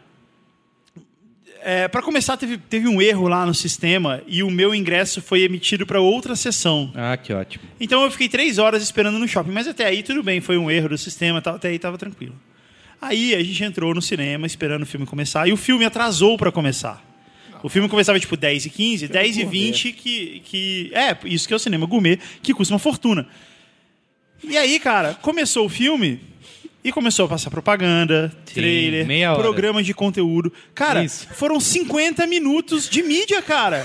É, para começar, teve, teve um erro lá no sistema e o meu ingresso foi emitido para outra sessão. Ah, que ótimo. Então eu fiquei três horas esperando no shopping, mas até aí tudo bem, foi um erro do sistema, e tal, até aí tava tranquilo. Aí a gente entrou no cinema esperando o filme começar e o filme atrasou para começar. O filme começava tipo 10 e 15, 10 e 20 que, que... É, isso que é o cinema gourmet, que custa uma fortuna. E aí, cara, começou o filme e começou a passar propaganda, trailer, meia hora. programas de conteúdo. Cara, Isso. foram 50 minutos de mídia, cara.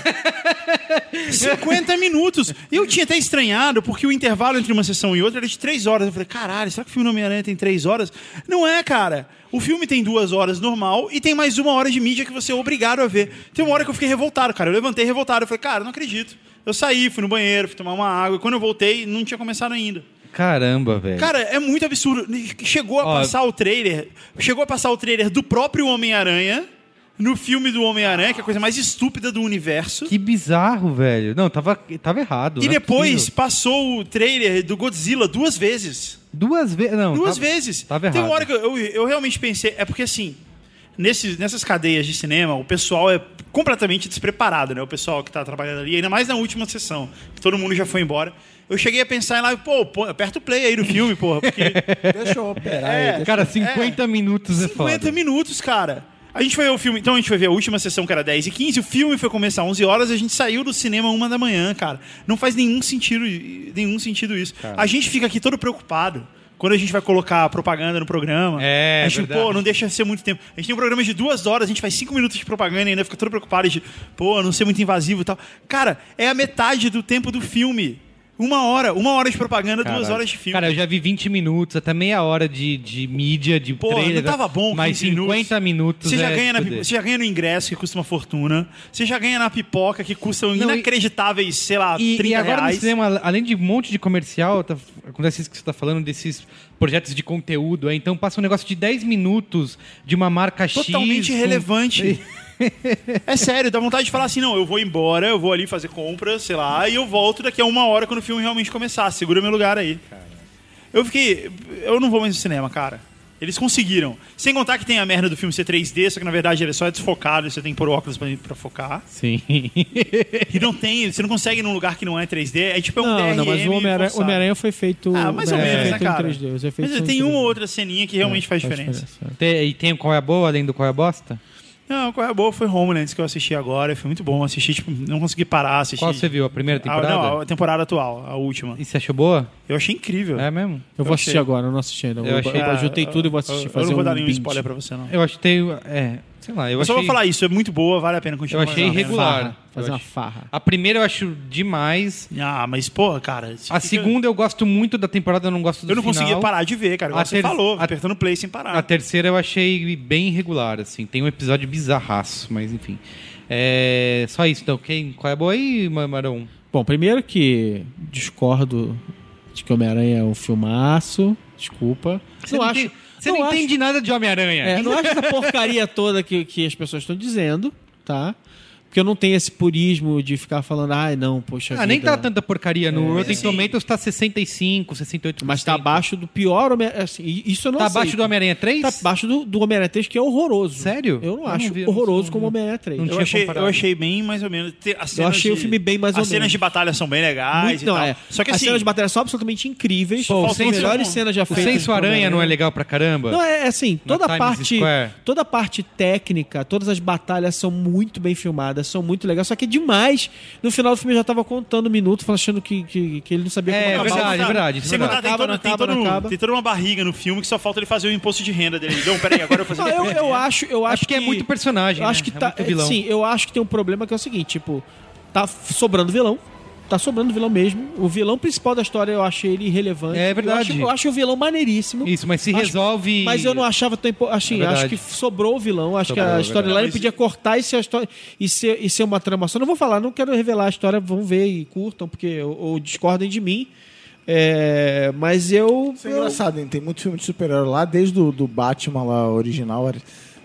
50 minutos. E eu tinha até estranhado, porque o intervalo entre uma sessão e outra era de 3 horas. Eu falei, caralho, será que o filme do Homem-Aranha tem 3 horas? Não é, cara. O filme tem duas horas normal e tem mais uma hora de mídia que você é obrigado a ver. Tem uma hora que eu fiquei revoltado, cara. Eu levantei revoltado. Eu falei, cara, não acredito. Eu saí, fui no banheiro, fui tomar uma água. E quando eu voltei, não tinha começado ainda. Caramba, velho. Cara, é muito absurdo. Chegou a Ó. passar o trailer. Chegou a passar o trailer do próprio Homem-Aranha no filme do Homem-Aranha, que é a coisa mais estúpida do universo. Que bizarro, velho. Não, tava, tava errado. E não é depois possível. passou o trailer do Godzilla duas vezes. Duas vezes. Não, Duas tava- vezes. Tava errado. Tem uma hora que eu, eu, eu realmente pensei. É porque assim. Nesses, nessas cadeias de cinema, o pessoal é completamente despreparado, né? O pessoal que tá trabalhando ali, ainda mais na última sessão, que todo mundo já foi embora. Eu cheguei a pensar em lá, pô, pô, aperta o play aí no filme, <laughs> porra, porque é, Deixa eu Tá operar aí. deixa- Cara, 50 minutos é 50 foda. minutos, cara. A gente foi ver o filme, então a gente foi ver a última sessão que era 10 e 15, o filme foi começar 11 horas, a gente saiu do cinema uma da manhã, cara. Não faz nenhum sentido, nenhum sentido isso. A gente fica aqui todo preocupado. Quando a gente vai colocar propaganda no programa, É, a gente, verdade. pô, não deixa ser muito tempo. A gente tem um programa de duas horas, a gente faz cinco minutos de propaganda e ainda fica todo preocupado de, pô, não ser muito invasivo e tal. Cara, é a metade do tempo do filme. Uma hora, uma hora de propaganda, duas Caralho. horas de filme. Cara, eu já vi 20 minutos, até meia hora de, de mídia, de Pô, trailer. não tava bom Mas 15 minutos. 50 minutos Você já, é ganha na de pi- fuder. você já ganha no ingresso, que custa uma fortuna. Você já ganha na pipoca, que custa um Não, e- inacreditáveis, sei lá, E, 30 e agora reais. no cinema, além de um monte de comercial, tá- acontece isso que você está falando, desses projetos de conteúdo. aí, então passa um negócio de 10 minutos de uma marca X. É um- Totalmente com- irrelevante. <laughs> é sério, dá vontade de falar assim, não, eu vou embora, eu vou ali fazer compras, sei lá, e eu volto daqui a uma hora quando o filme realmente começar. Segura meu lugar aí. Eu fiquei... Eu não vou mais no cinema, cara. Eles conseguiram. Sem contar que tem a merda do filme ser 3D, só que na verdade ele só é desfocado, e você tem que pôr óculos pra, pra focar. Sim. <laughs> E não tem, você não consegue ir num lugar que não é 3D. É tipo é um Não, DRM não, mas o Homem-Aranha forçado. Homem-Aranha foi feito. Ah, mais ou é, menos, foi né, feito em cara? 3D, os efeitos Mas são em É, tem 3D. uma ou outra ceninha que realmente faz, diferença. Tem- e tem o Qual é a Boa, além do Qual é a Bosta? Não, qual é a boa foi Homelands que eu assisti agora. Foi muito bom. Assisti, tipo, não consegui parar, assisti. Qual você viu? A primeira Ah, temporada? não, a temporada atual, a última. E você achou boa? Eu achei incrível. É mesmo? Eu vou assistir agora, eu não assisti ainda. Eu, eu, achei- ajuntei tudo e vou um assistir. Eu, eu fazer não vou um dar nenhum binge. spoiler pra você, não. Eu, Eu achei. É, sei lá. Eu, só achei- vou falar isso, é muito boa, vale a pena Eu continuar. achei vendo. irregular. Fazer Eu uma achei- farra. A primeira eu acho demais. Ah, mas, porra, cara. isso A fica- segunda eu gosto muito da temporada, eu não gosto do Eu não final. conseguia parar de ver, cara. A Igual você ter- falou, a- apertando play sem parar. A terceira eu achei bem irregular, assim. Tem um episódio bizarraço, mas enfim. É... Só isso, então. Quem... Qual é a boa aí, Ma- Marão? Bom, primeiro que discordo de que Homem-Aranha é um filmaço. Desculpa. Você não não, acho. tem- você não, acho- entende nada de Homem-Aranha. É, não acho essa porcaria toda que, que as pessoas estão dizendo, tá? Porque eu não tenho esse purismo de ficar falando, ai não, poxa. Ah, nem vida, tá tanta porcaria. No Rotten sim. Tomatoes tá 65, 68%. É, Mas tá abaixo do pior Homem assim, e Isso eu não Tá aceito. abaixo do Homem-Aranha 3? Tá abaixo do, do Homem-Aranha 3, que é horroroso. Sério? Eu Eu não não acho vi, eu não horroroso sou- como Homem-Aranha 3. Não Eu tinha achei, comparado. eu achei bem mais ou menos. Te- as Eu cenas achei o de- filme bem mais ou As cenas menos. de batalha são bem legais Muito, e não, tal. é. Só que As assim, cenas de batalha são absolutamente incríveis. Pô, o são Senso- as melhores cenas já O feitas. Senso do Aranha não é Homem-Aranha. legal pra caramba? Não, é assim, toda a Times parte, Square. toda a parte técnica, todas as batalhas são muito bem filmadas, são muito legais, só que é demais. No final do filme eu já tava contando o minuto, falando- achando que, que, que ele não sabia É, como mas acabar. verdade, não tá- verdade, isso é Sem verdade. contar, tem, Acaba, todo, não tem, acaba, todo, não acaba. tem toda uma barriga no filme que só falta ele fazer o imposto de renda dele. Então, peraí, agora eu vou fazer... Não, eu, eu acho, eu É acho porque que é muito personagem, Eu né? acho que É tá, muito vilão. sim, eu acho que tem um problema que é o seguinte, tipo, tá f- sobrando vilão. Tá sobrando vilão mesmo. O vilão principal da história eu achei ele irrelevante. É Eu verdade. acho, eu acho o vilão maneiríssimo. Isso, mas se Acho- resolve... Mas eu não achava tão impo- assim, É acho verdade. que sobrou o vilão, acho Sobrou, que é a storyline verdade. podia cortar e ser, a história, e, ser, e ser uma trama só. Não vou falar, não quero revelar a história, vão ver e curtam, porque ou, ou discordem de mim. É, mas eu. Isso é eu engraçado, hein? Tem muito filme de super-herói lá, desde o do Batman lá original. era-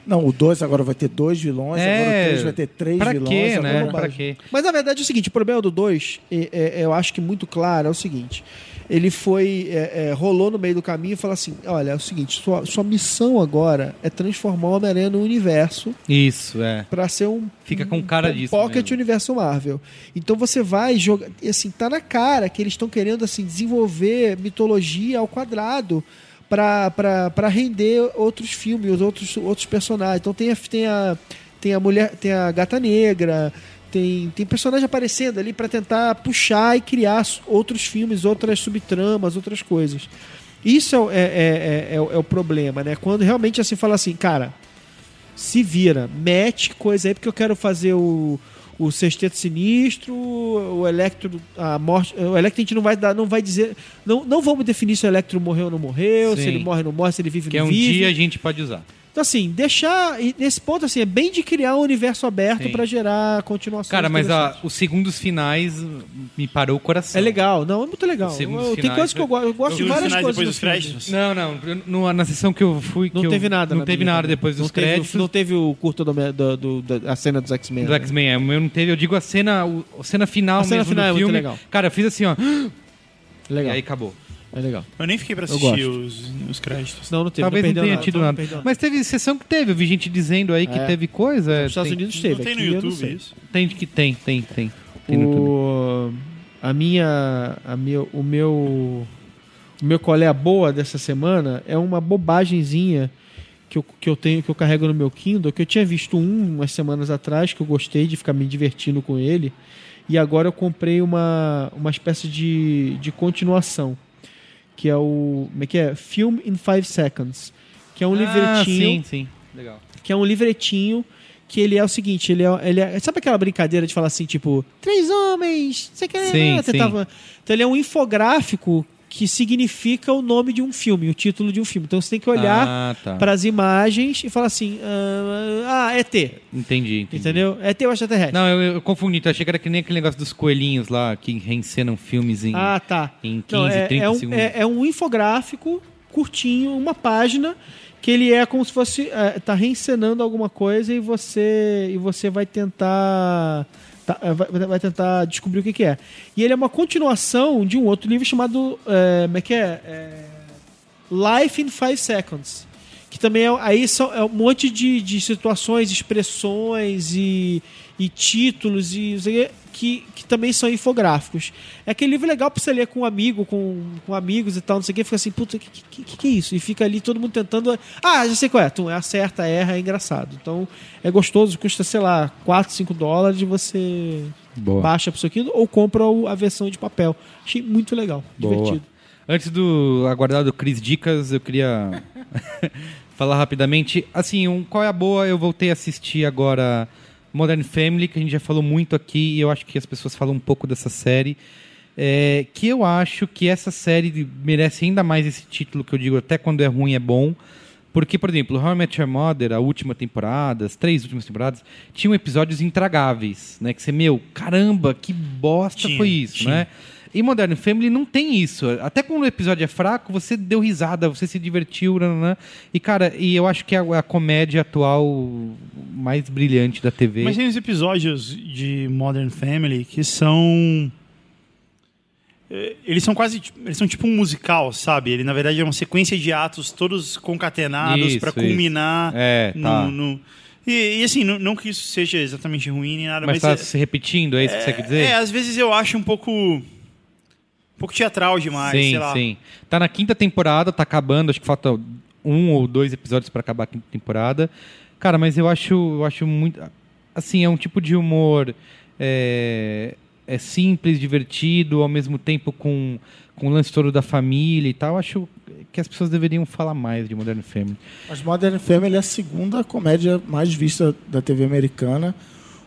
Não, o 2 agora vai ter dois vilões, agora o É. 3 vai ter três Pra vilões. é quê, agora né? vai- Pra quê? Mas na verdade é o seguinte, o problema do 2, é, eu acho que muito claro, é o seguinte. Ele foi. é, é, rolou no meio do caminho e falou assim: olha, é o seguinte, sua, sua missão agora é transformar o Homem-Aranha no universo Isso, é. pra ser um Fica com cara disso. Pocket mesmo. Universo Marvel. Então você vai jogar. e, Assim, tá na cara que eles estão querendo assim, desenvolver mitologia ao quadrado pra- pra pra render outros filmes, outros, outros personagens. Então tem a, tem, a, tem a mulher, tem a gata negra. Tem, tem personagem aparecendo ali pra tentar puxar e criar s- outros filmes, outras subtramas, outras coisas. Isso é, o- é- é- é- é o- é o problema, né? Quando realmente assim fala assim, cara, se vira, mete coisa aí, porque eu quero fazer o, o Sexteto Sinistro, o Electro, a morte. O Electro a gente não vai dar, não vai dizer. Não, não vamos definir se o Electro morreu ou não morreu, se Sim. ele morre ou não morre, se ele vive ou Que não é um vive. dia a gente pode usar. Então, assim, deixar. e Nesse ponto, assim, é bem de criar um universo aberto Sim. pra gerar continuação. Cara, mas a- os segundos finais me parou o coração. É legal, não, é muito legal. Os segundos Eu- Tem finais, coisas que eu né? gosto. Eu gosto de Os várias finais coisas. assim. depois do dos filme. créditos? Não, não. eu- no- na sessão que eu fui. Não que eu- teve nada. Não na teve minha nada também. depois Não dos teve o- créditos. Não teve o curto do, do- do- da cena dos X-Men. Do né? X-Men, é, o meu não teve. Eu digo a cena, o- a cena final A cena mesmo final é do muito filme. legal. Cara, eu fiz assim, ó. E Legal, aí acabou. é legal. Eu nem fiquei pra Eu assistir os, os créditos. Não, não teve. Talvez não, perdeu tenha nada, tido não nada. perdeu nada. Mas teve sessão que teve. Eu vi gente dizendo aí que É. teve coisa. Nos Estados tem, Unidos teve. não tem no aqui eu não YouTube sei. isso. Tem que tem, tem, tem. Tem no YouTube. O... A minha. A meu, o meu. O meu qual é a boa dessa semana é uma bobagemzinha que eu, que eu tenho, que eu carrego no meu Kindle, que eu tinha visto um umas semanas atrás, que eu gostei de ficar me divertindo com ele. E agora eu comprei uma, uma espécie de, de continuação. Que é o. Como é que é? Film in Five Seconds. Que é um Ah, sim, livretinho sim. Legal. que é um livretinho que ele é o seguinte, ele é, ele é- sabe aquela brincadeira de falar assim, tipo, três homens, você quer, Sim, né? Você sim. tava- Então ele é um infográfico que significa o nome de um filme, o título de um filme. Então você tem que olhar ah, tá. para as imagens e falar assim, ah, ah, ET, Entendi, entendi. entendeu? ET ou é extraterrestre. Não, eu, eu confundi. Então, achei que era que nem aquele negócio dos coelhinhos lá que reencenam filmes em, Ah, tá. em 15, Não, é, 30 é um, segundos. é- é um infográfico curtinho, uma página que ele é como se fosse é, tá reencenando alguma coisa e você e você vai tentar tá, é, vai, vai tentar descobrir o que, que é. E ele é uma continuação de um outro livro chamado é, como é que é? É, Life in Five Seconds. Que também é, aí são, é um monte de, de situações, expressões e, e títulos e não sei o quê, que, que também são infográficos. É aquele livro legal pra você ler com um amigo, com, com amigos e tal, não sei o quê. Fica assim, puta, o que, que, que- que é isso? E fica ali todo mundo tentando. Ah, já sei qual é. Tu acerta, erra, é engraçado. Então é gostoso, custa, sei lá, 4, 5 dólares e você Boa. baixa pro seu Kindle ou compra o- a versão de papel. Achei muito legal, Boa. divertido. Antes do aguardado Cris Dicas, eu queria <laughs> falar rapidamente. Assim, um qual é a boa? Eu voltei a assistir agora Modern Family, que a gente já falou muito aqui, e eu acho que as pessoas falam um pouco dessa série. É, que eu acho que essa série merece ainda mais esse título que eu digo, até quando é ruim é bom. Porque, por exemplo, How I Met Your Mother, a última temporada, as três últimas temporadas, tinham episódios intragáveis, né? Que você, meu, caramba, que bosta Tinha, foi isso, tinha. né? E Modern Family não tem isso. Até quando o episódio é fraco, você deu risada, você se divertiu, nananã. E, cara, e eu acho que é a, a comédia atual mais brilhante da TV. Mas tem uns episódios de Modern Family que são. eh, Eles são quase. ti- Eles são tipo um musical, sabe? Ele, na verdade, é uma sequência de atos todos concatenados Isso, pra isso. culminar. É, tá. no, no- E, e, assim, não, não que isso seja exatamente ruim nem nada, Mas mas. tá é- se repetindo, é isso que você quer dizer? É, às vezes eu acho um pouco. Um pouco teatral demais, sim, sei lá. sim. Tá na quinta temporada, tá acabando, acho que falta um ou dois episódios pra acabar a quinta temporada. Cara, mas eu acho, eu acho muito. Assim, é um tipo de humor. É, é simples, divertido, ao mesmo tempo com, com o lance todo da família e tal. Acho que as pessoas deveriam falar mais de Modern Family. Mas Modern Family é a segunda comédia mais vista da TV americana.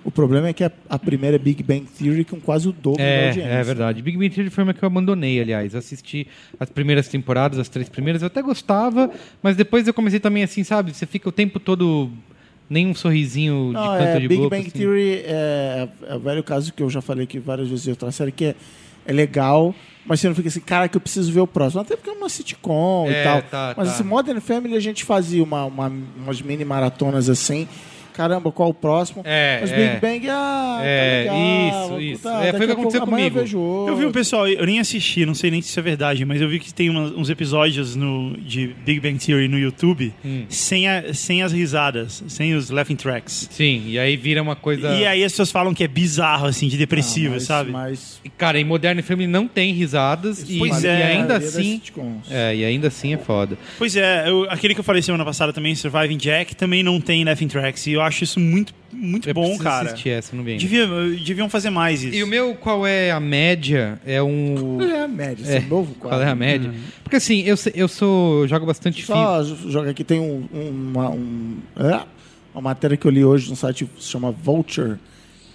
O problema é que a, a primeira é Big Bang Theory com quase o dobro da É, audiência. é verdade. Big Bang Theory foi uma que eu abandonei, aliás. Eu assisti as primeiras temporadas, as três primeiras, eu até gostava, mas depois eu comecei também assim, sabe? Você fica o tempo todo nem um sorrisinho de Não, canto é, de Big boca. Bang assim. Theory é, é o velho caso que eu já falei aqui várias vezes em outra série, que é, é legal, mas você não fica assim, cara, que eu preciso ver o próximo. Até porque é uma sitcom É, e tal. tá, mas tá. esse Modern Family a gente fazia uma, uma- umas mini maratonas assim. Caramba, qual o próximo? É, Mas é. Big Bang, ah, tá É, legal, isso, isso. tá, É, foi o daqui que a pouco- aconteceu amanhã comigo. Eu, vejo Eu vi o outro. pessoal, eu nem assisti, não sei nem se isso é verdade, mas eu vi que tem uma- uns episódios no, de Big Bang Theory no YouTube Hum. sem, a- sem as risadas, sem os laughing tracks. Sim, e aí vira uma coisa. E aí as pessoas falam que é bizarro, assim, de depressivo, Ah, mas, sabe? Mas, Cara, em Modern Family não tem risadas. E, Pois e é, ainda a maioria das assim. sitcoms. É, e ainda assim é foda. Pois é, eu- aquele que eu falei semana passada também, Surviving Jack, também não tem laughing tracks. E eu acho isso muito, muito Eu bom, preciso cara. assistir essa, não vi ainda. Devia, deviam fazer mais isso. E o meu, qual é a média? É um. <laughs> É a média, esse novo quadro. Qual é a média? Porque assim, eu, se- eu sou. eu jogo bastante FIFA. Só joga aqui, tem um, um- uma, um- é, uma matéria que eu li hoje no site que se chama Vulture,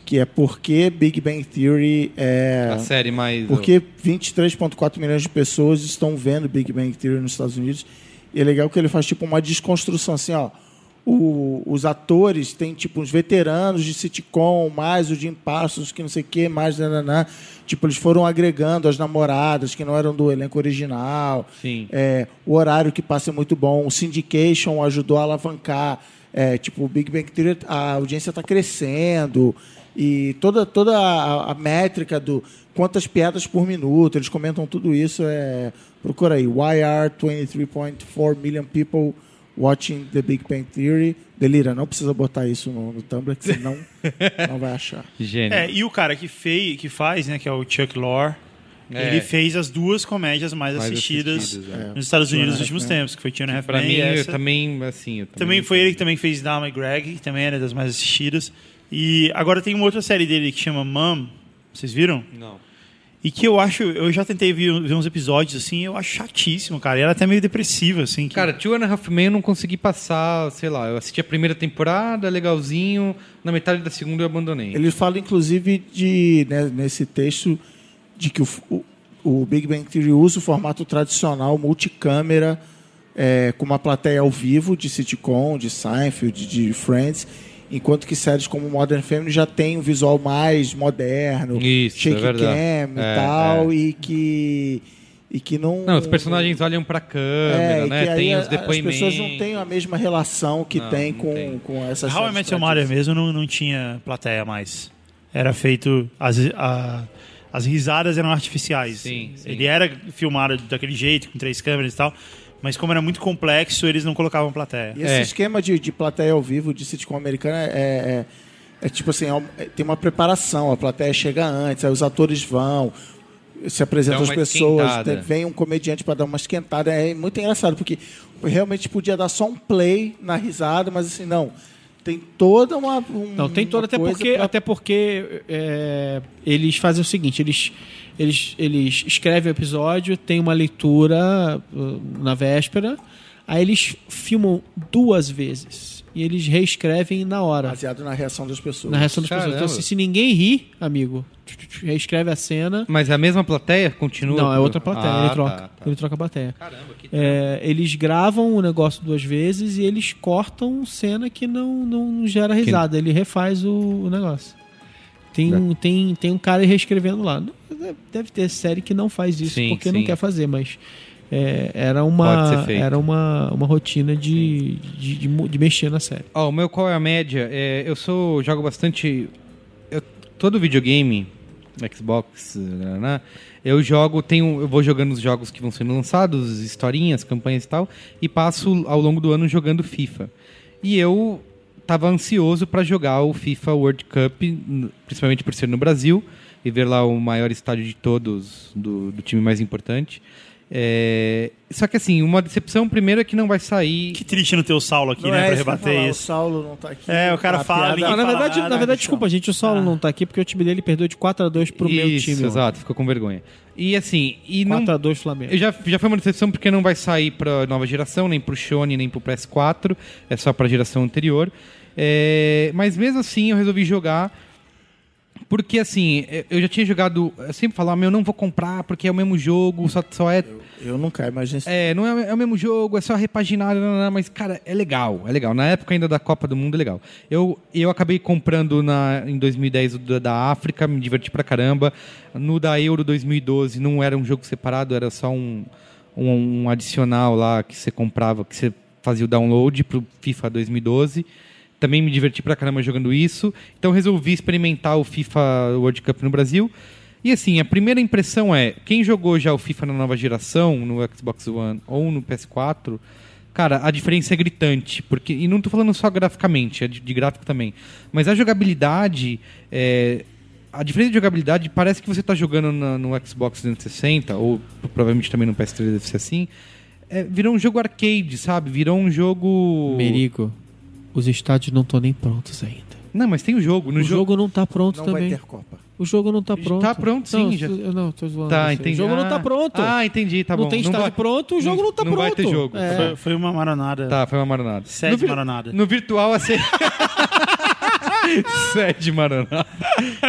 que é por que Big Bang Theory é. A série mais. Por que 23,4 milhões de pessoas estão vendo Big Bang Theory nos Estados Unidos? E é legal que ele faz tipo uma desconstrução assim, ó. O- os atores têm tipo uns veteranos de sitcom, mais o de Parsons, que não sei o que, mais nananã. Tipo, eles foram agregando as namoradas que não eram do elenco original. Sim. É, o horário que passa é muito bom. O syndication ajudou a alavancar. É, tipo, o Big Bang Theory, a audiência está crescendo. E toda, toda a, a métrica do quantas piadas por minuto, eles comentam tudo isso. É, procura aí. Why are 23.4 million people watching The Big Bang Theory? Delira, não precisa botar isso no, no Tumblr, que senão não vai achar. Gênio. É, e o cara que, fez, que faz, né, que é o Chuck Lorre, É. ele fez as duas comédias mais, Mais assistidas, assistidas, é. nos Estados Unidos nos últimos tempos, que foi Tina Half Pra Men mim, e eu essa. também, assim. Eu Também foi ele que também fez Dama e Greg, que também era das mais assistidas. E agora tem uma outra série dele que chama Mom, vocês viram? Não. E que eu acho, eu já tentei ver, ver uns episódios assim, eu acho chatíssimo, cara. E era até meio depressiva, assim. que- Cara, Two and a Half Men eu não consegui passar, sei lá. Eu assisti a primeira temporada, legalzinho. Na metade da segunda eu abandonei. Ele fala, inclusive, de, né, nesse texto, de que o, f- o, o Big Bang Theory usa o formato tradicional multicâmera, é, com uma plateia ao vivo de sitcom, de Seinfeld, de Friends, enquanto que séries como Modern Family já tem um visual mais moderno, Isso, shake é cam verdade. e É, tal, e que... E que não... É, Não, os personagens olham pra câmera, e é que né? aí Tem a- os depoimentos. As pessoas não têm a mesma relação que Não, tem, não com, tem. com essas Tá How I séries Met Your tradicionais. Mother mesmo não, não tinha plateia mais. Era feito. As, a- as risadas eram artificiais. Sim, sim. Ele era filmado daquele jeito, com três câmeras e tal. Mas como era muito complexo, eles não colocavam plateia. E esse É. esquema de, de plateia ao vivo de sitcom americana é, é, é tipo assim, é um- é- tem uma preparação, a plateia chega antes, aí os atores vão, se apresentam Dá as uma pessoas, esquentada. tem- vem um comediante para dar uma esquentada, é muito engraçado, porque realmente podia dar só um play na risada, mas assim, não. Tem toda uma. um- Não, tem todo, uma até coisa porque, pra- até porque é, eles fazem o seguinte, eles, eles, eles escrevem o episódio, tem uma leitura uh, na véspera, aí eles filmam duas vezes e eles reescrevem na hora, Baseado na reação das pessoas. na reação das pessoas. Caramba. Então, assim, se ninguém rir, amigo, tch, tch, tch, reescreve a cena. Mas é a mesma plateia continua? Não, é outra plateia, Ah, ele troca. tá, tá. Ele troca a plateia. Caramba, que É, eles gravam o negócio duas vezes e eles cortam cena que não, não gera risada. Ele refaz o, o negócio. Tem É. um, tem, tem um cara reescrevendo lá. Não, Deve ter série que não faz isso Sim, porque sim. não quer fazer, mas é, era, Pode uma, ser feito. era uma, uma rotina de, de, de mu- de mexer na série. Ó, o meu qual é a média? É, eu sou. jogo bastante. eu- todo videogame, Xbox, né, né, eu jogo, tenho. Eu vou jogando os jogos que vão sendo lançados, historinhas, campanhas e tal, e passo ao longo do ano jogando FIFA. E eu tava ansioso pra jogar o FIFA World Cup, n- principalmente por ser no Brasil, e ver lá o maior estádio de todos, do, do time mais importante. É, só que assim, uma decepção primeiro é que não vai sair. Que triste não ter o Saulo aqui, Não né? é pra isso que eu ia rebater falar, isso. O Saulo não tá aqui. É, o cara a fala, piada- ninguém na fala verdade, nada, na verdade bichão. desculpa, gente, o Saulo não tá aqui porque o time dele perdeu de 4 a 2 pro meu Isso, time. ó. Exato, ficou com vergonha. E assim, e não, 4 a 2 Flamengo. eu já, já foi uma decepção porque não vai sair pra nova geração, nem pro Sony, nem pro PS4, é só pra geração anterior. É, mas mesmo assim eu resolvi jogar. Porque assim, eu- eu já tinha jogado. Eu sempre falava, meu, não vou comprar porque é o mesmo jogo, só, só é. Eu não caio mais nesse. É, não é, é o mesmo jogo, é só repaginado, não, não, não, mas, cara, é legal, é legal. Na época ainda da Copa do Mundo, é legal. Eu, eu acabei comprando na, em 2010 o da, da África, me diverti pra caramba. No da Euro 2012 não era um jogo separado, era só um, um, um adicional lá que você comprava, que você fazia o download pro FIFA 2012. Também me diverti pra caramba jogando isso. Então resolvi experimentar o FIFA World Cup no Brasil. E assim, a primeira impressão é, quem jogou já o FIFA na nova geração, no Xbox One ou no PS4, cara, a diferença é gritante, porque e não tô falando só graficamente, é de, de gráfico também, mas a jogabilidade é, a diferença de jogabilidade parece que você tá jogando na- no Xbox 360 ou provavelmente também no PS3 deve ser assim. é, virou um jogo arcade, sabe? Virou um jogo. Merigo, os estádios não estão nem prontos ainda. Não, mas tem o jogo. No o jogo. jogo não tá pronto Não também. vai ter Copa. O jogo não tá pronto. Tá pronto, sim, Não, já. eu não, tô zoando. Tá, você. entendi. O jogo não Ah. tá pronto. Ah, entendi, tá não bom. tem estádio vai- pronto, o jogo não, tá não pronto. vai ter jogo. É. Foi, foi uma maranada. Tá, foi uma maranada. Sede No vi- maranada. No virtual aceita. <laughs> Sede maranada.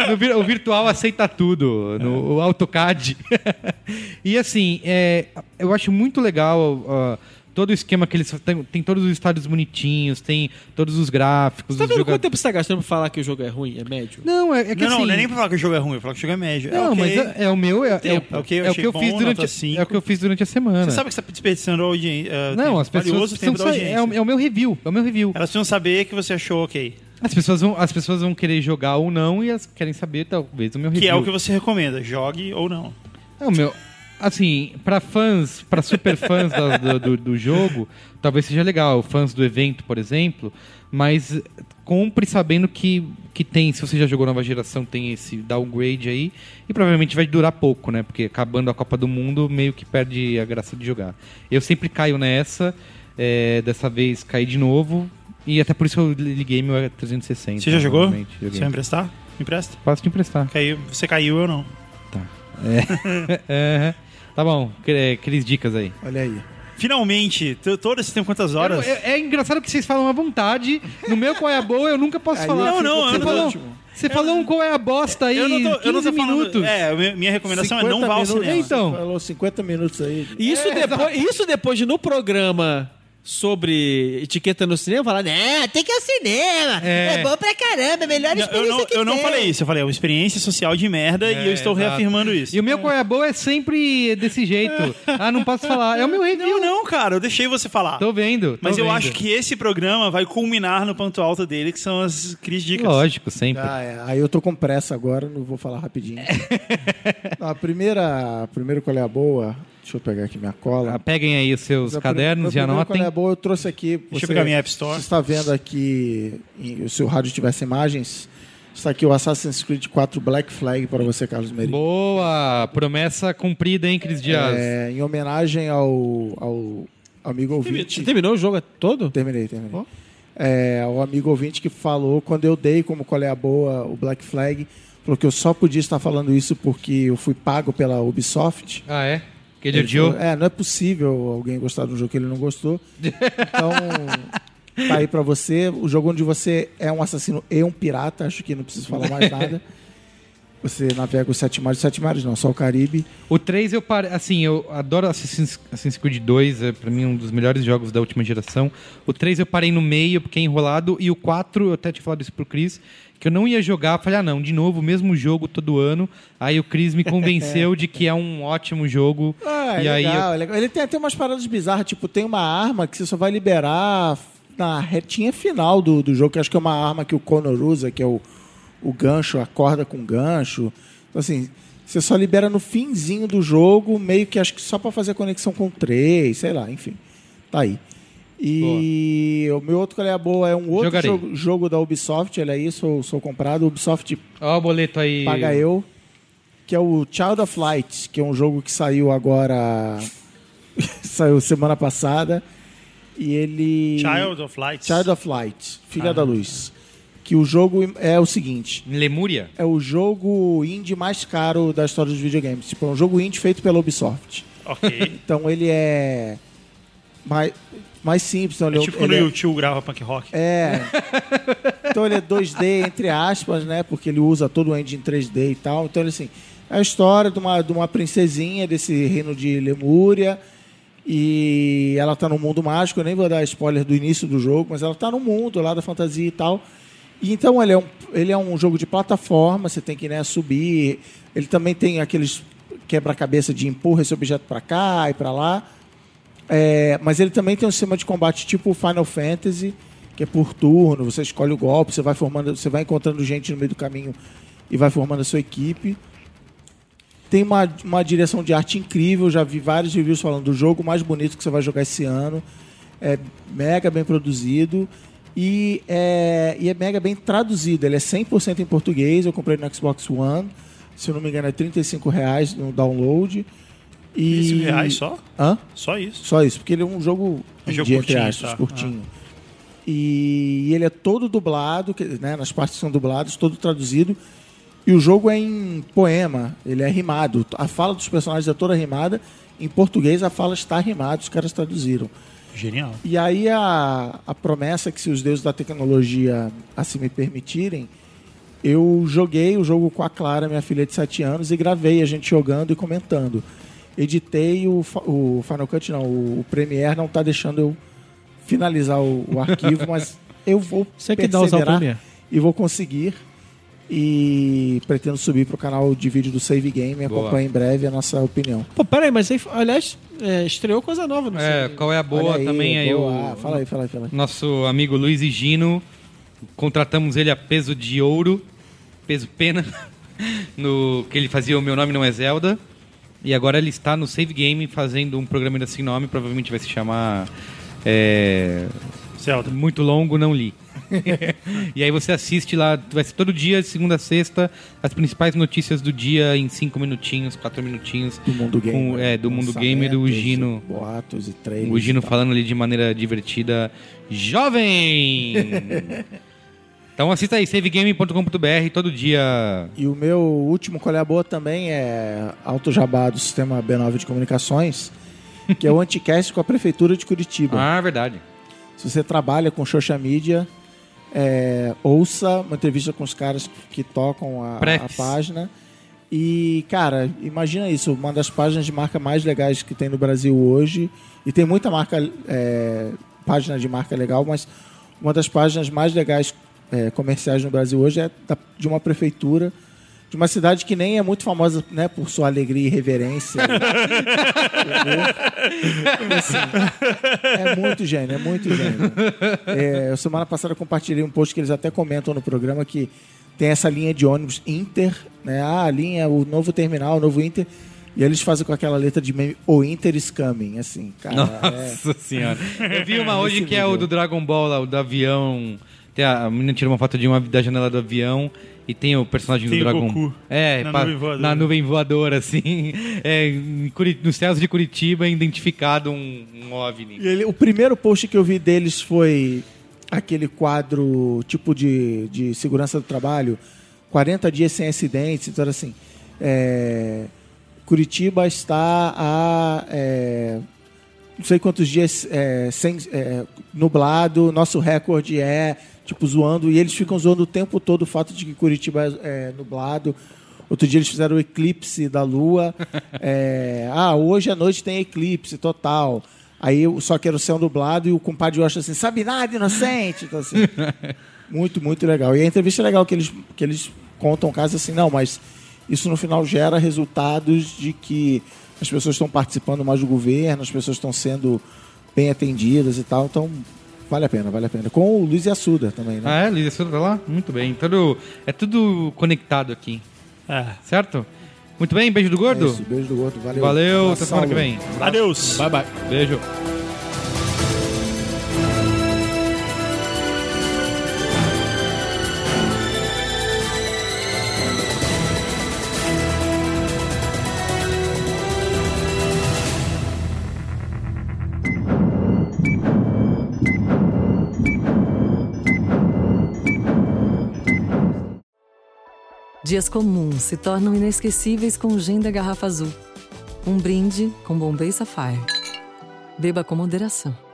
No vir- O virtual aceita tudo. No o AutoCAD. <laughs> e assim, é, eu acho muito legal. ó, Todo o esquema que eles têm, tem todos os estádios bonitinhos, tem todos os gráficos, Tá os vendo quanto jogadores. tempo você tá gastando pra falar que o jogo é ruim? É médio? Não, é, é que não, assim. não, não é nem pra falar que o jogo é ruim, eu falo que o jogo é médio. Não, é ok. mas é, é o meu, é, é, o, Tempo. É o que eu é o achei que eu bom, fiz nota durante, cinco. é o que eu fiz durante a semana. Você sabe que você tá desperdiçando audiência. né? é, não, as pessoas Valioso tempo da precisam saber- é, audiência. o, é o meu review, é o meu review. Elas precisam saber que você achou ok. As pessoas vão, as pessoas vão querer jogar ou não e elas querem saber talvez o meu Que review. é o que você recomenda, jogue ou não. É o meu. Assim, pra fãs, pra super fãs da- do, do, do jogo, talvez seja legal, fãs do evento, por exemplo, mas compre sabendo que, que tem, se você já jogou nova geração, tem esse downgrade aí, e provavelmente vai durar pouco, né? Porque acabando a Copa do Mundo, meio que perde a graça de jogar. Eu sempre caio nessa, é, dessa vez caí de novo, e até por isso eu liguei meu 360. Você já jogou? provavelmente, Você Então, Joguei. vai emprestar? Me Empresta? Posso te emprestar. Caiu, você caiu ou não? É, tá bom, é, aqueles dicas aí. Olha aí. Finalmente, t- todo esse tempo, quantas horas? Eu- é, é engraçado que vocês falam à vontade. No meu qual é a boa, eu nunca posso Aí falar. eu- não, não, você eu não tô- falou, tipo, Você falou um qual é a bosta aí, 15 minutos. É, mi- minha recomendação é 50 não vá ao minutos, cinema. Então. Você falou 50 minutos aí. Isso, depois, isso depois de no programa sobre etiqueta no cinema, falar, né, tem que ir ao cinema, É. é, bom pra caramba, é a melhor Não, eu experiência não, que eu não tem." falei isso, eu falei, é uma experiência social de merda e eu estou exato. reafirmando isso. E o meu qual é a boa é sempre desse jeito. ah, não posso falar. É o meu review. Não, não, cara, eu deixei você falar. Tô vendo. tô Mas eu vendo. acho que esse programa vai culminar no ponto alto dele, que são as Cris Dicas. Lógico, sempre. Ah, é. Aí eu tô com pressa agora, não vou falar <laughs> rapidinho. Não, a primeira, a primeira colher boa, deixa eu pegar aqui minha cola. Ah, Peguem aí os seus Mas a cadernos e prim- a primeira anotem. Qual é a boa, eu trouxe aqui. Deixa eu pegar minha App Store. Você está vendo aqui, em- se o rádio tivesse imagens, está aqui o Assassin's Creed 4 Black Flag para você, Carlos Meri. Boa! Promessa cumprida, hein, Cris Dias? É, em homenagem ao, ao amigo ouvinte. Você terminou o jogo todo? Terminei, terminei. É, o amigo ouvinte que falou, quando eu dei como qual é a boa o Black Flag, falou que eu só podia estar falando isso porque eu fui pago pela Ubisoft. Ah, é? Que ele odiou? falou, é, não é possível alguém gostar de um jogo que ele não gostou. <laughs> Então, tá aí pra você. O jogo onde você é um assassino e um pirata, acho que não preciso falar <laughs> mais nada. Você navega os sete mares, sete mares não, só o Caribe. O 3 eu pare... assim, eu adoro Assassin's, Assassin's Creed 2, é para mim um dos melhores jogos da última geração. O 3 eu parei no meio porque é enrolado e o 4, eu até tinha falado isso pro Chris, que eu não ia jogar, falei, ah, não, de novo, mesmo jogo todo ano. Aí o Chris me <laughs> convenceu de que é um ótimo jogo. Ah, é e aí eu- legal, é legal. Ele tem até umas paradas bizarras, tipo, tem uma arma que você só vai liberar na retinha final do, do jogo, que acho que é uma arma que o Connor usa, que é o, o gancho, a corda com gancho. Então, assim, você só libera no finzinho do jogo, meio que acho que só pra fazer conexão com três, sei lá, enfim. Tá aí. E o meu outro colega boa é um outro Jogarei. jogo, jogo da Ubisoft, olha aí, sou, sou comprado. Ubisoft Ó o boleto aí. Paga Eu, que é o Child of Light, que é um jogo que saiu agora. <laughs> saiu semana passada. E ele. Child Ah. of Lights. Child of Light, Filha da Luz. Que o jogo é o seguinte: Lemúria? é o jogo indie mais caro da história dos videogames. Tipo, é um jogo indie feito pela Ubisoft. Ok. Então ele é. Mais, mais simples. Então, É ele tipo ele quando o YouTube grava punk rock. é. Então ele é 2D, entre aspas, né? Porque ele usa todo o engine 3D e tal. Então, ele, assim, é a história de uma, de uma princesinha desse reino de Lemúria. E ela tá no mundo mágico, eu nem vou dar spoiler do início do jogo, mas ela tá no mundo lá da fantasia e tal. E então ele é um, ele é um jogo de plataforma, você tem que né, subir. Ele também tem aqueles quebra-cabeça de empurra esse objeto para cá e para lá. É, mas ele também tem um sistema de combate tipo Final Fantasy, que é por turno, você escolhe o golpe, você vai formando, você vai encontrando gente no meio do caminho e vai formando a sua equipe. Tem uma, uma direção de arte incrível, já vi vários reviews falando do jogo mais bonito que você vai jogar esse ano. É mega bem produzido e é, e é mega bem traduzido. Ele é 100% em português, eu comprei no Xbox One. Se eu não me engano, é R$ 35 reais no download. E... 15 reais só? Hã? Só isso. Só isso, porque ele é um jogo, Um um jogo dia, entre curtinho, aspas, tá. curtinho. E ele é todo dublado, que- né, nas partes que são dubladas, todo traduzido. E o jogo é em poema, ele é rimado. A fala dos personagens é toda rimada. Em português a fala está rimada, os caras traduziram. Genial. E aí a, a promessa que se os deuses da tecnologia assim me permitirem, eu joguei o jogo com a Clara, minha filha de 7 anos, e gravei a gente jogando e comentando. Editei o, fa- o Final Cut, não, o, o Premiere não tá deixando eu finalizar o, o arquivo, <laughs> mas eu vou Você que dá usar o Premiere. e vou conseguir. E pretendo subir pro canal de vídeo do Save Game e Boa. acompanhar em breve a nossa opinião. Pô, peraí, mas aí, aliás, é, estreou coisa nova, não É, sei. qual é a boa Olha também aí, boa. o Ah, Fala aí, fala aí, fala aí. nosso amigo Luiz e Gino. Contratamos ele a peso de ouro, peso pena, <laughs> no que ele fazia o Meu Nome Não É Zelda. E agora ele está no Save Game fazendo um programa ainda sem nome, provavelmente vai se chamar é, Zelda. Muito Longo Não Li. <laughs> e aí você assiste lá, vai ser todo dia, de segunda a sexta, as principais notícias do dia em cinco minutinhos, quatro minutinhos. Do mundo com- gamer. é, do mundo gamer, do Lançamentos, Gino. Boatos e trailers. O Gino e tal. falando ali de maneira divertida. <laughs> Jovem! então assista aí, savegame.com.br, todo dia. E o meu último colher boa também é Alto Jabá do Sistema B9 de Comunicações, que é o Anticast com a Prefeitura de Curitiba. Ah, verdade. Se você trabalha com social media, é, ouça uma entrevista com os caras que tocam a, a Prefs. página. E, cara, imagina isso, uma das páginas de marca mais legais que tem no Brasil hoje. E tem muita marca, é, página de marca legal, mas uma das páginas mais legais é, comerciais no Brasil hoje é da- de uma prefeitura, de uma cidade que nem é muito famosa né, por sua alegria e reverência. É muito gênio, é muito gênio. É, eu semana passada compartilhei um post que eles até comentam no programa que tem essa linha de ônibus Inter, né? Ah, a linha, o novo terminal, o novo Inter. E eles fazem com aquela letra de meme, o Inter is coming, assim, cara. é- Nossa senhora. Eu vi <laughs> uma hoje Nesse que é o nível. do Dragon Ball lá, o do avião. Tem a, a menina tirou uma foto de uma da janela do avião e tem o personagem Tem do o Dragon Goku É, na pa- nuvem voadora. na nuvem voadora, assim. É, em Curi- nos céus de Curitiba é identificado um, um OVNI. E ele- o primeiro post que eu vi deles foi aquele quadro tipo de, de segurança do trabalho, 40 dias sem acidentes, então era assim. é, Curitiba está a é, não sei quantos dias é, sem, é, nublado, nosso recorde é tipo zoando, e eles ficam zoando o tempo todo o fato de que Curitiba é, é nublado. Outro dia eles fizeram o eclipse da lua. É, <laughs> ah, hoje à noite tem eclipse total. Aí eu só quero ser nublado e o compadre acha assim, sabe nada, inocente. Então, assim, muito, muito legal. E a entrevista é legal que eles, que eles contam casos assim, não, mas isso no final gera resultados de que as pessoas estão participando mais do governo, as pessoas estão sendo bem atendidas e tal. Então, vale a pena, vale a pena. Com o Luiz Assuda também, né? Ah, é, Luiz, você tá lá? Muito bem. Tudo, é tudo conectado aqui. É. Certo? Muito bem, beijo do É gordo. isso, beijo do gordo, valeu. Valeu, até Abração, semana que Lu. vem. Adeus. Bye, bye. Beijo. Dias comuns se tornam inesquecíveis com o gin da garrafa azul. Um brinde com Bombay Sapphire. Beba com moderação.